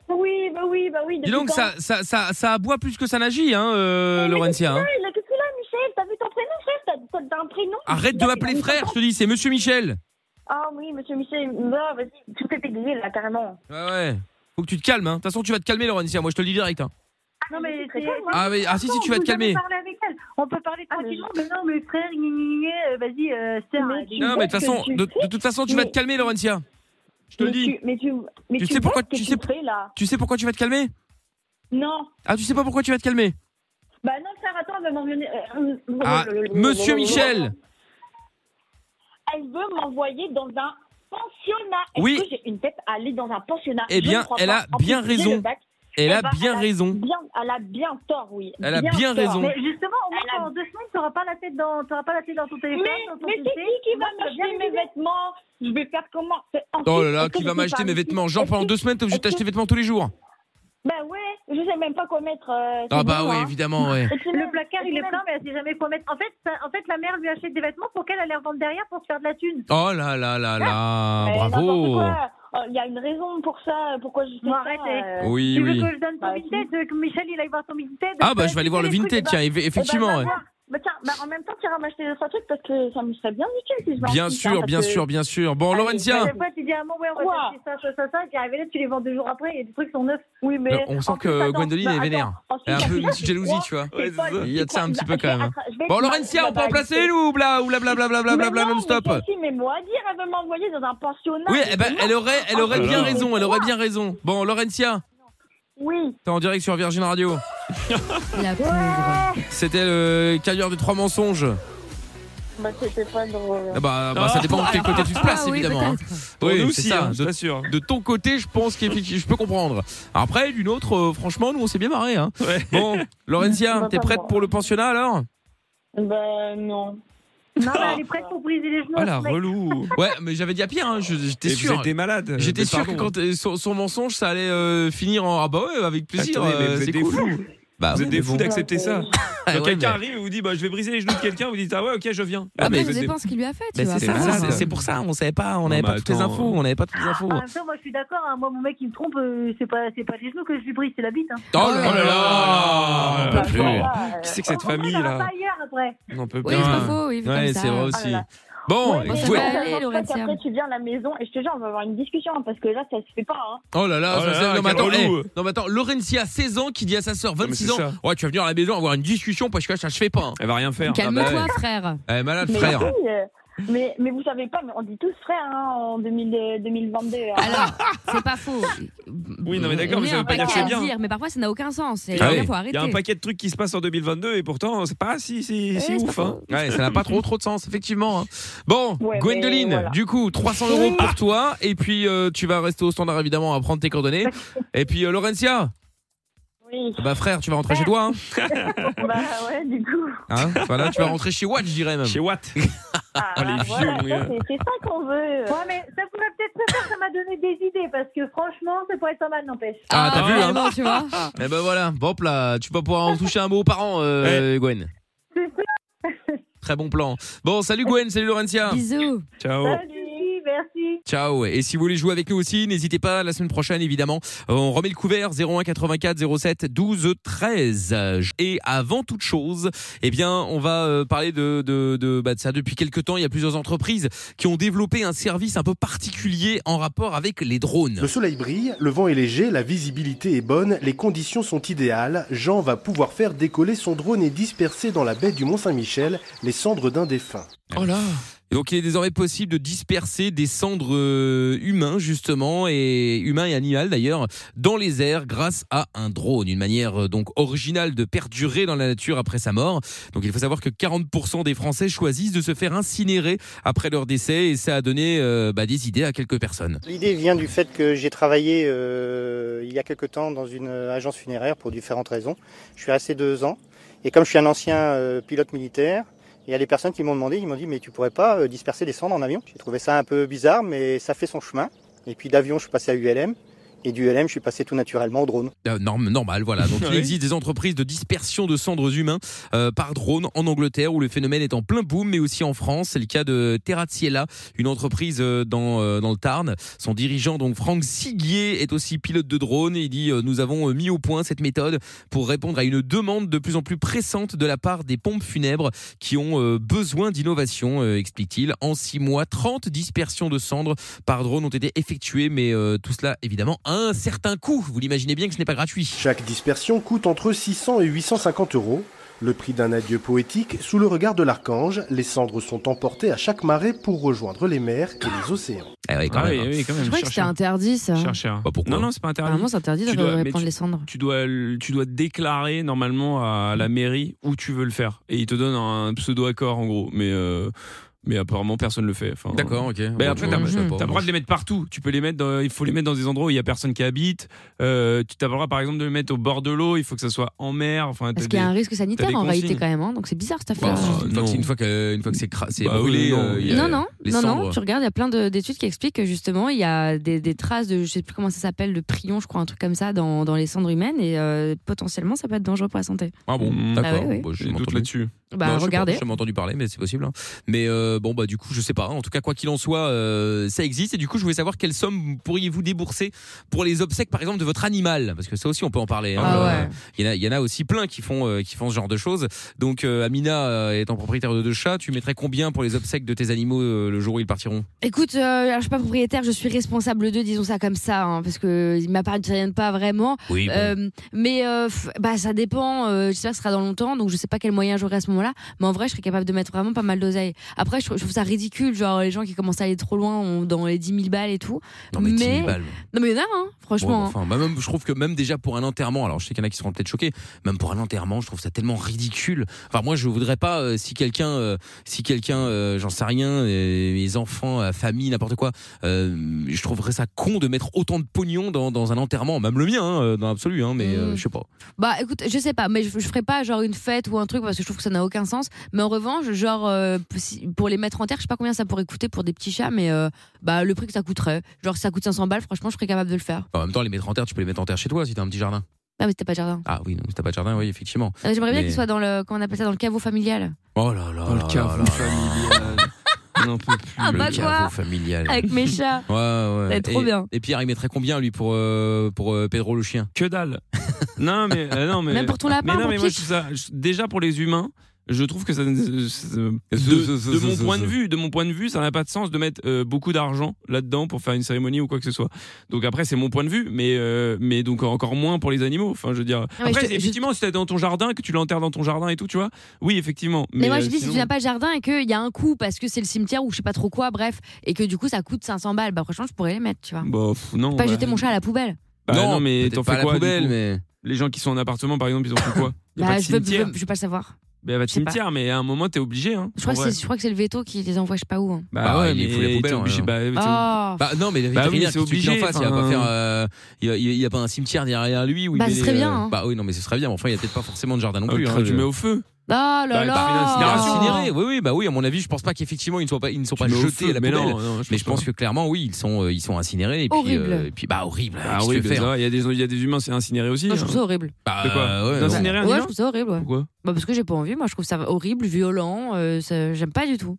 Oui, bah oui, bah oui.
Dis donc, ça, ça, ça, ça aboie plus que ça n'agit, hein, euh, Laurentia. hein.
Qu'est-ce que là, Michel T'as vu ton prénom, frère T'as- T'as t'as un prénom
Arrête de m'appeler frère, je te dis, c'est Monsieur Michel.
Ah oui, monsieur Michel, bah, vas-y, tout est aiguillé, là, carrément.
Ouais, ouais. Faut que tu te calmes, hein. De toute façon, tu vas te calmer, Laurentia. Moi, je te le dis direct. hein.
Non, mais
C'est très
c'est-
calme, hein.
Ah, mais, ah si, si, tu vas te
Vous avez
calmer.
parlé avec elle. On peut parler
Ah, mais
tranquillement, mais non, mais frère, gna, gna, gna, euh, vas-y, euh, sœur,
Mais
euh,
tu-
Non, mais de toute façon, de, de toute façon, tu vas te calmer, Laurentia. Je te le
Mais
dis.
tu- Mais tu, mais
Tu sais pourquoi-
vois ce que
tu sais-
fais, là
Tu sais pourquoi tu vas te calmer
Non.
Ah, tu sais pas pourquoi tu vas te calmer
Bah non, frère, attends, elle va euh, m'envoyer.
Ah, Monsieur Michel
Elle veut m'envoyer dans un pensionnat. Est-ce
Oui.
que j'ai une tête à aller dans un pensionnat
Eh
Je
bien,
ne crois
elle
pas.
a
En plus,
bien
j'ai
raison.
le bac.
Elle a
Eh ben,
bien
elle
raison.
bien- elle a bien tort, oui.
Elle a
tort.
bien raison.
Mais justement, au moins pendant deux semaines, t'auras pas la tête dans, t'auras pas la tête dans ton téléphone.
Mais-
dans ton
mais
PC.
c'est qui qui
Moi,
va
ça
m'acheter
bien
mes
m'aider.
vêtements Je vais faire comment C'est-
Oh
ensuite,
là là,
est-ce que
qui
je
va
peux
m'acheter
faire
mes
une petite-
vêtements Genre pendant deux semaines, t'es obligé de t'acheter des vêtements tous les jours.
Ben ouais, je sais même pas quoi mettre. euh,
Ah
c'est
bah
bon,
oui,
hein.
évidemment, ouais.
Le placard, il est plein, mais elle sait jamais quoi mettre. En fait, ça- en fait, la mère lui achète des vêtements pour qu'elle aille les revendre derrière pour se faire de la thune.
Oh là là là là,
Mais n'importe
bravo.
quoi. Oh, Il y a une raison pour ça, euh, pourquoi je fais
Bon,
ça,
arrête,
euh. Bah,
eh. Oui,
tu
oui.
veux que je donne ton vintage, euh, que Michel il aille voir ton vintage.
Ah, bah, je vais aller voir le
les trucs,
vintage,
bah,
tiens, eff-
eh ben,
effectivement,
va
ouais.
voir.
Bah tiens, bah en même temps, tu iras m'acheter deux trois trucs parce que ça me serait bien nickel si je vais en
Bien
Suisse,
sûr,
hein,
bien
parce que-
sûr, bien sûr. Bon,
Allez,
Laurentia.
Des fois, tu dis à maman, ouais, on va
Quoi
t'acheter ça, ça, ça, ça, t'es arrivé là, tu les vends deux jours après et des trucs sont neufs.
Oui, mais.
Euh, on sent
en
que
plus, attends,
Gwendoline
bah,
elle est
attends,
vénère.
ensuite,
Elle a un peu
après,
une petite
tu
jalousie,
crois-
tu vois.
tu crois-
Il y a de
tu
ça un
crois-
petit peu
je vais-
quand même.
attends, je vais-
Bon,
je vais-
Laurentia, on peut
bah,
en placer
écoutez.
une ou bla ou bla bla bla bla bla bla
Mais
bla
non,
non-stop
mais Sophie, mais moi à dire, elle veut m'envoyer dans un pensionnat.
Oui,
mais
eh ben,
non.
elle aurait, elle aurait
Oh là
bien
là.
raison, elle aurait bien raison. Bon, Laurentia,
Oui.
t'es en direct sur Virgin Radio.
La pauvre.
C'était le cailleur des trois mensonges.
Bah, c'était pas drôle.
Ah bah, bah, ça dépend de quel côté tu te places, évidemment. hein.
Pour nous
c'est
aussi,
ça.
hein, je
de, de ton côté, je pense que je peux comprendre. Après, d'une autre, euh, franchement, nous, on s'est bien marré. Hein. Bon, Laurentia,
Bah,
t'es
pas
prête
moi.
pour le pensionnat alors
Bah, non.
Non, mais elle est prête pour briser les genoux.
Ah
à
la
ce mec.
relou Ouais, mais j'avais dit à Pierre, hein, je- j'étais
Et vous
sûr.
êtes des malades.
J'étais
Mais
sûr que
pardon.
quand euh, son, son mensonge, ça allait euh, finir en ah bah ouais, avec plaisir.
Attendez, mais
euh,
vous
c'est
êtes des
cool.
fous.
Bah
vous
ouais,
êtes des
mais
fous
bon.
d'accepter ça. Quand
Ah ouais,
quelqu'un
mais-
arrive et vous dit bah, je vais briser les genoux de quelqu'un, vous dites ah ouais, ok, je viens.
Ah,
Après,
mais vous
ça
êtes
dépend ce qu'il lui a fait, tu
Bah,
vois.
c'est
pas
ça,
ça.
c'est- c'est pour ça, on savait pas, on
Non,
n'avait
mais
pas toutes les
attends.
infos, on n'avait pas toutes les infos.
En même temps, Ah, moi je suis d'accord, hein, moi mon mec il me trompe, euh, c'est pas, c'est pas les genoux que je lui brise, c'est la bite. Hein.
Oh là là,
là.
on peut plus.
Qui c'est que cette
Au moins,
famille
ça va
là
pas ailleurs après.
On en peut
Oui,
plus.
c'est pas faux, oui, vu
Ouais,
comme ça.
c'est vrai
Ah là
aussi.
là.
Bon,
Ouais, mais
écoute-
ouais. Allez,
ça marche pas
Laurentia.
qu'après, tu viens à la maison et je te jure, on va avoir une discussion hein, parce que là, ça se fait pas. Hein.
oh là là,
Oh
ça,
là
c'est-
là,
non,
quel
mais attends,
relou.
hey, non mais attends, Laurentia, 16 ans, qui dit à sa sœur,
mais
26
c'est
ans,
ça.
ouais, tu vas venir à la maison avoir une discussion parce que là, ça je fais pas. hein.
Elle va rien faire.
Ah bah
Calme-toi,
ouais.
frère.
Elle est malade,
Mais,
Ah, frère.
oui, euh, mais, mais vous savez pas, mais on dit tous frère hein, en 2000, euh, 2022. hein.
Alors, c'est pas faux.
Oui, non, mais d'accord,
On
mais
est
ça
un
veut pas dire que
paquet à
c'est bien.
dire, mais parfois ça n'a aucun sens. Et
Ah
là, faut
oui.
Il y a un
arrêter.
paquet de trucs qui se passent en 2022 et pourtant c'est pas si si si
Ouais, c'est
ouf.
pas
hein.
Ouais, ça n'a pas trop trop de sens, effectivement. hein. Bon,
Ouais, mais
Gwendoline,
voilà. Oh
du coup, 300 euros pour toi. Et puis, euh, tu vas rester au standard, évidemment, à prendre tes coordonnées. Et puis, euh, Laurentia,
Oui,
bah frère, tu vas rentrer chez toi. Hein,
bah ouais, du coup.
Hein voilà, tu vas rentrer chez Watt, je dirais même.
Chez Watt.
Ah,
Ah, les
voilà,
vieux,
ça,
mais-
c'est- c'est ça qu'on veut.
Ouais, mais ça pourrait peut-être se faire, ça m'a donné des idées parce que franchement, ça pourrait être pas mal, n'empêche.
Ah, t'as vu, hein
vraiment, tu vois.
Eh ben voilà, bon hop là, tu vas pouvoir en toucher un mot par an, euh,
Eh.
Gwen. Très bon plan. Bon, salut Gwen, salut Laurentia.
Bisous.
Ciao.
Pas de soucis, merci.
Ciao. Et si vous voulez jouer avec nous aussi, n'hésitez pas la semaine prochaine, évidemment. Euh, On remet le couvert 01 84 07 12 13. Et avant toute chose, eh bien, on va euh, parler de, de, de, bah, de ça. Depuis quelques temps, il y a plusieurs entreprises qui ont développé un service un peu particulier en rapport avec les drones.
Le soleil brille, le vent est léger, la visibilité est bonne, les conditions sont idéales. Jean va pouvoir faire décoller son drone et disperser dans la baie du Mont-Saint-Michel les cendres d'un défunt.
Oh là Et donc il est désormais possible de disperser des cendres euh, humains justement et humains et animales d'ailleurs dans les airs grâce à un drone, une manière euh, donc originale de perdurer dans la nature après sa mort. Donc il faut savoir que 40% des Français choisissent de se faire incinérer après leur décès et ça a donné euh, bah, des idées à quelques personnes.
L'idée vient du fait que j'ai travaillé euh, il y a quelque temps dans une euh, agence funéraire pour différentes raisons. Je suis assez deux ans et comme je suis un ancien euh, pilote militaire, il y a des personnes qui m'ont demandé, ils m'ont dit mais tu pourrais pas euh, disperser les cendres en avion J'ai trouvé ça un peu bizarre mais ça fait son chemin. Et puis d'avion je suis passé à ULM et du ULM je suis passé tout naturellement au drone.
Euh, norm- normal, voilà. Donc il
Oui.
existe des entreprises de dispersion de cendres humains euh, par drone en Angleterre où le phénomène est en plein boom, mais aussi en France. C'est le cas de Terraziella, une entreprise euh, dans, euh, dans le Tarn. Son dirigeant, donc Franck Siguier, est aussi pilote de drone. Il dit euh, Nous avons euh, mis au point cette méthode pour répondre à une demande de plus en plus pressante de la part des pompes funèbres qui ont euh, besoin d'innovation, euh, explique-t-il. En six mois, 30 dispersions de cendres par drone ont été effectuées, mais euh, tout cela évidemment à un certain coût. Vous l'imaginez bien que ce n'est pas gratuit.
Chaque dispersion coûte entre 600 et 850 euros. Le prix d'un adieu poétique, sous le regard de l'archange, les cendres sont emportées à chaque marée pour rejoindre les mers et les océans.
Ah ouais, quand
Ah
même,
oui,
hein.
oui, quand même.
Je croyais que
cherche
c'était
un-
interdit, ça.
cherche un-
Bah, pourquoi
Non non, c'est pas interdit.
Apparemment, c'est interdit de
Tu dois- mais
reprendre
tu-
les cendres.
tu dois, le- tu dois déclarer normalement à la mairie où tu veux le faire. Et ils te donnent un pseudo accord en gros. Mais, euh, Mais apparemment, personne le fait. Enfin,
D'accord, ok.
Mais
Bon,
après,
tu
t'as
vois, je sais
t'as
pas.
le droit de les mettre partout. Tu peux les mettre. dans- il faut les mettre dans des endroits où il y a personne qui habite. Euh, tu t'as le droit, par exemple, de les mettre au bord de l'eau. Il faut que ça soit en mer. Enfin,
Parce
t'as
qu'il y a
des-
un risque
t'as
sanitaire
des
en réalité
consignes.
quand même, hein, donc c'est bizarre cette affaire.
une, fois que, c'est- Bah, une fois que- une fois que c'est cra- c'est
Bah oui,
brûlé,
non.
euh, il y a
non, non,
les
non,
cendres.
non, tu regardes, il y a plein de- d'études qui expliquent que justement, il y a des, des traces de, je sais plus comment ça s'appelle, de prion, je crois, un truc comme ça, dans, dans les cendres humaines, et euh, potentiellement, ça peut être dangereux pour la santé.
Ah bon,
Bah
d'accord.
ouais, ouais.
Bon, j'ai jamais entendu.
Bah,
Non, je sais pas,
regardez.
J'ai jamais entendu parler, mais c'est possible. hein. Mais euh, bon, bah du coup, je sais pas. En tout cas, quoi qu'il en soit, euh, ça existe. Et du coup, je voulais savoir quelle somme pourriez-vous débourser pour les obsèques, par exemple, de votre animal, parce que ça aussi, on peut en parler. hein.
Ah
Euh,
ouais.
Il y en a, il y en a aussi plein qui font, euh, qui font ce genre de choses. Donc, euh, Amina euh, étant propriétaire de deux chats, tu mettrais combien pour les obsèques de tes animaux euh, le jour où ils partiront
Écoute, euh, alors, je suis pas propriétaire, je suis responsable d'eux, disons ça comme ça, hein, parce que ils m'appartiennent pas vraiment.
Oui, bon.
Euh, mais euh, f- bah ça dépend. euh, J'espère que ce sera dans longtemps, donc je sais pas quel moyen j'aurai à ce moment-là. Mais en vrai, je serais capable de mettre vraiment pas mal d'oseille. Après, je trouve, je trouve ça ridicule, genre les gens qui commencent à aller trop loin ont- dans les 10 000 balles et tout.
Non, mais 10 000 balles.
non mais il y en a, hein,
Ouais,
franchement.
mais
hein.
enfin, bah, même, je trouve que même déjà pour un enterrement, alors je sais qu'il y en a qui seront peut-être choqués, même pour un enterrement, je trouve ça tellement ridicule. Enfin, moi, je voudrais pas euh, si quelqu'un, euh, si quelqu'un, euh, j'en sais rien, euh, mes enfants, euh, famille, n'importe quoi, euh, je trouverais ça con de mettre autant de pognon dans, dans un enterrement, même le mien, hein, euh, dans l'absolu, hein, mais euh, je sais pas.
Bah écoute, je sais pas, mais je, je ferai pas genre une fête ou un truc parce que je trouve que ça n'a aucun sens. Mais en revanche, genre euh, si- pour les mettre en terre, je sais pas combien ça pourrait coûter pour des petits chats, mais euh, bah le prix que ça coûterait. Genre si ça coûte 500 balles, franchement, je serais capable de le faire.
En même temps, les mettre en terre, tu peux les mettre en terre chez toi si t'as un petit jardin.
Ah mais c'était pas de jardin.
Ah oui, donc si t'as pas de jardin, oui, effectivement.
Euh, J'aimerais bien
Mais-
qu'il soit dans le comment on appelle ça dans le caveau familial.
Oh là là, dans le caveau familial. Un peu plus.
Ah,
le
bah, quoi
caveau familial.
Avec mes chats.
Ouais, ouais.
Ça va être trop
et,
bien.
Et Pierre, il mettrait combien, lui, pour, euh, pour euh, Pedro le chien
Que dalle Non, mais, euh, non, mais.
Même pour ton lapin,
Mais non,
mon
mais moi, je
pitch.
trouve ça. je- déjà, pour les humains. Je trouve que ça, de, de mon point de vue, de mon point de vue, ça n'a pas de sens de mettre euh, beaucoup d'argent là-dedans pour faire une cérémonie ou quoi que ce soit. Donc après, c'est mon point de vue, mais euh, mais donc encore moins pour les animaux. Enfin, je veux dire.
mais
Après,
Ah je te-
effectivement, si t'es dans ton jardin, que tu l'enterres dans ton jardin et tout, tu vois. Oui, effectivement.
Mais, moi je
euh,
dis si
sinon-
tu n'as pas de jardin et qu'il y a un coût parce que c'est le cimetière ou je sais pas trop quoi, bref, et que du coup ça coûte 500 balles, bah franchement je pourrais les mettre, tu vois.
Bah, pff, non.
pas
bah.
jeter mon chat à la poubelle.
Bah, non, mais
peut-être
t'en
pas à
fais
la
quoi du
poubelle,
coup
mais-
Les gens qui sont en appartement, par exemple, ils ont fait quoi Y a
Bah,
pas de
je, veux, je,
cimetière.
veux, je veux pas le savoir.
Bah, y a pas de
je sais pas.
cimetière, mais à un moment, t'es obligé. Hein,
Je crois,
en
que
vrai.
c'est- je crois que c'est le veto qui les envoie je sais pas où. hein.
Bah,
Bah
ouais,
ouais, mais il faut les
t'es
poubelles,
obligé-
hein.
bah, t'es-
Ah.
Bah non, mais le
Bah oui,
vétérinaire,
c'est
qui tue qui
obligé,
en face, il va
enfin.
pas faire. euh, il, y a, il y a pas un cimetière derrière lui où il
Bah,
met
ce
les,
serait
euh,
bien, hein.
Bah oui, non, mais ce serait bien. mais Enfin, il y a peut-être pas forcément de jardin non
Ah,
plus.
tu
hein, je-
mets au feu.
Ah là
Bah, bah,
là
incinérés, oui, oui, bah oui, à mon avis, je pense pas qu'effectivement ils ne soient pas, ils ne sont pas
mets au
jetés
feu,
à la
mais non,
poubelle.
non, je
mais je pense que clairement, oui, ils sont, euh, ils sont incinérés. Et puis,
Horrible.
euh, et puis, bah horrible.
Ah
qu'est-ce que
oui,
tu veux
bah,
faire hein.
ça va, il y a des il y a des humains, c'est incinéré aussi.
Moi, je trouve
hein.
ça horrible.
Bah,
De quoi
ouais,
D'incinérer un
Ouais, je
humain
trouve ça horrible. ouais.
Pourquoi
Bah, parce que j'ai pas envie, moi je trouve ça horrible, violent, euh, ça- j'aime pas du tout.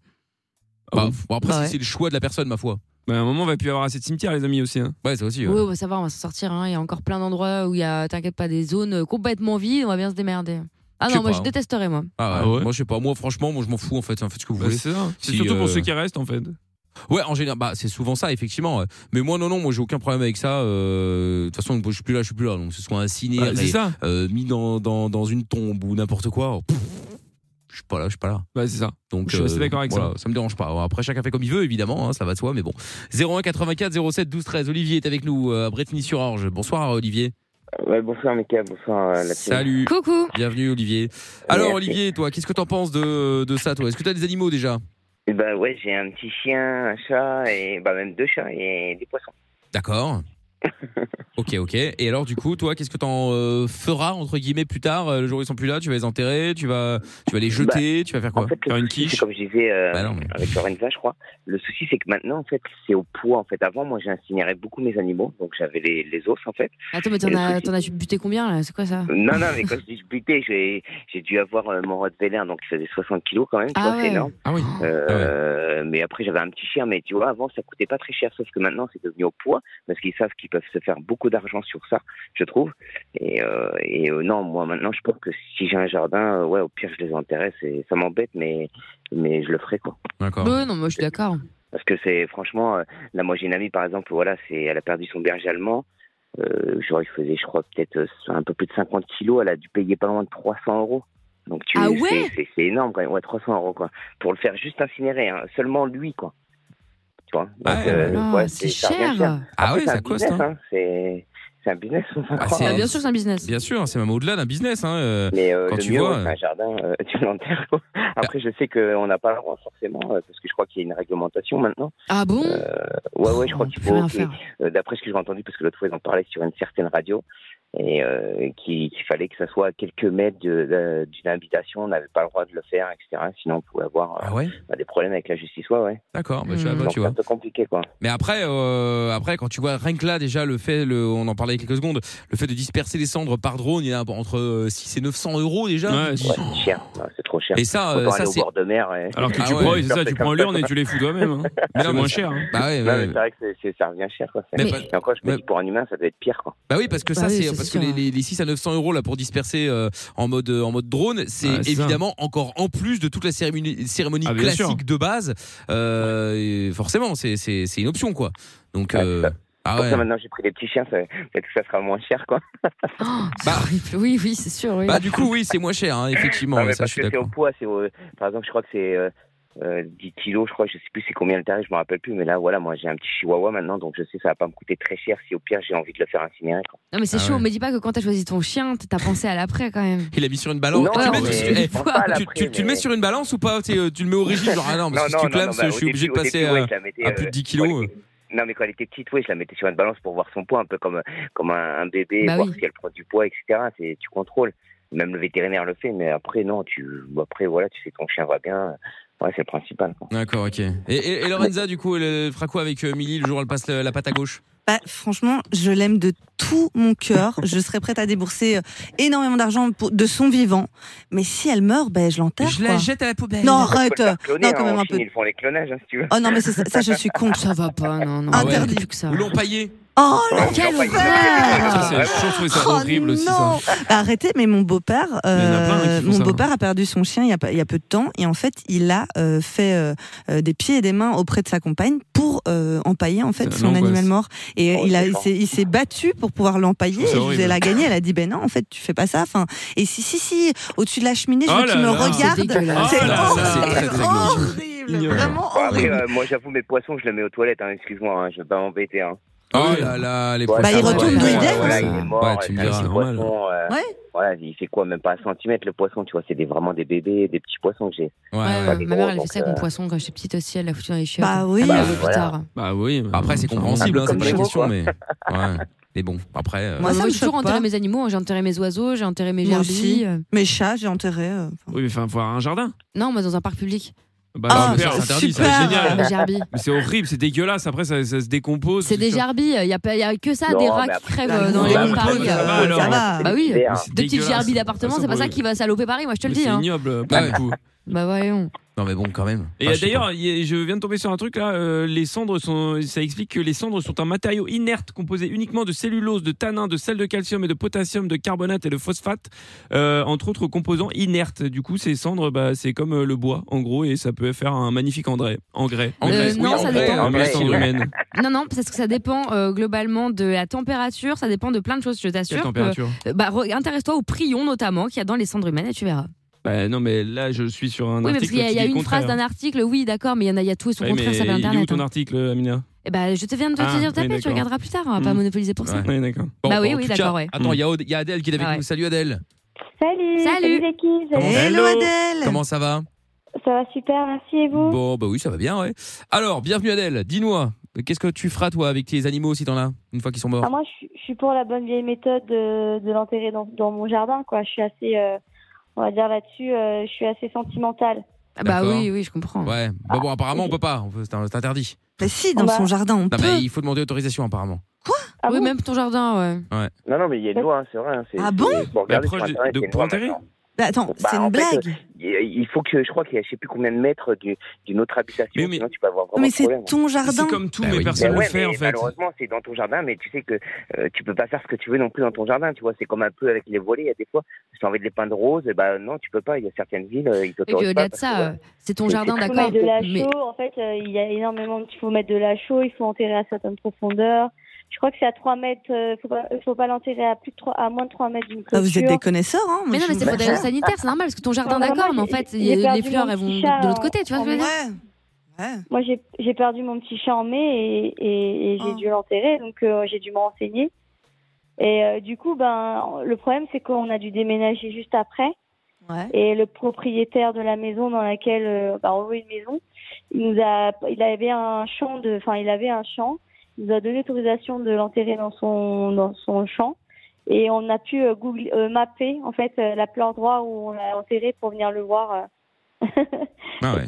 Bah, bon, après,
Bah
c'est-
ouais.
c'est le choix de la personne, ma foi.
Bah, à un moment, on va plus avoir assez de cimetières, les amis aussi. Hein.
Ouais, ça aussi.
Oui,
ouais.
ouais, ça va, on va s'en sortir. hein. Il y a encore plein d'endroits où il y a, t'inquiète pas, des zones euh, complètement vides, on va bien se démerder. Ah
Je sais
non, moi
pas,
je
hein.
détesterais, moi.
Ah ouais.
Ah ouais
Moi, je sais pas. Moi, franchement, moi, je m'en fous en fait. hein, Faites ce que vous
Bah,
voulez.
c'est ça. C'est
Si,
surtout pour
euh,
ceux qui restent, en fait.
Ouais, en général, bah, c'est souvent ça, effectivement. Mais moi, non, non, moi, j'ai aucun problème avec ça. euh, De toute façon, je suis plus là, je suis plus là. Donc, que ce soit incinéré,
Bah, c'est ça.
euh, mis dans, dans, dans une tombe ou n'importe quoi. pff, je suis pas là, je suis pas là.
Bah, c'est ça.
Donc, euh,
Je suis assez d'accord avec ça.
voilà, Ça me dérange pas. Après, chacun fait comme il veut, évidemment, hein, ça va de soi, mais bon. 01 84 07 12 13. Olivier est avec nous euh, à Brétigny-sur-Orge. Bonsoir, Olivier.
Ouais, bonsoir Mika, bonsoir euh, la team.
Salut.
Coucou.
Bienvenue, Olivier. Alors,
Merci.
Olivier, toi, qu'est-ce que t'en penses de, de ça, toi Est-ce que t'as des animaux déjà
Eh ben ouais, j'ai un petit chien, un chat, et bah même deux chats et des poissons.
D'accord. ok, ok. Et alors, du coup, toi, qu'est-ce que t'en euh, feras entre guillemets plus tard euh, Le jour où ils sont plus là, tu vas les enterrer, tu vas, tu vas les jeter, tu vas faire quoi
Faire une quiche Comme je disais euh, avec Lorenza, je crois. Le souci, c'est que maintenant, en fait, c'est au poids. En fait, avant, moi, j'incinérais beaucoup mes animaux, donc j'avais les, les os, en fait.
Attends, mais
Et
t'en
le
as,
souci-
t'en as buté combien là C'est quoi ça
Non, non, mais quand je dis je butais, j'ai, j'ai dû avoir euh, mon Rottweiler, donc il faisait 60 kilos quand même, tu
Ah
vois,
ouais.
c'est énorme.
Ah oui. Ah
Euh, Mais après, j'avais un petit chien, mais tu vois, avant, ça coûtait pas très cher, sauf que maintenant, c'est devenu au poids, parce qu'ils savent qu'ils peuvent se faire beaucoup d'argent sur ça, je trouve. Et, euh, et euh, non, moi, maintenant, je pense que si j'ai un jardin, euh, ouais, au pire, je les enterrais, c'est, ça m'embête, mais, mais je le ferai, quoi.
D'accord.
Ouais, non, moi je suis d'accord.
Parce que c'est franchement, euh, là moi j'ai une amie par exemple, voilà, c'est, elle a perdu son berger allemand. Euh, genre il faisait je crois peut-être euh, un peu plus de 50 kilos, elle a dû payer pas loin de 300 euros. Donc tu
Ah
c'est-
ouais
c'est, c'est énorme quand même, ouais 300 euros quoi, pour le faire juste incinérer, hein, seulement lui quoi. Tu vois Donc,
Ouais.
euh,
Ah,
ouais,
c'est
ça revient
cher. Ah ouais,
c'est
ça
un
coste,
business,
hein. Ah,
C'est, c'est c'est un business. hein.
Bah, bien sûr que c'est un business.
Bien sûr, c'est même au-delà d'un business. hein, euh,
Mais euh,
quand
le
tu
mieux,
vois.
c'est un jardin, euh, tu l'enterres. quoi. Après, je sais qu'on n'a pas le droit forcément, euh, parce que je crois qu'il y a une réglementation maintenant. Euh,
Ah bon
Ouais, ouais, je crois qu'il
peut rien
faut.
faire.
que- euh, D'après ce que j'ai entendu, parce que l'autre fois, ils en parlaient sur une certaine radio, et euh, qu'il qu'il fallait que ça soit à quelques mètres de- de- d'une habitation, on n'avait pas le droit de le faire, etc. Sinon, on pouvait avoir euh, bah, des problèmes avec la justice. Ouais, ouais.
Ah D'accord, bah, je suis là-bas,
Donc,
tu
c'est
vois.
un peu compliqué, quoi.
Mais après, euh, après, quand tu vois rien que là, déjà, le fait, le- on en parlait il y a quelques secondes, le fait de disperser les cendres par drone, il y en a entre euh, 6 et 900 euros déjà.
Ouais, c'est cher, Ouais, c'est trop cher.
Et ça,
Autant
euh, ça,
aller au
c'est-
bord de mer. et-
Alors que tu prends-
c'est ça, tu prends l'urne et tu les fous toi-même, hein. C'est
non, mais-
moins cher, hein. Bah ouais,
Non, mais
ouais.
c'est vrai que c'est- c'est- ça revient cher. Quoi.
Mais-
Et encore, je me dis, pour un humain, ça doit être pire. Quoi.
Bah oui, parce que
Bah
ça,
oui,
c'est
ça,
parce
c'est
que les,
sûr.
les- les 6 à 900 euros là pour disperser euh, en mode en mode drone, c'est
Ouais, c'est ça.
évidemment encore en plus de toute la cérémonie, cérémonie
Ah, bien
classique
sûr.
de base. Euh, et forcément, c'est c'est c'est une option quoi. Donc euh, ah
Pour
ouais.
ça, maintenant, j'ai pris des petits chiens, ça- peut-être que ça sera moins cher. Quoi.
Oh, Oui, oui, c'est sûr. Oui.
Bah du coup oui, c'est moins cher hein, effectivement.
Non, mais
ça,
parce
je suis
que c'est au
d'accord.
poids. c'est au- par exemple, je crois que c'est euh, euh, 10 kilos, je crois, je sais plus c'est combien le tarif, je me rappelle plus. Mais là, voilà, moi, j'ai un petit chihuahua maintenant, donc je sais, ça va pas me coûter très cher si au pire, j'ai envie de le faire incinérer. Quoi.
Non, mais
Ah,
c'est chaud, mais dis pas que quand t'as choisi ton chien, t'as pensé à l'après quand même.
Il a mis sur une balance.
Non,
tu, le
mais
mets-
je
tu- eh,
pense pas à
tu- tu-
l'après,
tu le mets
mais-
sur une balance ou pas T'es, euh, Tu le mets au régime genre ah non, parce que si tu clames,
bah,
je
au
suis obligé
début-
de
au
passer
début, ouais,
à,
je la mettais,
à plus de
euh,
10 kilos.
ouais, Non, mais quand elle était petite, oui, je la mettais sur une balance pour voir son poids, un peu comme, comme un, un bébé,
Bah
voir
oui.
si elle prend du poids, etc. C'est- Tu contrôles. Même le vétérinaire le fait, mais après, non, tu, bah, après, voilà, tu sais, ton chien va bien. Ouais, c'est le principal. quoi.
D'accord, ok. Et, et- et Lorenza, du coup, elle, elle fera quoi avec euh, Milly le jour où elle passe le- la patte à gauche
Bah, franchement, je l'aime de tout mon cœur. Je serais prête à débourser euh, énormément d'argent pour- de son vivant. Mais si elle meurt, ben, je l'enterre.
Je la
quoi.
jette à la poubelle.
Non,
Faut le
arrête.
faire cloner,
Non, quand
hein,
même
en
un
Chine,
peu.
Ils font les clonages, hein, si tu veux.
Oh non, mais c'est ça, ça, je suis con.
Ça va pas, non, non.
Interdit.
plus que ça.
Ou l'empailler
Oh,
Ouais,
la
ils
quelle
l'ont pas- ils l'ont
Ça,
horreur
c'est- je trouve ça
Oh
horrible aussi, ça.
non Bah, Arrêtez, mais mon beau-père,
y en a
euh,
plein, là, qui font
mon
ça. hein.
beau-père a perdu son chien il y, a, pas- il y a peu de temps et en fait il a euh, fait euh, euh, des pieds et des mains auprès de sa compagne pour euh, empailler en fait
C'est
son
l'angoisse.
animal mort et euh, il a il
d'accord.
s'est- il s'est battu pour pouvoir l'empailler.
C'est
et
horrible.
Elle a gagné, elle a dit ben non en fait tu fais pas ça. Enfin et si si si au-dessus de la cheminée je
Oh
veux que tu
là
me
là. C'est
regardes.
dégueulasse.
C'est
Oh là là,
horrible.
c'est très, très
horrible. Vraiment
Bon, après,
horrible.
euh, moi, j'avoue, mes poissons, je les mets aux toilettes, hein, excuse-moi, hein, je vais pas m'embêter. Hein.
Oh là là, les
Ouais,
poissons.
ça va,
ouais,
ouais,
ouais,
voilà,
ouais,
il est mort, euh,
ouais, tu me
c'est un
diras.
petit poisson, euh,
Ouais.
Voilà, il fait quoi, même pas un centimètre le poisson, tu vois, c'est des, vraiment des bébés, des petits poissons que j'ai.
Ouais,
Pas
ouais,
des
ma
gros,
mère, elle fait
donc,
ça avec mon
euh,
poisson quand j'étais petite aussi, elle l'a foutu dans les chiottes.
Bah oui.
Elle
Bah,
l'a vu plus
voilà.
tard.
Bah oui. mais
Après,
bon,
c'est
ça
compréhensible,
va.
hein, c'est pas la question, mais. Ouais. Mais bon, après. euh,
Moi,
ça me
j'ai toujours
choque
enterré
pas.
mes animaux, hein. j'ai enterré mes oiseaux, j'ai enterré mes
Moi
gerbilles.
aussi.
euh.
Mes chats j'ai enterré. euh,
Oui, mais enfin, faut avoir un jardin.
Non, mais dans un parc public.
Bah,
Ah,
super,
ça,
c'est interdit, ça,
super.
c'est génial.
Les gerbilles.
Mais c'est horrible, c'est dégueulasse. Après, ça, ça se décompose.
Bah, C'est des gerbilles, il n'y a, pas- y a que ça,
Non,
des rats
mais
qui
après-
crèvent
Bah,
euh, dans
oui,
les
bah,
rues de
bah,
Paris.
ça va, alors.
Ça va.
Bah oui,
Mais c'est
deux petites
dégueulasse.
gerbilles d'appartement,
Ça,
c'est pas
ça
ça
peut-
qui va saloper Paris, moi je te le
Mais
dis.
C'est
hein.
ignoble, pour le
Ah ouais.
coup.
Bah voyons.
Non, mais bon, quand même.
Ah,
Et
Enfin, je sais
d'ailleurs, y a- je viens de tomber sur un truc là. euh, les cendres sont, ça explique que les cendres sont un matériau inerte composé uniquement de cellulose, de tanin, de sel de calcium et de potassium, de carbonate et de phosphate, euh, entre autres composants inertes. Du coup, ces cendres, bah, c'est comme euh, le bois, en gros, et ça peut faire un magnifique engrais. Engrais.
Euh, non, ça dépend.
Comme la cendre
Ouais.
humaine.
Non, non, parce que ça dépend euh, globalement de la température, ça dépend de plein de choses, je t'assure.
Quelle
que-
température
Euh, bah, re- Intéresse-toi au prion notamment qu'il y a dans les cendres humaines et tu verras.
Bah, non, mais là, je suis sur
oui,
un
mais parce
article.
qu'il y a,
qui
il y a
dit le
une
contraire.
phrase d'un article, oui, d'accord, mais il y en a, il y a tout et son
Ouais,
contraire, ça
mais
va
il est où
internet.
ton
hein.
article, euh, Amina
Eh ben, je te viens de te
Ah,
dire,
oui,
taper, tu
d'accord.
regarderas plus tard, on va pas
Mm.
monopoliser pour ça.
pas.
Ouais, d'accord.
Hmm. Bon,
Bah oui,
en
oui,
tout cas,
d'accord, ouais.
Attends, il y, a Aude- il y a Adèle qui est avec
Ah ouais.
nous. Salut Adèle.
Salut,
Salut.
l'équipe.
Comment ça-
Hello Adèle.
Comment ça va
Ça va super, merci et vous
Bon, bah oui, ça va bien, ouais. Alors, bienvenue Adèle. Dis-moi, qu'est-ce que tu feras, toi, avec tes animaux, si t'en as, une fois qu'ils sont morts
Ah, Moi, je suis- je suis pour la bonne vieille méthode de, de l'enterrer dans, dans mon jardin. Quoi. Je suis assez, euh, on va dire là-dessus, euh, je suis assez sentimentale.
Ah bah
D'accord.
oui, oui, je comprends.
Ouais. Bah bon, apparemment, on peut pas. on peut- C'est un- c'est interdit.
Mais si dans
Bah.
son jardin on
Non,
peut.
mais il faut demander autorisation, apparemment.
Ah
oui,
bon
même ton jardin, ouais.
Ouais.
Non, non, mais il y a une loi, hein, c'est vrai. hein, c'est-
Ah bon
c'est- faut regarder
proche
sur
de-
Internet,
de
il y a une
pour
loi
enterrer
maintenant.
Bah, Attends,
Bah,
c'est
en
une
fait,
blague.
euh, Il il faut que, je crois qu'il y a je sais plus combien de mètres du- d'une autre habitation,
Mais oui, mais-
sinon tu peux avoir vraiment
Mais
de problème.
c'est ton jardin.
C'est comme tout,
Bah
mais
oui.
personne
Mais
ne le
ouais,
fait
mais
en fait.
Malheureusement, c'est dans ton jardin, mais tu sais que euh, tu peux pas faire ce que tu veux non plus dans ton jardin. Tu vois, c'est comme un peu avec les volets. Il y a des fois, si t'as envie de les peindre roses, et ben non, tu peux pas. Il y a certaines villes, euh, ils
Et puis
t'autorisent pas.
au-delà de
parce
ça,
que,
euh, c'est ton
c'est-
jardin,
c'est-
Il faut
d'accord.
mettre de la chaux,
Mais
en fait, euh, il y a énormément de... Il faut mettre de la chaux, il faut enterrer à certaines profondeurs. Je crois que c'est à 3 mètres, il ne faut pas, faut pas l'enterrer à, plus de trois- à moins de 3 mètres d'une
Ah,
clôture.
vous êtes des connaisseurs, hein moi,
Mais non,
je
mais
vous
c'est pour
vois
des
pas.
raisons sanitaires, c'est normal parce que ton jardin,
Non, mais moi,
d'accord, mais en
j'ai-
fait,
j'ai
y a- les
perdu mon
fleurs, elles
petit
vont
chat
de l'autre
en-
côté, tu vois ce que je veux dire
Ouais. Ouais.
Moi, j'ai j'ai perdu mon petit chat en mai et, et- et j'ai
Ah.
dû l'enterrer, donc euh, j'ai dû me renseigner. Et euh, du coup, ben, le problème, c'est qu'on a dû déménager juste après. Et le propriétaire de la maison dans laquelle euh, bah, on louait une maison, il nous a, il avait un champ de, enfin, il avait un champ. Il nous a donné l'autorisation de l'enterrer dans son dans son champ. Et on a pu euh, Google, euh, mapper en fait euh, la plaque endroit où on l'a enterré pour venir le voir. euh.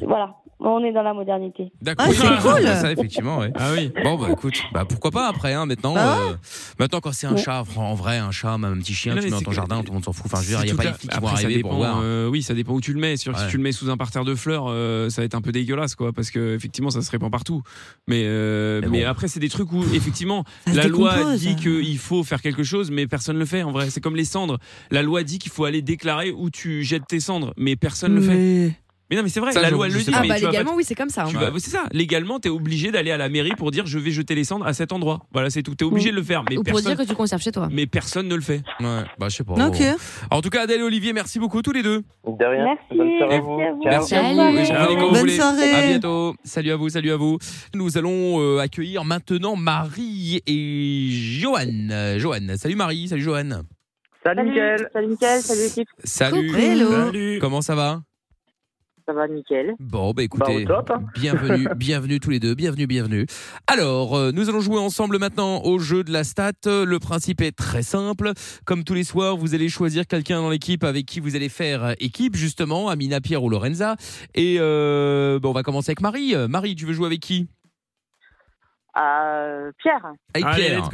Voilà, on est dans la modernité.
D'accord. Oui, ça, Ça, effectivement, ouais.
Ah
Bon, bah écoute, bah, pourquoi pas après, hein, maintenant.
Bah
euh, maintenant, quand c'est un
Ouais.
chat, fran- en vrai, un chat, même un petit chien,
Mais non,
tu
mais
mets dans
c'est
ton
que-
jardin, tout le monde s'en fout. Enfin, je veux dire,
C'est
il n'y a
tout
pas
à-
les filles qui vont
après, ça
arriver pour
dépend,
voir. hein.
euh, oui, ça dépend où tu le mets. Sûr,
Ouais.
Si tu le mets sous un parterre de fleurs, euh, ça va être un peu dégueulasse, quoi, parce que effectivement, ça se répand partout. Mais, euh, mais, après, c'est des trucs où effectivement,
se
la loi
décompose.
dit qu'il faut faire quelque chose, mais personne le fait. En vrai, c'est comme les cendres. La loi dit qu'il faut aller déclarer où tu jettes tes cendres, mais personne le fait. Mais non, mais c'est vrai,
Ça,
la
je-
loi
je
le dit.
sais pas.
mais
bah,
tu vas pas
légalement,
te-
oui, c'est comme ça. hein.
tu vas- c'est ça, légalement, t'es obligé d'aller à la mairie pour dire je vais jeter les cendres à cet endroit. Voilà, c'est tout. T'es obligé de le faire, mais
Mm. Ou pour
personne,
dire que tu conserves chez toi.
mais personne ne le fait.
Ouais, bah je sais pas.
Ok.
En tout cas, Adèle et Olivier, merci beaucoup tous les deux.
De rien.
euh,
Merci. Bonne soirée à vous.
Merci à
Ciao.
vous.
Salut.
Et revenez quand vous
Bonne
voulez.
soirée.
À bientôt. Salut à vous, salut à vous. Nous allons euh, accueillir maintenant Marie et Johan. Euh, Johan, salut Marie, salut Johan.
Salut Mickaël. Salut Mickaël, salut l'équipe.
Salut. Comment ça va
Ça va nickel.
Bon, bah écoutez,
Bah, au top, hein.
bienvenue, bienvenue tous les deux, bienvenue, bienvenue. Alors, euh, nous allons jouer ensemble maintenant au jeu de la stat. Euh, Le principe est très simple. Comme tous les soirs, vous allez choisir quelqu'un dans l'équipe avec qui vous allez faire euh, équipe, justement, Amina, Pierre ou Lorenza. Et euh, bah, on va commencer avec Marie. Euh, Marie, tu veux jouer avec qui
Euh, Pierre.
Avec Ah. Pierre.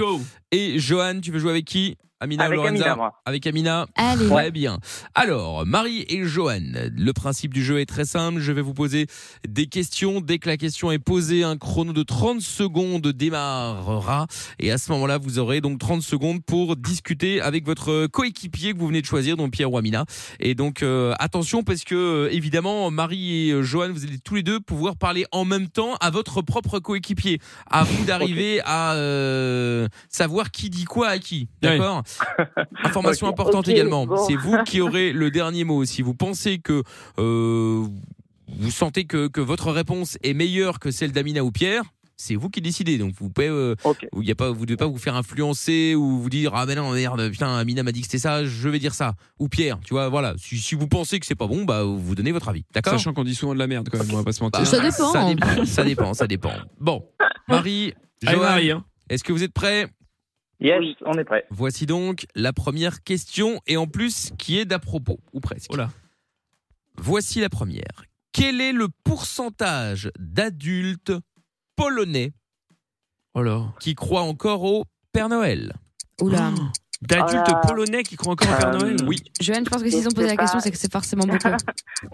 Et Johan, tu veux jouer avec qui Amina
Avec
ou Lorenza
Amina, moi.
Avec Amina
Allez.
Très bien. Alors, Marie et Johan, le principe du jeu est très simple. Je vais vous poser des questions. Dès que la question est posée, un chrono de 30 secondes démarrera. Et à ce moment-là, vous aurez donc 30 secondes pour discuter avec votre coéquipier que vous venez de choisir, donc Pierre ou Amina. Et donc, euh, attention, parce que, euh, évidemment, Marie et euh, Johan, vous allez tous les deux pouvoir parler en même temps à votre propre coéquipier. À vous d'arriver à euh, savoir qui dit quoi à qui. D'accord Information
Ok.
importante
Ok,
également.
bon.
C'est vous qui aurez le dernier mot. Si vous pensez que euh, vous sentez que, que votre réponse est meilleure que celle d'Amina ou Pierre, c'est vous qui décidez. Donc vous pouvez, euh, vous- y a pas, vous devez pas vous faire influencer ou vous dire ah mais non merde putain Amina m'a dit que c'était ça, je vais dire ça. Ou Pierre, tu vois, voilà. Si, si vous pensez que c'est pas bon, bah vous donnez votre avis. D'accord.
Sachant qu'on dit souvent de la merde quand même, on va pas se mentir.
Bah, Ça dépend, ça dépend, ça dépend. Bon, Marie,
Allez,
Johan,
Marie, hein.
est-ce que vous êtes prêts
Yes, on est prêts.
Voici donc la première question, et en plus qui est d'à propos, ou presque.
Oh
Voici la première. Quel est le pourcentage d'adultes polonais
Oh
qui croient encore au Père Noël
Oula.
D'adultes
Oh là.
polonais qui croient encore au Père
Euh,
Noël
oui.
Johan, je pense que s'ils ont posé la question, c'est que c'est forcément beaucoup.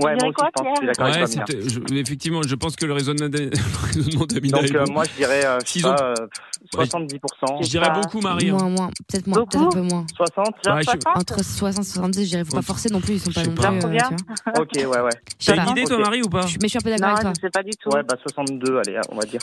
Ouais, moi aussi, je pense que je suis d'accord
Ouais,
avec toi, Amina.
c'était- je- Effectivement, je pense que le raisonnement d'A- le raisonnement d'Amina.
Donc,
est
euh,
bon.
moi, je dirais euh, je sais
S'ils ont-
pas, euh, 70%.
Je dirais beaucoup, Marie. hein.
Moins, moins. Peut-être moins. Peut-être un peu moins.
60
genre Ouais, je- 60
Entre 60 et 70, je dirais, faut pas forcer non plus, ils sont pas non plus. euh, tu vois.
Ok, ouais, ouais.
Je sais pas. Je- Mais je suis un peu d'accord avec toi.
sais pas du tout. Ouais, bah 62, allez, on va dire.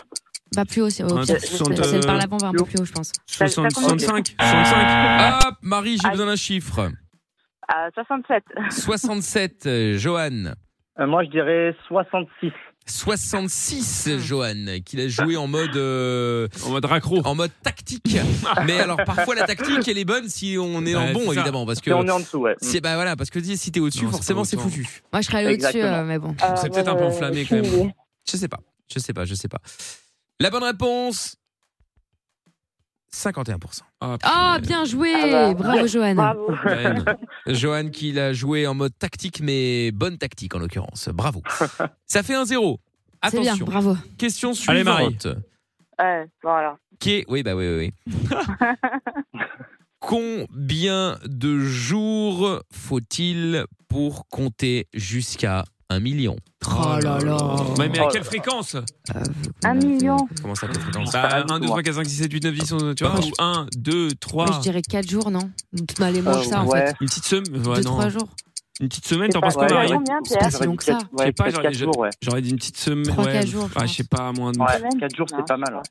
Bah plus haut, c'est
Un
au pire.
soixante,
C'est par
euh,
l'avant, va un peu plus haut, je pense.
65. Ah. Hop, Marie,
Ah.
j'ai besoin d'un chiffre.
67.
67, euh, Johan.
moi, je dirais 66.
Ah.
66, Johan, qu'il a joué en mode. euh, en mode raccro. En mode tactique. Mais alors, parfois, la tactique, elle est bonne si on est en
Ouais,
bon,
c'est ça.
évidemment. Parce que.
Si on est en dessous, ouais.
C'est, bah voilà, parce que dis, si t'es au-dessus, forcément, c'est foutu.
Moi, je serais allé au-dessus, euh, mais bon.
C'est peut-être un peu enflammé quand même. Je sais pas, je sais pas, je sais pas. La bonne réponse 51%.
Oh, bien joué
Ah bah,
Bravo, Johan.
Johan. Johan qui l'a joué en mode tactique, mais bonne tactique en l'occurrence. Bravo. Ça fait 1-0.
C'est
Attention.
bien, bravo.
Question suivante.
Allez, Marie.
Ouais, voilà.
Qui est- Oui, bah oui, oui. oui. Combien de jours faut-il pour compter jusqu'à un million
Oh là là. Ouais,
Oh
mais à quelle fréquence
Euh,
1 million.
Comment ça, quelle fréquence
Bah, 1, 2,
hein.
3, 4, 5, 6, 7, 8, 9, 10, 11, tu vois, ou 1, 2, 3.
Mais je dirais 4 jours, non
Ah
Allez,
Ah,
mange ça, en fait.
Une petite semaine.
2-3
ouais, non.
jours.
Une petite semaine,
C'est
t'en
pas-
penses quoi,
ouais,
Marie
combien, C'est pas Pierre si long que ça.
Je sais pas,
Ouais,
j'aurais-
quatre jours, ouais.
j'aurais dit une petite semaine.
Trois,
ouais.
quatre jours, je
Ah, je sais pas, moins de.
Ouais, 4 jours, c'est pas mal. ouais.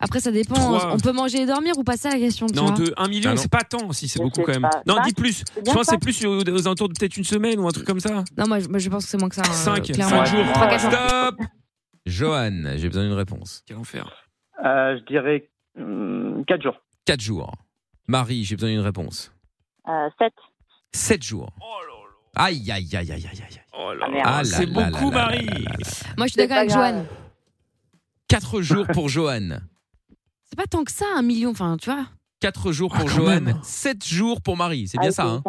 Après, ça dépend.
Trois.
On peut manger et dormir ou passer à la question, tu
Non,
vois.
de 1 million,
Ah non.
c'est pas tant, si c'est
Je
beaucoup
sais
quand même.
pas.
Non,
Cinq
dis plus.
C'est
Je
bien
pense que
ça
c'est plus aux, aux alentours de peut-être une semaine ou un truc comme ça.
Non, moi, je- moi, je pense que c'est moins que ça.
5, 5
Euh, clairement.
jours.
Trois, quatre jours.
Stop
Johan, j'ai besoin d'une réponse.
Quel enfer.
Hmm,
Euh, je dirais 4 jours.
4 jours. Marie, j'ai besoin d'une réponse. Euh,
7.
7 jours.
Oh
Aïe, aïe, aïe, aïe, aïe, aïe.
là là.
Ah là
C'est
là
beaucoup,
là là
Marie.
là là là.
Moi, je suis d'accord avec Johan.
4 jours pour Johan.
C'est pas tant que ça, un million. Enfin, tu vois.
4 jours
Ah,
pour Johan, 7 jours pour Marie. C'est bien ça, hein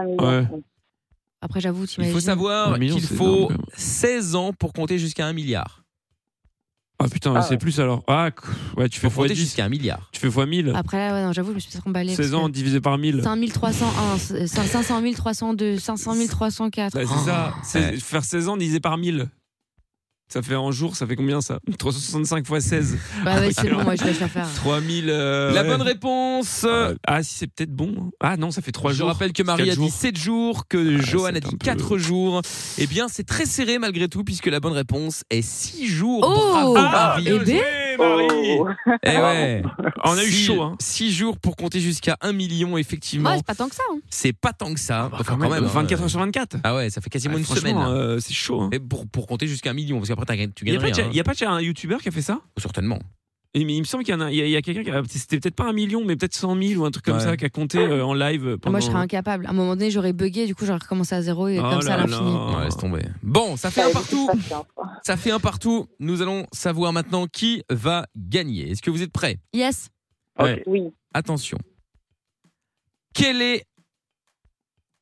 Après, j'avoue, tu
Il faut savoir qu'il faut 16 ans pour compter jusqu'à 1 milliard.
Ah putain,
Ah
c'est
ouais.
plus alors. Ah, cou- ouais, tu fais
Faut
fois
compter
10.
jusqu'à un milliard.
Tu fais fois 1000.
Après, là, ouais, non, j'avoue, je me suis peut-être emballée.
16
parce
ans
que
divisé par 1000.
5301, c- 500 302, 500 304.
Bah, c'est ça.
Oh,
C'est- Faire 16 ans divisé par 1000. Ça fait en jour, ça fait combien ça 365 fois 16.
Bah, ouais, c'est bon, moi, je laisse la faire.
3000.
La bonne réponse
euh, Ah, si, c'est peut-être bon. Ah non, ça fait 3
Je
jours.
rappelle que
C'est
Marie
quatre
a dit
jours. Ah,
7 jours, que Johan a dit 4 jours. Eh bien, c'est très serré malgré tout, puisque la bonne réponse est 6 jours.
Oh,
Bravo,
ah,
Marie.
eh ben.
bah, Eh ouais.
On a eu
Six-
chaud, hein.
6 jours pour compter jusqu'à 1 million, effectivement.
Ouais, c'est pas tant que ça. hein.
C'est pas tant que ça. Enfin,
Bah, quand même, 24 heures
sur 24. Ah ouais, ça fait quasiment
Ah,
une
franchement,
semaine.
euh, c'est chaud.
Et pour, pour compter jusqu'à un million, parce qu'après, t'as gagné- tu
Il
gagnes rien. hein. Oh,
n'y a, pas déjà un youtubeur qui a fait ça
Certainement.
Et mais hein. il me semble qu'il y en a, il y a- il y a quelqu'un qui a- C'était peut-être pas un million, mais peut-être 100 000 ou un truc comme
Ouais.
ça, qui a compté euh, en live. Pendant...
Moi, je serais incapable. À un moment donné, j'aurais bugué, du coup, j'aurais recommencé à zéro et
Oh
comme ça à
là
l'infini.
là.
Ouais, laisse tomber. Bon, ça fait un partout. Ça fait un partout. Nous allons savoir maintenant qui va gagner. Est-ce que vous êtes prêts
Yes.
Oui. Attention. Quelle est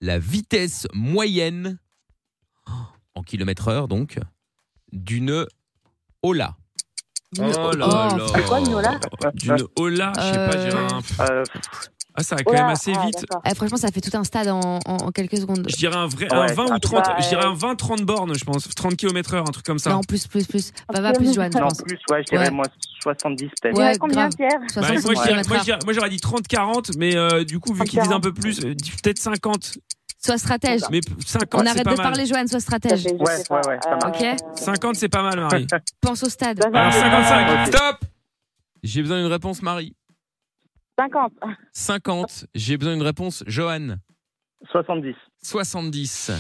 la vitesse moyenne en kilomètres heure donc d'une Ola
D'une Oh là Oh, là. c'est quoi, une Ola D'une Ola, je sais pas,
Euh.
j'ai un. Ah, ça va quand même assez vite.
Eh, franchement, ça fait tout un stade en, en- en quelques secondes.
Je dirais un vrai
Ouais,
un 20 ou
ah,
30,
bah,
je dirais
euh.
un 20 30 bornes, je pense, 30 km/h, un truc comme ça.
Non, plus, plus, plus. Bah, va plus, Johan. je
Non,
pense.
plus, ouais, je dirais
Ouais.
moi 70 peut-être.
Ouais, Combien, grave. Pierre
Bah, moi,
60
je dirais- moi, je
km/h.
dirais- moi, j'aurais dit 30 40 mais euh, du coup vu qu'ils disent un peu plus, euh, dis- peut-être 50.
Sois stratège.
Mais p- 50
On
c'est
arrête
pas
de
mal.
parler, Johan, sois stratège.
Ouais, ouais, ouais, ça marche.
Euh, Ok
50 c'est pas mal Marie.
Pense au stade.
Alors 55.
Ah, Stop J'ai besoin d'une réponse Marie.
50.
50. J'ai besoin d'une réponse Johan.
70.
70.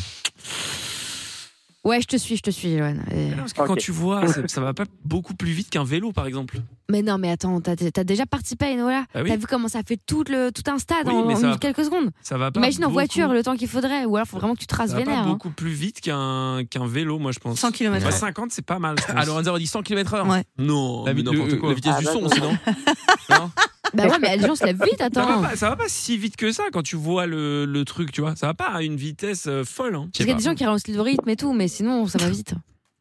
Ouais, je te suis, je te suis, Johan. Et-
Parce que Quand tu vois, ça, ça va pas beaucoup plus vite qu'un vélo par exemple.
Mais non, mais attends, t'as t'as déjà participé à une Ola.
Ah oui.
T'as vu comment ça fait tout, le, tout un stade
Oui,
en,
mais ça
en
va-
quelques secondes.
Ça va pas
Imagine en
beaucoup-
voiture le temps qu'il faudrait. Ou alors, faut vraiment que tu traces
Ça va
vénère.
pas
hein.
beaucoup plus vite qu'un qu'un vélo, moi je pense.
100 kilomètres.
Bah, 50 c'est pas mal.
Alors, on aurait dit 100 km/h.
Ouais.
Non,
La,
mais
vi-
n'importe
le- euh,
quoi.
la vitesse
Ah,
du
bah,
son,
non.
sinon.
Bah ouais, mais les gens se lèvent vite,
Ça
attends.
va, pas, ça va pas si vite que ça quand tu vois le, le truc, tu vois. Ça va pas à une vitesse euh, folle. Hein.
Parce qu'il y a des gens qui relancent le rythme et tout, mais sinon, ça va vite.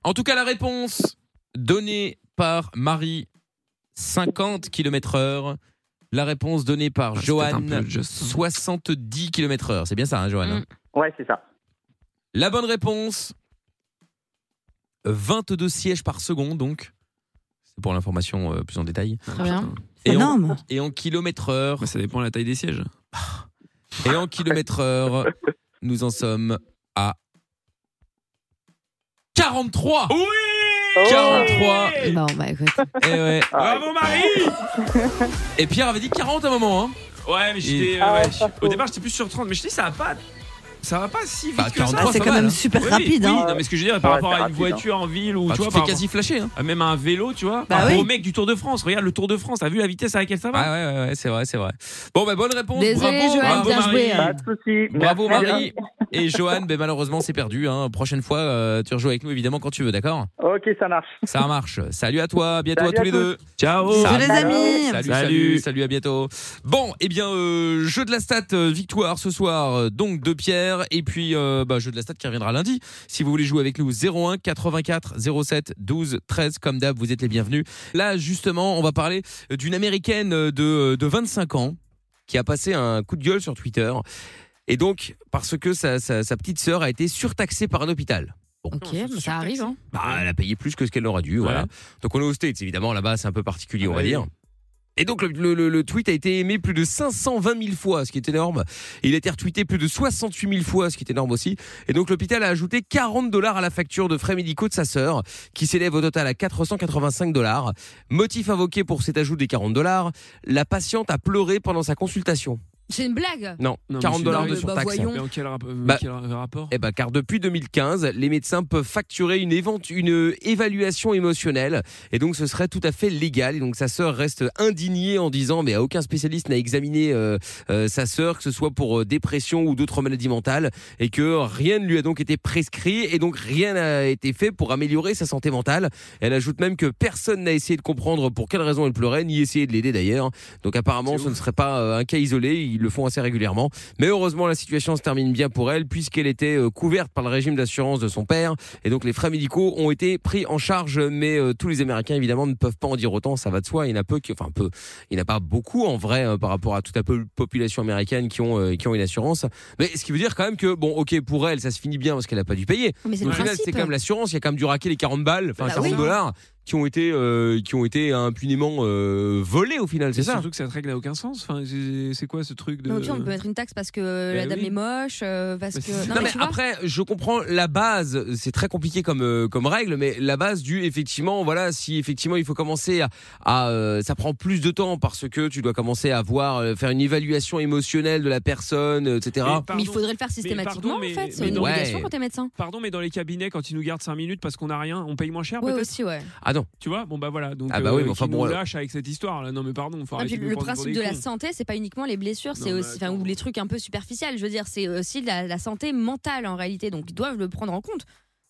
En tout cas, la réponse donnée par Marie, 50 km/h. La réponse donnée
Ah,
par Johan,
hein.
70 km/h. C'est bien ça, hein, Johan hein
Ouais, c'est ça.
La bonne réponse, 22 sièges par seconde, donc. C'est pour l'information euh, plus en détail.
Ah,
Très bien.
Et En, et en kilomètre heure.
ça dépend de la taille des sièges.
Et en kilomètre heure, nous en sommes à 43.
Oui
43.
Bon, bah écoute.
Et Eh ouais.
Bravo Marie
Et Pierre avait dit 40 à un moment. Hein.
Ouais, mais j'étais.
Et-
euh,
Ah ouais,
ouais, au départ, j'étais plus sur 30, mais je dis, ça va pas. Ça va pas si vite
Bah,
que
43,
ça.
c'est quand même super
Oui, mais-
rapide, hein.
Oui, non, mais ce que je veux dire, par
Ouais,
rapport
c'est
à une
rapide,
voiture en ville ou
Bah,
tu
tu
vois,
te fais
par-
quasi flasher. Hein.
Ah, Même un vélo, tu vois.
Bah
par rapport
oui.
au mec du Tour de France. Regarde le Tour de France. T'as vu la vitesse à laquelle ça va
Ah ouais, ouais, ouais, c'est vrai, c'est vrai. Bon, bah, bonne réponse.
Désolé,
bravo,
Johan,
bravo,
bien
Marie.
joué, hein. Pas de souci.
Bravo,
Merci.
Marie. Et Johan, ben, malheureusement, c'est perdu. Hein. Prochaine fois, euh, tu rejoues avec nous, évidemment, quand tu veux, d'accord
Ok, ça marche.
Ça marche. Salut à toi, à bientôt
Salut
à tous
à
les
tous.
deux.
Ciao.
Salut,
Salut, les amis.
Salut,
Salut.
salut, salut, à bientôt. Bon, eh bien, euh, jeu de la stat, euh, victoire ce soir, euh, donc de Pierre, et puis euh, bah, jeu de la stat qui reviendra lundi. Si vous voulez jouer avec nous, 01 84 07 12 13, comme d'hab, vous êtes les bienvenus. Là, justement, on va parler d'une américaine de, de 25 ans qui a passé un coup de gueule sur Twitter. Et donc, parce que sa, sa- sa petite sœur a été surtaxée par un hôpital. Bon.
Ok, bah, ça arrive. Hein.
Bah, elle a payé plus que ce qu'elle aurait dû, voilà. Donc on est aux States, évidemment, là-bas c'est un peu particulier, on va dire. Et donc le, le- le- le tweet a été aimé plus de 520 000 fois, ce qui est énorme. Et il a été retweeté plus de 68 000 fois, ce qui est énorme aussi. Et donc l'hôpital a ajouté 40 dollars à la facture de frais médicaux de sa sœur, qui s'élève au total à 485 dollars. Motif invoqué pour cet ajout des 40 dollars, la patiente a pleuré pendant sa consultation.
C'est une blague
Non,
Non, mais
40
c'est
dollars
dingue.
de sur
Bah,
taxe.
voyons. Mais en quel rap- euh, quel rapport
Eh ben, car depuis 2015, les médecins peuvent facturer une, évent- une évaluation émotionnelle, et donc ce serait tout à fait légal. Et donc sa sœur reste indignée en disant, mais aucun spécialiste n'a examiné euh, euh, sa sœur, que ce soit pour euh, dépression ou d'autres maladies mentales, et que rien ne lui a donc été prescrit, et donc rien n'a été fait pour améliorer sa santé mentale. Elle ajoute même que personne n'a essayé de comprendre pour quelle raison elle pleurait, ni essayé de l'aider d'ailleurs. Donc apparemment, ce ne serait pas euh, un cas isolé, ils le font assez régulièrement. Mais heureusement, la situation se termine bien pour elle, puisqu'elle était euh, couverte par le régime d'assurance de son père, et donc les frais médicaux ont été pris en charge. Mais euh, tous les Américains, évidemment, ne peuvent pas en dire autant, ça va de soi. Il y en a peu, qui, enfin peu, il n'y en a pas beaucoup en vrai euh, par rapport à toute la po- population américaine qui ont, euh, qui ont une assurance. Mais ce qui veut dire quand même que, bon, ok, pour elle, ça se finit bien parce qu'elle n'a pas dû payer.
Mais c'est
Au
le
final,
principe.
c'est quand même l'assurance, il y a quand même dû raquer les 40 balles, enfin hein.
Bah
40
oui.
dollars qui ont été euh, qui ont été impunément euh, volés au final, c'est ça
Surtout que cette règle n'a aucun sens. Enfin, c'est c'est quoi ce truc
hein.
de.
Mais au pire, on peut mettre une taxe parce que la
Bah
oui.
dame est moche, euh, parce que. Non,
Non,
mais
mais
tu
ah,
vois,
après, je comprends la base. C'est très compliqué comme euh, comme règle, mais la base du effectivement, voilà, si effectivement il faut commencer à, à, euh, ça prend plus de temps parce que tu dois commencer à voir, euh, faire une évaluation émotionnelle de la personne, euh, etc.
mais il faudrait le faire systématiquement
mais-
en fait. C'est
mais
une
non.
obligation
Ouais.
quand t'es médecin.
Pardon, mais dans les cabinets, quand ils nous gardent 5 minutes parce qu'on n'a rien, on paye moins cher
Ouais,
peut-être
aussi, ouais.
Ah non.
Tu vois Bon, bah voilà. Donc,
Ah bah oui, mais
qui
enfin,
nous
bon,
lâche avec cette histoire là. Non, mais pardon, faut
Non, Ah, puis
arrêter de nous
le
prendre pour
principe
des
de la
cons.
santé, c'est pas uniquement les blessures, c'est aussi, enfin, ou les trucs un peu superficiels. Je veux dire, c'est aussi de la, la santé mentale en réalité, donc ils doivent le prendre en compte.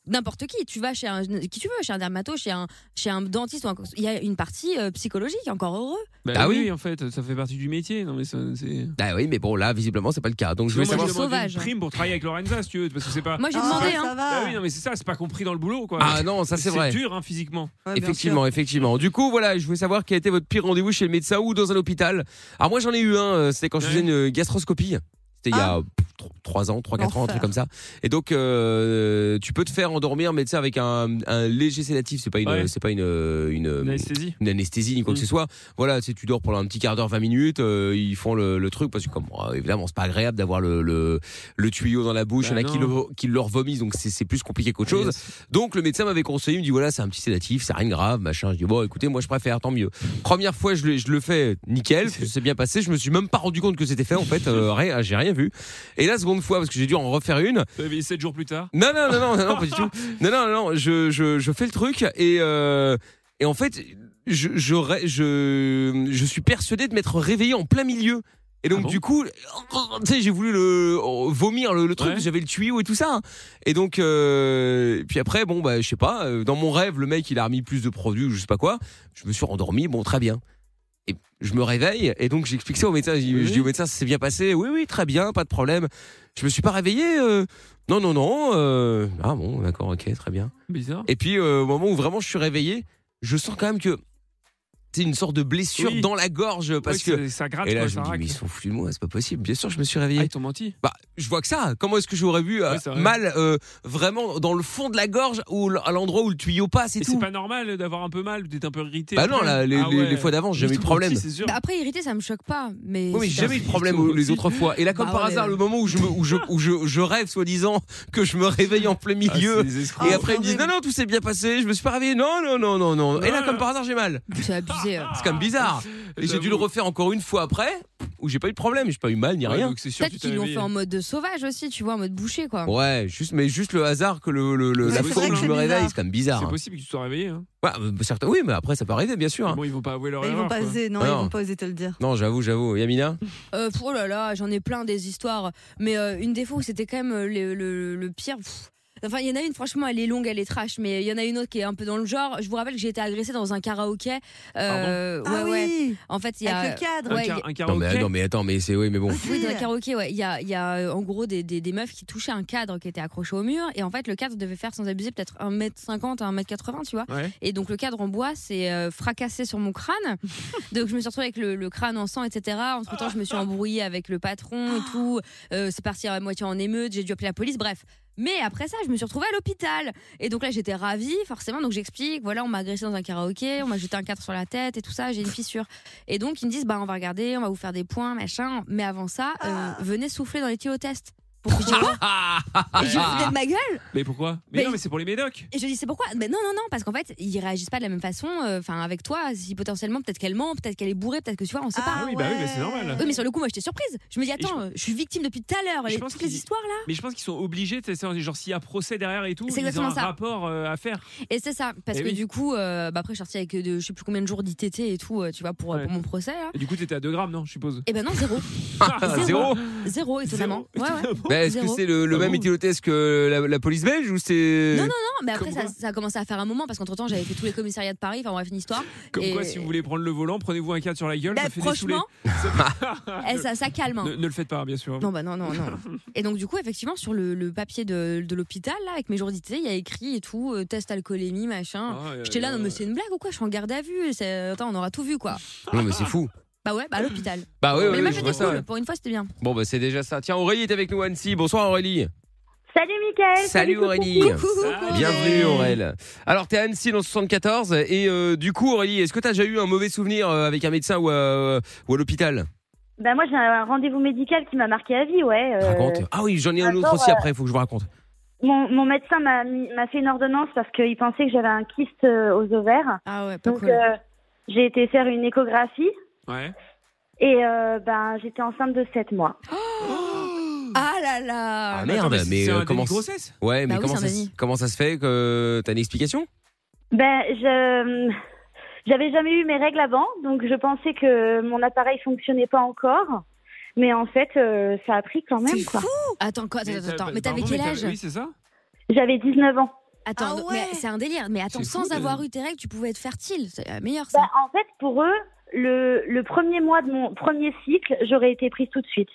N'importe qui, tu vas chez un, qui tu veux, chez un dermato, chez un, chez un dentiste, ou un- il y a une partie euh, psychologique, encore heureux.
Bah
Ah
oui,
oui.
en fait, ça fait partie du métier. Non, mais ça, c'est.
Ah oui, mais bon là, visiblement, c'est pas le cas. Donc je
Moi,
vais
je
savoir.
demande
sauvage,
Une
hein.
prime pour travailler avec Lorenza, si tu veux, parce que c'est pas.
Moi, j'ai demandé,
c'est pas-
hein.
Bah oui, non, mais c'est ça, c'est pas compris dans le boulot, quoi.
Ah non, ça, c'est vrai.
C'est dur, hein, physiquement.
effectivement, effectivement. Du coup, voilà, je voulais savoir quel a été votre pire rendez-vous chez le médecin ou dans un hôpital. Alors moi, j'en ai eu un, euh, c'était quand je faisais une gastroscopie. C'était il y
Ah.
a 3 ans, 3 4 ans, un truc comme ça. Et donc euh, tu peux te faire endormir mais tu sais avec un, un léger sédatif, c'est pas une
Ouais.
c'est pas une euh, une,
anesthésie. Mm.
Une anesthésie ni quoi que ce soit. Voilà, tu sais, tu dors pendant un petit quart d'heure, 20 minutes, euh, ils font le, le truc parce que comme euh, évidemment, c'est pas agréable d'avoir le, le le tuyau dans la bouche,
Bah
il y en a qui
non.
le, qui leur vomissent donc c'est c'est plus compliqué qu'autre chose. Donc le médecin m'avait conseillé, il me dit voilà, c'est un petit sédatif, c'est rien de grave, machin. Je dis bon, écoutez, moi je préfère, tant mieux. Première fois, je, le- je le fais nickel, c'est bien passé, je me suis même pas rendu compte que c'était fait en fait, euh, rien, j'ai rien vu. Et la seconde fois parce que j'ai dû en refaire une,
effectivement. 7 jours plus tard.
non, non, non, non, non, non, pas du tout. Non, non, non, non, je, je, je fais le truc et, euh, et en fait, je, je, ré- je, je suis persuadé de m'être réveillé en plein milieu. Et donc, du coup, tu sais, j'ai voulu le, euh, vomir le, le truc, j'avais le tuyau et tout ça. hein. Et donc, euh, puis après, bon, bah, je sais pas, euh, dans mon rêve, le mec, il a remis plus de produits ou je sais pas quoi. Je me suis rendormi, bon, très bien. Et je me réveille et donc j'explique ça au médecin. Je, dis- je dis au médecin, ça s'est bien passé. Oui, oui, très bien, pas de problème. Je me suis pas réveillé. euh, non, non, non. euh, ah bon, d'accord, ok, très bien.
Bizarre.
Et puis euh, au moment où vraiment je suis réveillé, je sens quand même que c'est une sorte de blessure
Oui.
dans la gorge parce
Ouais,
que
c'est- ça gratte,
Et là,
quoi,
je
ça
me dis,
racle. Ah,
mais ils sont fous de moi, c'est pas possible. Bien sûr, je me suis réveillé.
ils t'ont menti.
Bah, je vois que ça. Comment est-ce que j'aurais vu euh,
Ouais, c'est vrai.
mal euh, vraiment dans le fond de la gorge ou l- à l'endroit où le tuyau passe et,
Et
tout
c'est pas normal d'avoir un peu mal, d'être un peu irrité. Ah
Bah non, là, les- les- les fois d'avant, j'ai jamais eu de problème.
Si, c'est sûr.
Bah, après, irrité, ça me choque pas, mais.
Oui, mais j'ai
c'est
jamais eu de problème aux- les autres fois. Et là, comme
Bah
par
ouais,
hasard,
mais-
le moment où je, me- où je, où je, je rêve, soi-disant, que je me réveille en plein milieu,
c'est des escrocs.
et après ils me disent non, non, tout s'est bien passé, je me suis pas réveillé, non, non, non, non, non. Et là, comme par hasard, j'ai mal.
C'est abusé. euh.
C'est quand même bizarre. Et j'ai dû le refaire encore une fois après, où j'ai pas eu de problème, j'ai pas eu mal ni rien.
Peut-être qu'ils l'ont fait en mode sauvage aussi, tu vois, en mode bouché, quoi.
Ouais, juste, mais juste le hasard que le, le- le-
Ouais,
la
c'est
fois
vrai
où
que
je me
c'est
réveille,
bizarre.
c'est quand même bizarre.
C'est possible que tu sois réveillé. Hein.
Ouais, euh, certains- oui, mais après, ça peut arriver, bien sûr. hein.
Bon, ils vont pas avouer leur
Ils vont
erreur.
pas
quoi.
oser, non,
Ah
ils
non.
vont pas oser te le dire.
Non, j'avoue, j'avoue. Yamina
Euh, pff, oh là là, j'en ai plein des histoires. Mais euh, une des fois où c'était quand même euh, le, le- le pire. pff. Enfin, il y en a une, franchement, elle est longue, elle est trash, mais il y en a une autre qui est un peu dans le genre. Je vous rappelle que j'ai été agressée dans un karaoké. Euh,
Pardon Ah
ouais, ouais.
oui.
En fait, il y a.
Avec le cadre.
Ouais,
Un
il y a-
car- un
non mais, non, mais attends, mais c'est. Oui, mais bon.
oui, dans le karaoké, ouais. Il y a, il y a euh, en gros des, des- des meufs qui touchaient un cadre qui était accroché au mur. Et en fait, le cadre devait faire sans abuser peut-être 1m50 à 1m80, tu vois.
Ouais.
Et donc, le cadre en bois s'est euh, fracassé sur mon crâne. donc, je me suis retrouvée avec le, le crâne en sang, etc. Entre temps, je me suis embrouillée avec le patron et tout. Euh, C'est parti à moitié en émeute. J'ai dû appeler la police. Bref. Mais après ça, je me suis retrouvée à l'hôpital. Et donc là, j'étais ravie, forcément. Donc j'explique, voilà, on m'a agressée dans un karaoké, on m'a jeté un cadre sur la tête et tout ça, j'ai une fissure. Et donc ils me disent, bah on va regarder, on va vous faire des points, machin. Mais avant ça, euh, venez souffler dans les tuyaux test. Pour que je vois. Et je me foutais
Ah.
de ma gueule.
Mais pourquoi Mais,
Mais-
non, mais c'est pour les médocs.
Et je dis c'est pourquoi Mais non non non parce qu'en fait ils réagissent pas de la même façon. euh, Enfin avec toi, si potentiellement peut-être qu'elle ment, peut-être qu'elle est bourrée, peut-être que tu vois, on sait pas.
oui, bah oui, mais c'est normal.
Oui, mais sur le coup moi j'étais surprise. Je me dis attends, euh, je... suis victime depuis tout à l'heure. les- Toutes les histoires là.
Mais je pense qu'ils sont obligés, tu sais, c'est genre s'il y a procès derrière et tout,
Ah. C'est
ils ont
exactement
un
ça.
rapport euh, à faire.
Et c'est ça, parce
Eh
que
oui.
du coup, euh, bah après, je suis sortie avec de, je sais plus combien de jours d'ITT et tout, euh, tu vois, pour, euh, pour mon procès. Là.
Et du coup, t'étais à 2 grammes, non, je suppose
Et ben non, zéro.
Ah,
Zéro
Zéro, étonnamment. Ouais, ouais.
Bah, Est-ce que
Zéro.
c'est
Ah
le, le même éthylotest que la, la police belge ou c'est.
Non, non, non, mais après, ça, ça a commencé à faire un moment parce qu'entre temps, j'avais fait tous les commissariats de Paris, enfin bref, une histoire.
Comme
et
quoi, si vous voulez prendre le volant, prenez-vous un cadre sur la gueule,
Bah,
ça fait des saoulés.
franchement, eh, ça, ça calme. hein.
Ne, ne le faites pas, bien sûr.
Non, bah non, non, non. Et donc, du coup, effectivement, sur le, le papier de, de l'hôpital, là, avec mes jours d'ITT, il y a écrit et tout, euh, test alcoolémie, machin.
Ah, ouais,
J'étais là,
ouais,
non, mais c'est une blague ou quoi Je suis en garde à vue. c'est- Attends, on aura tout vu, quoi.
Non, mais c'est fou.
Bah ouais, bah à l'hôpital.
Bah ouais, ouais,
Mais
ouais,
le match
je
était
vois ça,
cool,
ouais.
pour une fois, c'était bien.
Bon, bah c'est déjà ça. Tiens, Aurélie est avec nous, à Annecy. Bonsoir, Aurélie.
Salut Mickaël
Salut Aurélie.
coucou.
Bienvenue Aurélie. Alors t'es à Annecy dans le 74 et euh, du coup Aurélie, est-ce que t'as déjà eu un mauvais souvenir euh, avec un médecin ou, à- ou à l'hôpital
Bah moi j'ai un rendez-vous médical qui m'a marqué à vie, ouais. euh,
Raconte. Ah oui, j'en ai un autre
alors,
aussi
euh,
après, il faut que je vous raconte. Ah,
Mon, mon médecin m'a mis- m'a fait une ordonnance parce qu'il pensait que j'avais un kyste euh, aux ovaires.
Ah ouais,
Donc euh, j'ai été faire une échographie
Ouais.
et euh, ben j'étais enceinte de 7 mois.
Ah là là
Ah merde, mais,
c'est
euh,
un
comment
déni de grossesse
Ouais,
Bah
mais
oui,
comment
c'est un
ça se-
déni.
comment ça se fait que t'as une explication
Ben je j'avais jamais eu mes règles avant, donc je pensais que mon appareil fonctionnait pas encore, mais en fait euh, ça a pris quand même quoi.
Attends, quoi, attends,
Mais
attends,
t'as-
attends, mais
pardon,
t'avais
mais
quel
t'avais-
âge
oui,
c'est ça
J'avais 19 ans.
Attends,
Ah
donc- mais c'est un délire. Mais attends,
C'est
sans
fou, de-
avoir eu tes règles, tu pouvais être fertile. C'est la meilleure, ça.
Bah, en fait, pour eux, le, le premier mois de mon premier cycle, j'aurais été prise tout de suite.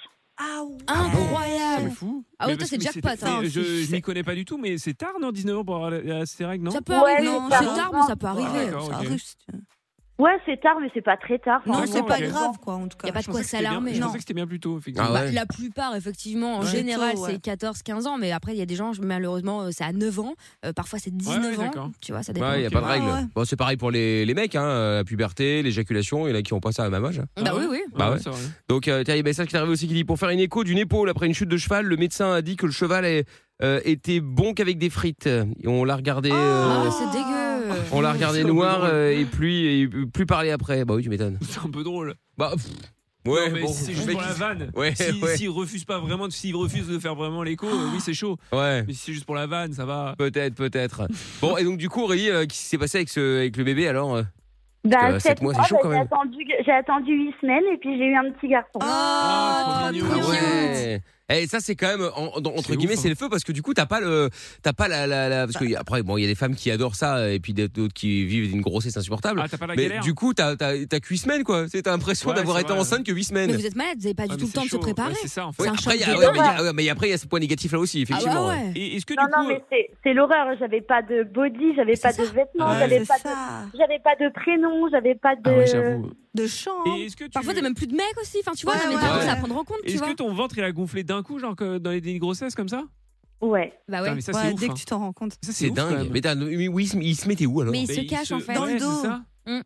Incroyable Ah
Mais
ouais, toi,
parce
c'est
que- mais
jackpot.
mais
hein.
Je, je m'y connais pas du tout, mais c'est tard, non 19 ans pour avoir la- la- ces règles, non
Ça peut Ouais, arriver, non,
bah,
c'est c'est tard, mais ça peut
Ah,
arriver,
d'accord,
ça
ok.
arrive.
Ouais, c'est tard, mais c'est pas très tard. hein.
Non, c'est pas grave,
quoi, en tout cas. Y a pas de
Je
quoi
pensais que c'était bien-
s'alarmer.
Je
Non.
pensais que c'était bien plus tôt,
Ah
effectivement.
Bah, la plupart, effectivement, en
Ouais.
général,
Plutôt, ouais.
c'est 14-15 ans, mais après, il y a des gens, malheureusement, euh, c'est à 9 ans, euh, parfois c'est 19 ans. Tu vois, ça dépend.
Ouais, y a pas de règles. Bon, c'est pareil pour les, les mecs, hein, euh, la puberté, l'éjaculation, il y en a qui ont pas ça à même âge. hein.
Ah
Bah oui, oui.
Bah ouais. Donc, euh, tiens, il y a un message qui est arrivé aussi qui dit Pour faire une écho d'une épaule après une chute de cheval, le médecin a dit que le cheval est- euh, était bon qu'avec des frites. Et on l'a regardé. euh,
Ah, c'est dégueu.
on l'a regardé
C'est un peu
noir
drôle.
euh, et plus, et plus parler après. Bah oui, tu m'étonnes.
C'est un peu drôle.
Bah, pff, ouais,
Non, mais
bon,
c'est
le
juste
mec,
pour la
il-
vanne.
Ouais,
S'il
ouais.
s'il refuse pas vraiment, s'il refuse de faire vraiment l'écho, euh, oui, c'est chaud.
Ouais.
Mais si c'est juste pour la vanne, ça va.
Peut-être, peut-être. Bon, et donc, du coup, Aurélie, euh, qu'est-ce qui s'est passé avec, ce, avec le bébé alors euh Parce que, euh, sept mois, c'est chaud
bah,
quand
j'ai
même.
attendu, j'ai attendu 8 semaines et puis j'ai eu un petit garçon.
Ah ouais. Et Eh, ça c'est quand même en- dans- entre guillemets
hein.
c'est le feu parce que du coup t'as pas le t'as pas la, la, la- parce que y a- après bon il y a des femmes qui adorent ça et puis des- d'autres qui vivent une grossesse insupportable
Ah, pas la
mais
galère.
du coup t'as t'as t'as que huit semaines quoi c'est t'as l'impression
Ouais,
d'avoir
c'est
été
vrai.
enceinte que huit semaines
Ah, Mais vous êtes malade, vous n'avez pas du tout le temps de se préparer.
c'est ça, en
Ouais,
un
après,
choc
il y
de
a- ouais,
dingue.
mais il y a- ouais, mais après il y a ce point négatif là aussi effectivement ouais.
Et
est-ce que
non, non, mais c'est- c'est l'horreur. J'avais pas de body, j'avais pas de vêtements,
Ouais,
j'avais
c'est Ah
pas, de- j'avais pas de prénom, j'avais pas de.
De chant. Parfois, t'as même plus de mec aussi. Enfin, tu vois,
Ouais,
mais
ouais,
t'as
ouais.
ça à prendre en compte, tu
Est-ce
vois.
que ton ventre il a gonflé d'un coup, genre que dans les dénis de grossesse comme ça
Ouais.
Bah
Putain,
ouais.
mais ça, c'est Ouais, ouf, dès que hein. tu
t'en rends compte.
Ça,
c'est
ouf, quand
dingue
même.
mais, t'as- mais oui il se- il se mettait où alors
Mais il se
il
cache
se-
en fait.
Dans le Ouais, dos. c'est ça.
Mm.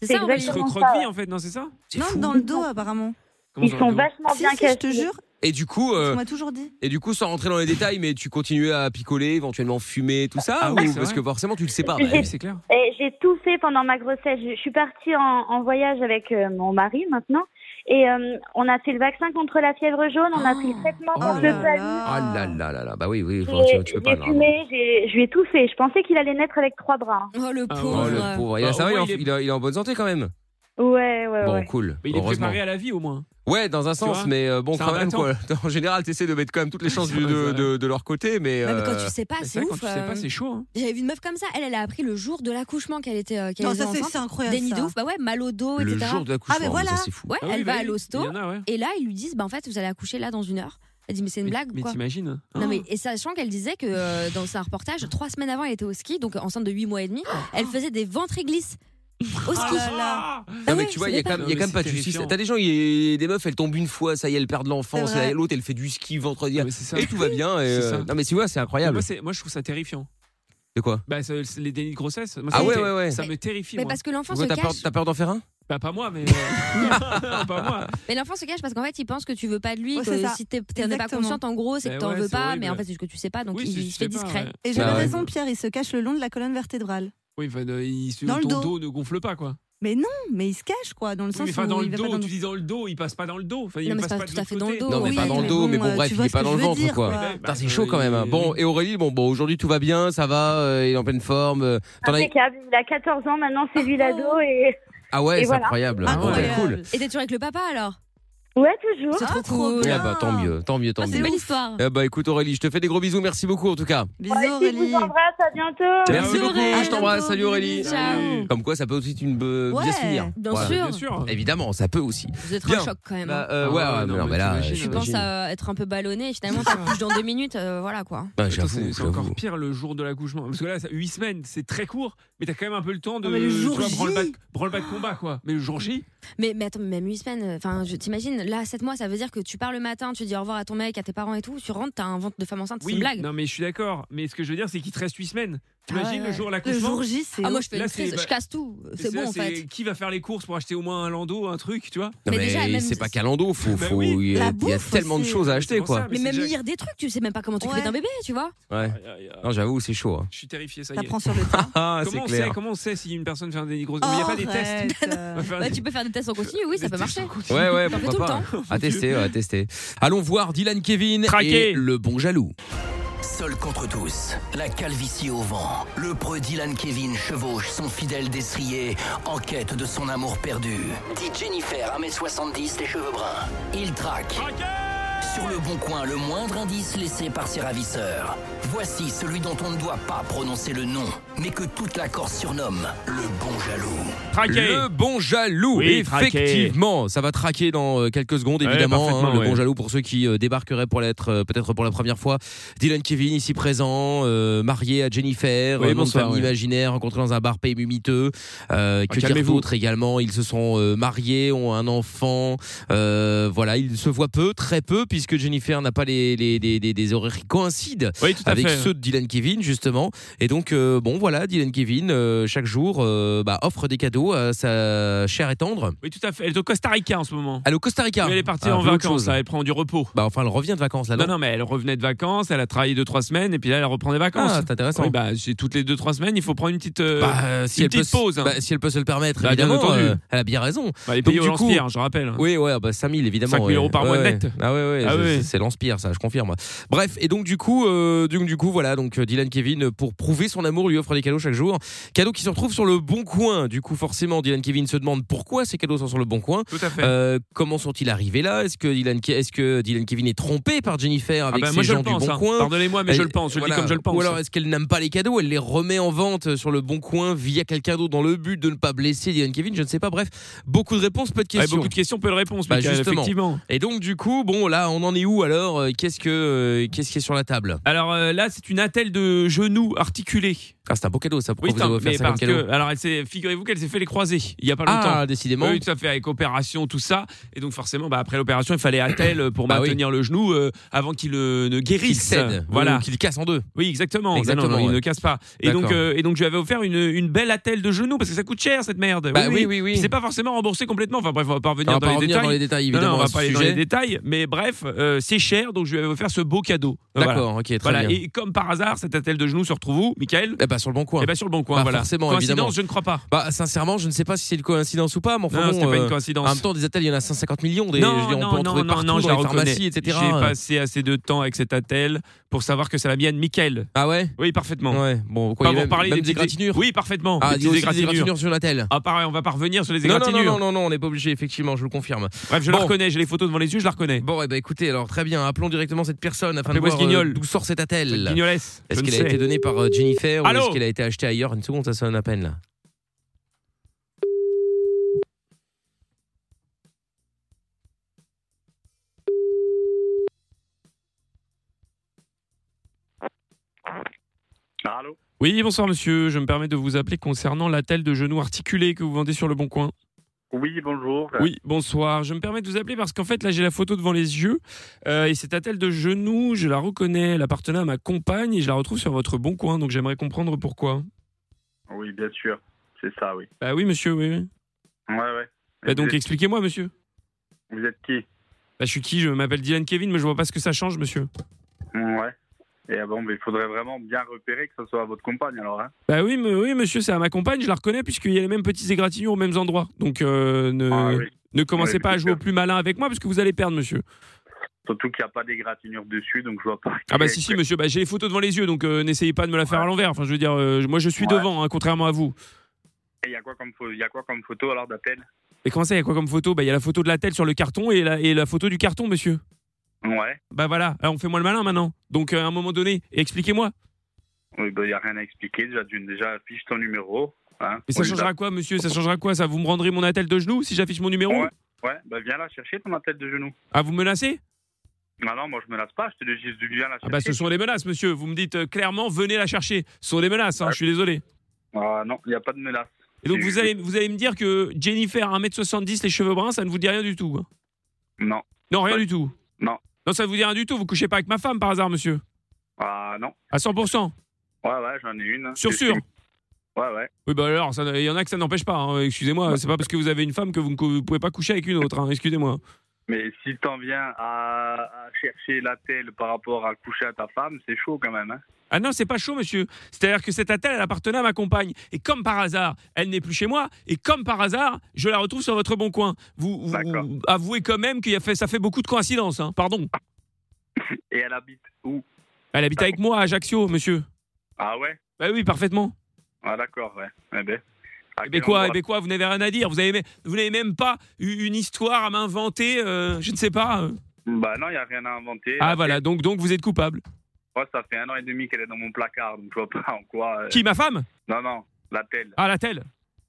C'est
C'est
ça, Aurélie.
se recroqueville en fait, non, c'est ça
Non, dans le dos, apparemment.
Comment ça, dans le dos
Si, si, Je te jure,
et du coup euh,
on m'a toujours dit.
et du coup sans rentrer dans les détails mais tu continuais à picoler éventuellement fumer tout ça
Ah oui, c'est
ou- parce
vrai. Ah
que forcément tu le sais pas
J'ai-
c'est
clair
Et j'ai tout fait pendant ma grossesse. Je, je suis partie en, en voyage avec euh, mon mari maintenant. Et euh, on a fait le vaccin contre la fièvre jaune, on a pris le
Oh
traitement contre le palud.
Ah Oh. là là là là, bah oui, oui,
J'ai
tu, tu peux pas.
j'ai
là.
fumé, j'ai- je lui ai tout fait. Je pensais qu'il allait naître avec trois bras.
Oh le
Oh le pauvre, il, a-
Bah,
ça
au
va, il, est
moins,
en-
il est-
il est- il est en bonne santé quand même.
Ouais, ouais,
Bon,
Euh, ouais.
cool.
Mais il est
heureusement.
préparé à la vie au moins.
Ouais, dans un sens,
vois,
mais euh, bon,
c'est
quand
un
même, quoi.
battant.
En général, t'essaies de mettre quand même toutes les chances du- de, de- de leur côté, mais.
Ouais, mais quand
euh,
tu sais pas, c'est ouf. euh, J'avais vu une meuf comme ça, elle, elle a appris le jour de l'accouchement qu'elle était. euh, qu'elle
Non,
était
ça, c'est-
enceinte.
c'est incroyable,
Déni de
ça.
ouf, bah ouais, mal au dos,
Le
etc.
jour de l'accouchement,
Ah, mais
mais
voilà.
ça, c'est fou.
Ouais,
Ah
elle
oui,
va
bah
à
oui,
l'hosto.
il y en a, ouais.
Et là, ils lui disent, bah en fait, vous allez accoucher là dans une heure. Elle dit, mais c'est une blague ou
Mais
quoi
t'imagines hein. Oh.
Non mais et sachant qu'elle disait que euh, dans un reportage trois semaines avant elle était au ski donc enceinte de 8 mois et demi elle faisait des ventrées glisses au ski
Non, mais tu vois, il y a quand même, il y a quand même pas de justice. T'as des gens, il y a des meufs, elles tombent une fois, ça y est, elles perdent
C'est
l'enfant, ça y est,
vrai.
l'autre, elle fait du ski vendredi,
Ah, c'est ça.
et tout va bien. et,
C'est
euh,
ça.
non, mais tu vois, c'est incroyable.
Moi, c'est- moi, je trouve ça terrifiant.
De quoi
Bah, ça, c'est les dénis de grossesse. Moi,
Ah
ça me
ouais,
ter-
ouais, ouais.
Ça me terrifie.
Mais
moi.
parce que l'enfant Pourquoi se t'as peur- cache.
T'as peur d'en faire un
Bah, pas moi, mais. euh, pas moi.
Mais l'enfant se cache parce qu'en fait, il pense que tu veux pas de lui.
Ouais,
que
c'est ça.
si t'es- t'en es pas
Exactement.
consciente, en gros, c'est que
Eh
t'en
ouais,
veux
c'est
pas.
horrible.
Mais en fait, c'est juste que tu sais pas. Donc, il se fait discret.
Et j'avais
Ah ouais.
raison, Pierre, il se cache le long de la colonne vertébrale.
Oui, enfin, euh, il se-
Dans le
ton
dos.
dos ne gonfle pas, quoi.
Mais non, mais il se cache, quoi, dans le
Oui, mais
sens
enfin,
où
dans
il
le
va
dos,
pas dans
tu dis dans le dos, il passe pas dans le dos. Enfin, il
Non, mais
passe
c'est
pas,
pas
de
tout à
l'autre
fait dans le
côté.
dos.
Non, mais
Oui,
pas dans
mais
le dos, mais
bon,
bon,
euh,
bref,
tu
il
vois
est
ce
pas
que
dans
je
le
veux
ventre,
dire,
quoi.
quoi.
bah,
Putain, c'est chaud quand même. hein. Bon, et Aurélie, bon, bon aujourd'hui tout va bien, ça va, euh, il est en pleine forme. euh, t'en as-
Impeccable. Il a 14 ans maintenant, c'est lui
Oh.
l'ado et.
Ah ouais,
Et
c'est
voilà.
incroyable. Ouais, cool.
Et t'es toujours avec le papa alors
Ouais, toujours.
C'est trop cool.
Ah bah tant mieux, tant mieux,
Oh,
tant
C'est
mieux.
une belle histoire.
Eh bah écoute Aurélie, je te fais des gros bisous, merci beaucoup en tout cas.
Bisous,
Aurélie. Je vous embrasse, à bientôt.
Merci beaucoup, je t'embrasse, salut Aurélie.
Ciao. Salut.
Comme quoi, ça peut aussi être une be-
Ouais,
bien se finir.
bien sûr. Bien sûr.
Évidemment, ça peut aussi.
Vous êtes
Bien.
en choc quand même.
Bah,
hein.
euh,
Ah
ouais,
ouais,
ouais,
non,
mais non,
mais
mais là,
t'imagines,
je
Tu penses
t'imagine.
à être un peu ballonné et finalement tu couches dans deux minutes, euh, voilà quoi.
Bah,
Attends,
j'avoue,
c'est c'est
j'avoue.
encore pire le jour de l'accouchement. Parce que là, 8 semaines, c'est très court, mais t'as quand même un peu le temps de.
Ah, mais le
tu
jour
vois,
J.
branle-bas de- branle-bas de combat, quoi. Mais le jour J.
Mais, mais attends, mais même 8 semaines, euh, enfin, je t'imagine, là, 7 mois, ça veut dire que tu pars le matin, tu dis au revoir à ton mec, à tes parents et tout, tu rentres, t'as un ventre de femme enceinte, c'est
Oui,
une blague.
non mais je suis d'accord. Mais ce que je veux dire, c'est qu'il te reste 8 semaines. T'imagines
Ah ouais,
le
ouais.
jour de l'accouchement
Le jour J, c'est Ah, moi, je fais une
Là,
crise,
c'est-
je casse tout. C'est
là,
bon, en fait.
Qui va faire les courses pour acheter au moins un landau, un truc, tu vois
Non, mais, c'est pas Calando, faut,
Bah
faut, il y a, il y a tellement de choses à acheter quoi.
Mais même lire des trucs, tu sais même pas comment tu crées un bébé, tu vois.
Ouais. Non, j'avoue, c'est chaud. hein.
Je suis terrifié, ça y est.
T'apprends sur
le tas. Ah, c'est
comment, on
clair.
sait, comment on sait si une personne fait un déni gros Il n'y a pas des
Oh,
tests. Enfin,
Bah, tu peux faire des tests en continu, oui, ça peut marcher.
Ouais, ouais,
T'en fais
pourquoi
tout
pas. hein.
le temps.
À tester, ouais, à tester. Allons voir Dylan Kevin
Traqué.
et le bon jaloux.
Seul contre tous, la calvitie au vent, le preux Dylan Kevin chevauche son fidèle destrier en quête de son amour perdu.
euh,
Dit Jennifer, 1m70, les cheveux bruns. Il traque. Sur le bon coin, le moindre indice laissé par ses ravisseurs. Voici celui dont on ne doit pas prononcer le nom, mais que toute la Corse surnomme le bon jaloux.
Le bon jaloux,
Oui, traqué.
effectivement, ça va traquer dans euh, quelques secondes
Ouais,
évidemment.
parfaitement,
le
ouais.
bon jaloux pour ceux qui euh, débarqueraient pour l'être euh, peut-être pour la première fois. Dylan Kevin ici présent, euh, marié à Jennifer,
Oui,
euh, nom de
bonsoir,
famille
ouais.
imaginaire, rencontré dans un bar pays mumiteux. Euh, que
Ah,
dire
calmez-vous.
d'autre également Ils se sont euh, mariés, ont un enfant. euh, voilà, ils se voient peu, très peu, puisque Jennifer n'a pas les, les, les- les- des horaires qui coïncident
Oui, tout à
avec
fait.
ceux de Dylan Kevin justement. Et donc euh, bon voilà, Dylan Kevin euh, chaque jour euh, bah, offre des cadeaux à sa chère et tendre.
Oui, tout à fait. Elle est au Costa Rica en ce moment.
Elle est au Costa Rica.
Elle est partie
Ah,
en
fais autre
vacances,
chose.
là, elle prend du repos.
Bah enfin, elle revient de vacances là.
Non, non, mais elle revenait de vacances, elle a travaillé 2-3 semaines et puis là, elle reprend des vacances.
Ah, c'est intéressant.
Oui, bah, c'est toutes les 2-3 semaines, il faut prendre une petite, euh,
Bah, euh, si
une
elle peut
petite
se-
pause. hein.
bah, si elle peut se le permettre,
Bah, bien
évidemment,
entendu.
euh, elle a bien raison.
Bah, les
Donc,
pays
du
au
coup-
lance-pierre, je rappelle.
Oui, ouais, ah bah 5000 évidemment.
5 000 euros par
Ouais,
mois
ouais.
net.
Ah ouais, ouais,
Ah
c'est-
ouais.
c'est- c'est l'Inspire, ça, je confirme. Bref, et donc du coup, euh, donc du coup, voilà, donc euh, Dylan Kevin pour prouver son amour lui offre des cadeaux chaque jour. Cadeaux qui se retrouvent sur le bon coin. Du coup, forcément, Dylan Kevin se demande pourquoi ces cadeaux sont sur le bon coin.
Tout à fait.
Euh, comment sont-ils arrivés là Est-ce que Dylan, Ke- est-ce que Dylan Kevin est trompé par Jennifer avec
bah,
ces
moi, je
gens
le pense,
du bon
hein.
coin
Pardonnez-moi, mais je
Elle-
le pense, je le dis
voilà.
comme je le pense.
Ou alors est-ce qu'elle n'aime pas les cadeaux Elle les remet en vente euh, sur le bon coin via quelqu'un d'autre dans le but de ne pas blesser Dylan Kevin. Je ne sais pas. Bref, beaucoup de réponses, peu de
Ouais,
questions.
beaucoup de questions, peu de réponses,
Bah,
Mickaël,
justement.
effectivement.
Et donc du coup, bon là, on en est où alors Euh, Qu'est-ce que euh, qu'est-ce qui est sur la table
Alors euh, là, c'est une attelle de genoux articulée.
Ah, c'est un beau cadeau ça. Pourquoi
Oui,
vous avez
tain,
offert
mais
ça comme
parce
cadeau
que, alors, elle s'est- figurez-vous qu'elle s'est fait les croisés il y a pas
Ah,
longtemps.
décidément.
Oui, tout à fait, avec opération, tout ça. Et donc, forcément, bah, après l'opération, il fallait attelle pour
Bah oui.
maintenir le genou euh, avant qu'il euh, ne
Qu'il
guérisse.
cède,
Voilà.
ou qu'il casse en deux.
Oui, exactement.
Exactement,
Non, non, non,
ouais.
il ne casse pas. Et
D'accord.
donc, euh, et donc, je lui avais offert une, une belle attelle de genou parce que ça coûte cher cette merde.
Bah oui, oui, oui.
Puis C'est pas forcément remboursé complètement. Enfin bref, on va pas revenir,
On va
dans,
pas
les
revenir
détails.
dans les détails,
Non,
évidemment,
non, on
à
va
ce
pas aller dans
sujet.
les détails. Mais bref, euh, c'est cher, donc je lui avais offert ce beau cadeau. Euh,
D'accord, ok, très
Voilà.
bien.
Et comme par hasard, cette attelle de genou se retrouve où, Michael
Eh ben sur le bon coin.
Eh ben sur le bon coin.
Bah,
voilà.
forcément,
Coïncidence,
évidemment.
je ne crois pas.
Bah sincèrement, je ne sais pas si c'est une coïncidence ou pas, mais enfin
Non,
bon,
c'était pas une
euh,
coïncidence.
En même temps, des attelles, il y en a 150 millions. Des, je
non,
veux dire, on
non,
peut
non,
en trouver
non,
partout
non, je
dans
la
les
reconnais.
pharmacies, etc.
J'ai passé assez de temps avec cette attelle pour savoir que c'est la mienne, Michael.
Ah ouais
Oui, parfaitement.
Ouais, bon, quoi,
pas
il y
pour
a même-
parler
même
des
des
égratignures.
égratignures
Oui, parfaitement.
Ah,
Des
il y a aussi des
égratignures.
égratignures sur la telle.
Ah, pareil, on va pas revenir sur les
Non, non,
égratignures.
Non, non, non, non, on n'est pas obligé, effectivement, je le confirme.
Bref, je la reconnais, j'ai les photos devant les yeux, je la reconnais.
Bon, et ben écoutez, alors très bien, appelons directement cette personne afin de
Appelez-moi
voir
ce guignol.
euh, d'où sort cette attelle.
Cette guignolesse, je
Est-ce
ne
qu'elle a
sais.
été donnée par euh, Jennifer
Allô
ou est-ce qu'elle a été achetée ailleurs Une seconde, ça sonne à peine là.
Ah, Allô
Oui, bonsoir monsieur, je me permets de vous appeler concernant l'attelle de genou articulé que vous vendez sur le Bon Coin.
Oui, bonjour.
Oui, bonsoir. Je me permets de vous appeler parce qu'en fait, là, j'ai la photo devant les yeux euh, et cette attelle de genou, je la reconnais, elle appartenait à ma compagne et je la retrouve sur votre bon coin, donc j'aimerais comprendre pourquoi.
Oui, bien sûr. C'est ça, oui.
Bah oui, monsieur, oui. oui.
Ouais, ouais.
Bah
Et
donc,
vous êtes-
expliquez-moi, monsieur.
Vous êtes qui
Bah, je suis qui Je m'appelle Dylan Kevin, mais je vois pas ce que ça change, monsieur.
Ouais. Et ah bon, mais il faudrait vraiment bien repérer que ce soit votre compagne, alors. Hein
Bah oui, mais, oui, monsieur, c'est à ma compagne, je la reconnais puisqu'il y a les mêmes petits égratignures aux mêmes endroits. Donc, euh, ne, ne commencez
Ah Ouais,
pas à
bien
jouer au plus malin avec moi parce que vous allez perdre, monsieur.
Surtout qu'il n'y a pas d'égratignure dessus, donc je vois pas.
ben,
Ah bah si si monsieur, bah, j'ai les photos devant les yeux donc euh, n'essayez pas de me la faire à l'envers. Enfin je veux dire, euh, moi je suis
Ouais.
devant, hein, contrairement à vous.
Et il y a quoi comme, pho- il y a quoi comme photo alors d'appel
Et comment ça, il y a quoi comme photo Bah il y a la photo de la tête sur le carton et la, et la photo du carton monsieur.
Ouais.
Bah voilà, alors on fait moi le malin maintenant. Donc euh, à un moment donné, expliquez-moi.
Oui, bah, il n'y a rien à expliquer. Déjà, d'une- déjà affiche ton numéro. Hein.
Mais ça
On y
changera
va.
quoi monsieur Ça changera quoi Ça vous me rendrez mon attel de genou si j'affiche mon numéro
Ouais, ouais. Bah, viens là chercher ton tête de genou. Ah
Ah vous menacez
Non, non, moi je me lasse pas, je te le dis, je viens la
Ah bah ce sont des menaces monsieur, vous me dites euh, clairement venez la chercher. Ce sont des menaces, hein, je suis désolé.
Ah non, il n'y a pas de menace.
Et donc
C'est
vous
juste-
allez, vous allez me dire que Jennifer 1m70 les cheveux bruns ça ne vous dit rien du tout hein
Non.
Non rien du tout
Non.
Non ça ne vous dit rien du tout, vous couchez pas avec ma femme par hasard monsieur
Ah non.
À 100%
Ouais, ouais, j'en ai une. hein.
Sur
Je
sûr
suis- Ouais, ouais.
Oui, bah alors, ça- il y en a que ça n'empêche pas. hein. Excusez-moi, c'est pas parce que vous avez une femme que vous ne cou- vous pouvez pas coucher avec une autre. hein. Excusez-moi.
Mais si t'en viens à, à chercher la telle par rapport à coucher à ta femme, c'est chaud quand même. Hein.
Ah non, c'est pas chaud, monsieur. C'est-à-dire que cette attelle, elle appartenait à ma compagne. Et comme par hasard, elle n'est plus chez moi. Et comme par hasard, je la retrouve sur votre bon coin. Vous, vous- avouez quand même que fait, ça fait beaucoup de coïncidences. hein. Pardon.
Et elle habite où
Elle habite avec moi à Ajaccio, monsieur.
Ah ouais
Bah oui, parfaitement.
Ah d'accord, ouais. Eh ben. à
Eh
quel
ben quoi,
endroit-
eh ben quoi, vous n'avez rien à dire. Vous n'avez vous n'avez même pas eu une histoire à m'inventer. euh, je ne sais pas. euh.
Bah non, il n'y a rien à inventer.
Ah voilà, donc, donc vous êtes coupable.
Moi, ça fait un an et demi qu'elle est dans mon placard, donc je vois pas en quoi. euh,
Qui, ma femme
Non, non, la telle.
Ah, la telle.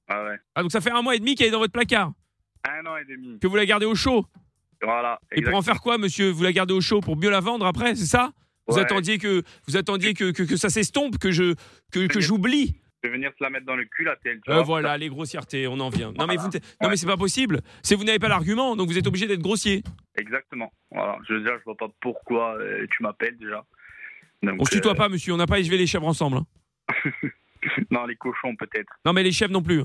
Ah ouais.
Ah, donc ça fait un mois et demi qu'elle est dans votre placard.
Un an et demi.
Que vous la gardez au chaud.
Voilà.
Et pour en faire quoi, monsieur Vous la gardez au chaud pour mieux la vendre après, c'est ça Vous
Ouais.
attendiez que vous attendiez que, que, que ça s'estompe, que je que, que j'oublie.
Je vais venir te la mettre dans le cul, la telle. tu
Euh,
vois.
voilà, les grossièretés, on en vient. Non mais vous, non mais c'est pas possible. C'est vous n'avez pas l'argument, donc vous êtes obligé d'être grossier.
Exactement. Voilà. Je veux dire, je vois pas pourquoi euh, tu m'appelles déjà. Donc,
on se tutoie
euh,
pas, monsieur. On n'a pas élevé les chèvres ensemble. hein.
non, les cochons peut-être.
Non mais les chèvres non plus.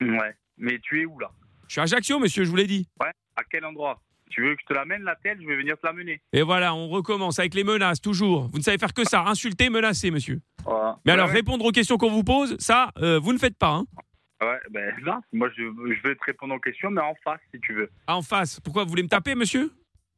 Ouais. Mais tu es où là
Je suis à Ajaccio, monsieur. Je vous l'ai dit.
Ouais. À quel endroit Tu veux que je te l'amène la telle Je vais venir te l'amener.
Et voilà, on recommence avec les menaces toujours. Vous ne savez faire que ça, insulter, menacer, monsieur.
Voilà.
Mais
Ah, Ouais,
alors
ouais.
répondre aux questions qu'on vous pose, ça, euh, vous ne faites pas. Hein.
Ouais, ben là, moi je, je vais te répondre aux questions, mais en face si tu veux.
Ah, en face. Pourquoi vous voulez me taper, monsieur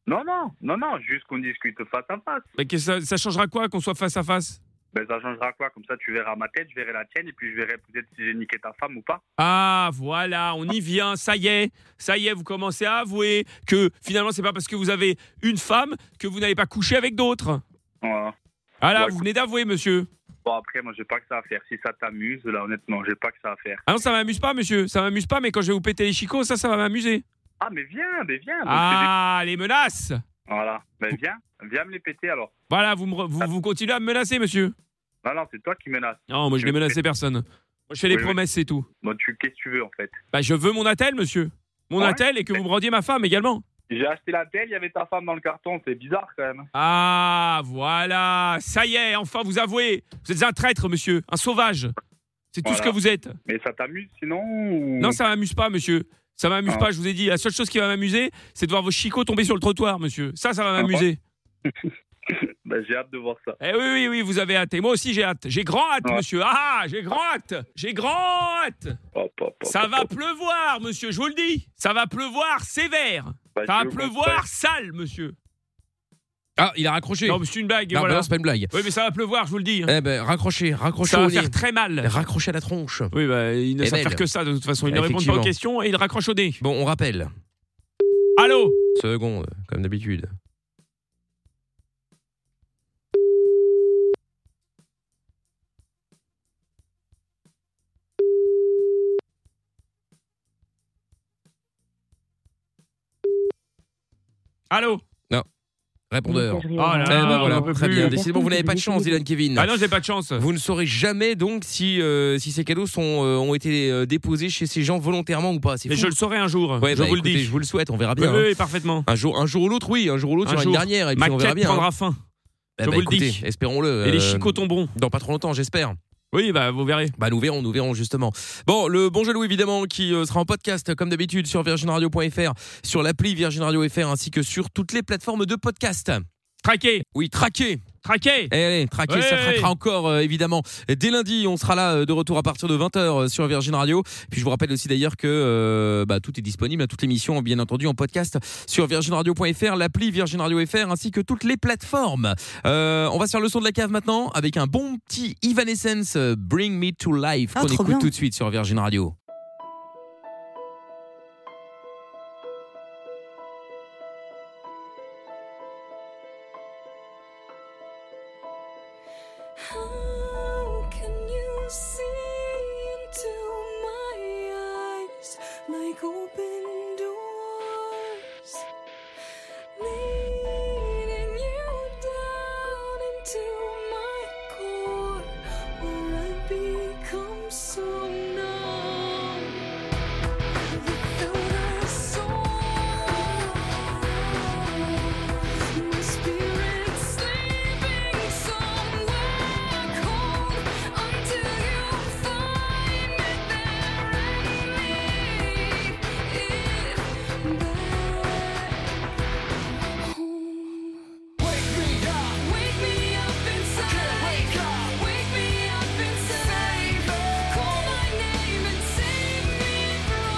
Non, non, non, non, juste qu'on discute face à face.
Mais que ça, ça changera quoi qu'on soit face à face
Ben ça changera quoi Comme ça, tu verras ma tête, je verrai la tienne, et puis je verrai peut-être si j'ai niqué ta femme ou pas.
Ah voilà, on y vient, ça y est, ça y est, vous commencez à avouer que finalement c'est pas parce que vous avez une femme que vous n'avez pas couché avec d'autres.
Voilà.
Ah là,
Ouais,
vous venez d'avouer, monsieur.
Bon, après, moi, j'ai pas que ça à faire. Si ça t'amuse, là, honnêtement, j'ai pas que ça à faire.
Ah non, ça m'amuse pas, monsieur, ça m'amuse pas, mais quand je vais vous péter les chicots, ça, ça va m'amuser.
Ah, mais viens, mais viens. donc
Ah, les menaces
c'est des- Voilà, ben viens, viens me les péter alors.
Voilà, vous, me re- vous, vous continuez à me menacer, monsieur.
Non, non, c'est toi qui menaces.
Non, moi je n'ai menacé personne. Moi je fais les
Oui, oui.
promesses, c'est tout.
Bon, tu, qu'est-ce que tu veux en fait
Bah je veux mon attel, monsieur. Mon
Ouais.
attel et que vous me rendiez ma femme également.
J'ai acheté la telle, il y avait ta femme dans le carton, c'est bizarre quand même.
Ah, voilà, ça y est, enfin vous avouez. Vous êtes un traître, monsieur, un sauvage. C'est tout
Voilà.
ce que vous êtes.
Mais ça t'amuse sinon ou-
Non, ça m'amuse pas, monsieur. Ça m'amuse
Ah.
pas, je vous ai dit. La seule chose qui va m'amuser, c'est de voir vos chicots tomber sur le trottoir, monsieur. Ça, ça va
Ah
m'amuser.
Ben, j'ai hâte de voir ça.
Eh oui, oui, oui, vous avez hâte. Et moi aussi, j'ai hâte. J'ai grand hâte,
Ouais.
monsieur. Ah, j'ai grand hâte. J'ai grand hâte.
Hop, hop, hop.
Ça va pleuvoir, monsieur, je vous le dis. Ça va pleuvoir sévère.
Bah,
ça va
je vous
pleuvoir
comprends.
sale, monsieur.
Ah, il a raccroché.
Non, mais c'est une blague.
Non,
voilà.
mais non, c'est pas une blague.
Oui, mais ça va pleuvoir, je vous le dis. hein.
Eh ben, raccrochez, raccrochez
Ça va
au nez.
faire très mal.
Raccrochez à la tronche.
Oui, bah, il ne
Et
savent
belle.
faire que ça, de toute façon. Ils ne répondent pas aux
Eh, Effectivement.
questions et ils raccrochent au nez.
Bon, on rappelle.
Allô
Seconde, comme d'habitude.
Allô
Non. Répondeur.
Messagerie orange. Ah
Eh
là
ben
là,
voilà,
on en peut
très
plus.
bien.
La
Décidément,
personne
vous n'avez
qui
pas de
vous
chance,
écoute.
Dylan Kevin.
Ah non, j'ai pas de chance.
Vous ne saurez jamais donc si, euh, si ces cadeaux sont, euh, ont été euh, déposés chez ces gens volontairement ou pas. C'est
Mais
fou.
je le saurai un jour.
Ouais,
euh, je
bah,
vous le
écoutez,
dis.
Je vous le souhaite, on verra bien.
Oui, oui,
hein.
parfaitement.
Un jour, un jour ou l'autre, oui. Un jour ou l'autre, il
Un
y aura une
jour.
dernière. Et puis
Ma
on verra
quête
bien.
prendra
hein.
fin.
Eh
Je
ben,
vous le
écoutez,
dis.
Espérons-le.
Et les
euh,
chicots tomberont.
Dans pas trop longtemps, j'espère.
Oui, bah vous verrez.
Bah nous verrons, nous verrons justement. Bon, le bon jaloux évidemment qui euh, sera en podcast comme d'habitude sur virginradio.fr, sur l'appli Virgin Radio FR ainsi que sur toutes les plateformes de podcast.
Traqué.
Oui, traqué. Eh,
Traqué.
allez, traqué,
Ouais,
ça
ouais,
traquera
ouais.
encore euh, évidemment. Et dès lundi, on sera là euh, de retour à partir de 20h sur Virgin Radio. Puis je vous rappelle aussi d'ailleurs que euh, bah, tout est disponible à toute l'émission bien entendu en podcast sur virginradio.fr, l'appli Virgin Radio FR ainsi que toutes les plateformes. Euh, on va sur le son de la cave maintenant avec un bon petit Evanescence euh, Bring Me to Life
Ah,
qu'on
trop
écoute
bien.
tout de suite sur Virgin Radio.
How can you see into my eyes like open doors? Leading you down into my core, where I become so numb. The thought I saw, my spirit sleeping somewhere cold until you find it there and lead it back home. Wake me up, wake me up inside. Can't wake up, wake me up inside. Call my name and save me from.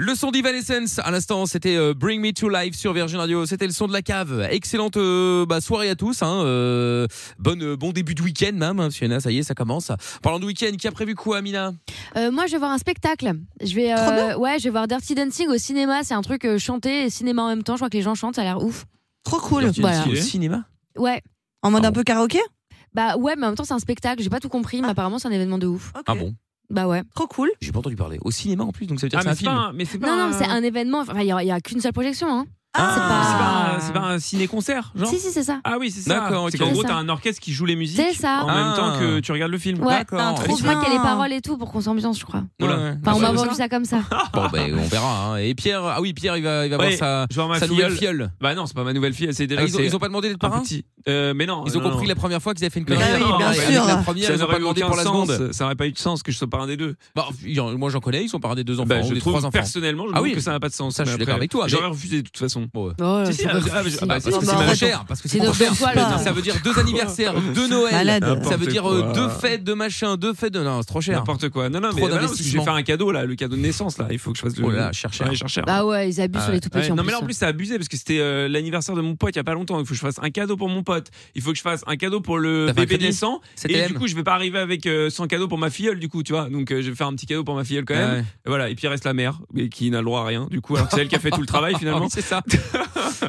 Le son d'Evanescence, à l'instant, c'était euh, Bring Me to Life sur Virgin Radio. C'était le son de la cave. Excellente euh, bah, soirée à tous. Hein, euh, bonne, euh, bon début de week-end même. hein, parce qu'il y en a, ça y est, ça commence. Parlant de week-end, qui a prévu quoi, Amina
Euh, moi, je vais voir un spectacle. Je vais, euh, ouais, je vais voir Dirty Dancing au cinéma. C'est un truc euh, chanté et cinéma en même temps. Je crois que les gens chantent, ça a l'air ouf.
Trop cool.
Voilà.
Au cinéma
Ouais.
En
Oh.
mode un peu karaoké Ah.
Bah ouais, mais en même temps, c'est un spectacle. J'ai pas tout compris, mais apparemment, c'est un événement de ouf.
Ah bon
Bah ouais.
Oh. Trop cool.
J'ai pas entendu parler. Au cinéma en plus, donc ça veut dire
Ah,
que
mais
c'est
c'est
un
pas
film.
un- mais c'est
Non, non, mais c'est un événement. Enfin, il y, a qu'une seule projection. Hein.
Ah, c'est pas, un- c'est pas un ciné-concert, genre
Si, si, c'est ça.
Ah oui, c'est ça.
D'accord, ok.
C'est qu'en
C'est
gros,
ça.
t'as un orchestre qui joue les musiques
C'est ça.
en
Ah.
même temps que tu regardes le film.
Ouais, trop je crois qu'il y a les paroles et tout pour qu'on s'ambiance, je crois.
Bah,
Enfin, on m'a vendu ça comme ça.
Bon, ben, on verra. hein. Et Pierre, ah oui, Pierre, il va, il va
Ouais,
voir sa,
je vais voir ma
sa nouvelle
filleule.
fiole.
Bah non, c'est pas ma nouvelle fille. C'est déjà.
Ah, ils, ont,
c'est
ils ont pas demandé d'être
un
parrain
petit- Euh, mais non.
Ils ont
non,
compris
non.
la première fois qu'ils avaient fait une
Mais
Bah
connerie.
non,
Et
mais
avec
avec
La première,
ça
ils ont
n'aurait
pas
eu
demandé
aucun
pour la
sens.
seconde.
Ça n'aurait pas eu de sens que je sois parrain des deux.
Bah, il y en- moi j'en connais, ils sont parrain des deux enfants,
Bah,
ou
je
des
trouve
trois enfants.
personnellement, je
Ah
trouve
oui.
que ça n'a pas de sens.
Ça, je suis
Mais
d'accord
après,
avec toi, mais-
J'aurais refusé de toute façon.
Ouais,
Si, si,
c'est
ah,
pas
ah,
possible.
ah, bah,
Non,
parce que
bah,
c'est ma
arrête,
chère.
on- parce que
c'est notre
cher.
choix,
Putain,
le-
Ça veut dire deux anniversaires, deux Noëls,
Malade.
ça veut dire euh,
N'importe
deux
quoi.
fêtes, deux machins, deux fêtes de. Non, c'est trop cher.
N'importe quoi. Non, non, mais
Trop
bah non, parce que je vais
d'investissement.
faire un cadeau là, le cadeau de naissance là. Il faut que je fasse le.
Oh là, chercher.
Ouais, chercher.
Bah ouais, ils abusent sur les tout petits.
Ouais, Non mais là en plus c'est abusé parce que c'était euh, l'anniversaire de mon pote il y a pas longtemps. Il faut que je fasse un cadeau pour mon pote. Il faut que je fasse un cadeau pour le
T'as fait un
bébé
crédit
naissant.
CTM.
Et du coup je vais pas arriver avec euh, 100 cadeaux pour ma filleule du coup tu vois. Donc euh, je vais faire un petit cadeau pour ma filleule quand même.
Ouais.
Et voilà et puis il reste la mère mais qui n'a le droit à rien du coup. Alors que c'est elle qui a fait tout le travail finalement.
Oui, c'est ça.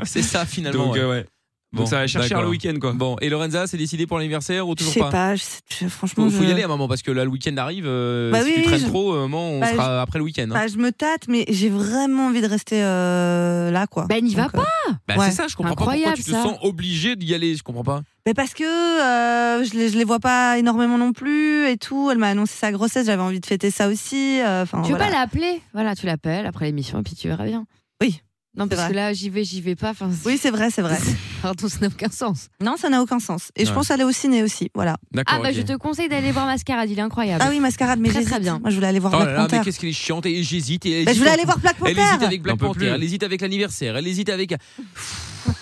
C'est ça finalement.
Donc, euh, ouais. Donc, ça va chercher
d'accord.
le week-end, quoi.
Bon, et Lorenza, c'est décidé pour l'anniversaire ou
Je
toujours
sais
pas
pas, je sais- je- franchement.
Faut, faut y
je-
aller à un moment parce que là le week-end arrive. euh,
Bah
si tu
oui,
traînes
je-
trop, euh, moment, on
Bah,
sera
je-
après le week-end. hein.
Bah, je me tâte, mais j'ai vraiment envie de rester euh, là, quoi.
Ben, n'y va pas
Bah, c'est ça, je comprends pas pourquoi tu te sens obligé d'y aller. Je comprends pas.
Mais parce que euh, je, les, je les vois pas énormément non plus et tout. Elle m'a annoncé sa grossesse, j'avais envie de fêter ça aussi. euh, Enfin,
Tu veux
voilà.
pas l'appeler Voilà, tu l'appelles après l'émission et puis tu verras bien.
Oui.
Non,
c'est
parce
vrai.
que là, j'y vais, j'y vais pas.
Oui, c'est vrai, c'est vrai.
Pardon, ça n'a aucun sens.
Non, ça n'a aucun sens. Et je
Ouais.
pense aller au ciné aussi, voilà.
D'accord.
Ah bah
ok.
je te conseille d'aller voir Mascarade, il est incroyable.
Ah oui, Mascarade, mais
Très,
j'hésite.
très bien.
Moi, je voulais aller voir
Oh
Black
là là, mais
Panther.
qu'est-ce qu'elle est chiante et elle hésite. Et elle
Bah, je
hésite
voulais
en
aller
tout.
voir Black
Elle hésite
Panther.
avec Black
J'en peux
Panther,
plus.
elle hésite avec l'anniversaire, elle hésite avec.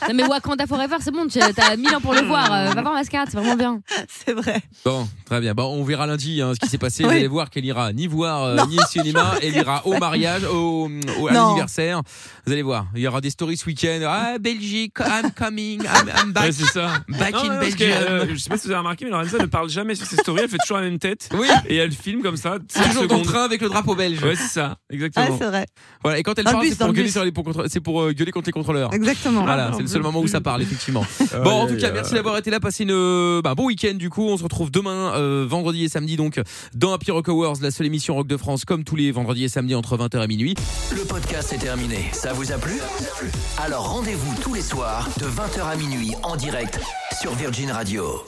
Non mais Wakanda Forever, c'est bon, tu- t'as mille ans pour le voir. euh, va voir Mascarade, c'est vraiment bien.
C'est vrai.
Bon, très bien. Bon, on verra lundi hein, ce qui s'est passé. Vous
Oui.
allez voir qu'elle ira ni voir euh,
Non,
ni au cinéma,
je
elle ira au
sais.
mariage, au, au- à
Non.
l'anniversaire. Vous allez voir, il y aura des stories ce week-end. Ah Belgique, I'm coming, I'm, I'm back.
Ouais, c'est ça.
Back
Non,
in
non, parce que,
Belgium.
euh, je sais pas si vous avez remarqué, mais Lorenza ne parle jamais sur ses stories. Elle fait toujours la même tête.
Oui.
Et elle filme comme ça.
C'est toujours dans le train avec le drapeau belge.
Ouais, c'est ça. Exactement.
Ah, c'est vrai.
Voilà, et quand elle
Dans le
parle,
bus,
c'est
dans
pour,
le
gueuler
bus.
sur les- pour contre- c'est pour, euh, gueuler contre les contrôleurs.
Exactement.
Voilà, c'est le seul moment où ça parle, effectivement. Bon, en tout cas, merci d'avoir été là. Passez une, bah, un bon week-end, du coup. On se retrouve demain, euh, vendredi et samedi, donc, dans Happy Rock Awards, la seule émission rock de France, comme tous les vendredis et samedis entre 20h et minuit.
Le podcast est terminé. Ça vous a plu Alors rendez-vous tous les soirs de 20h à minuit en direct sur Virgin Radio.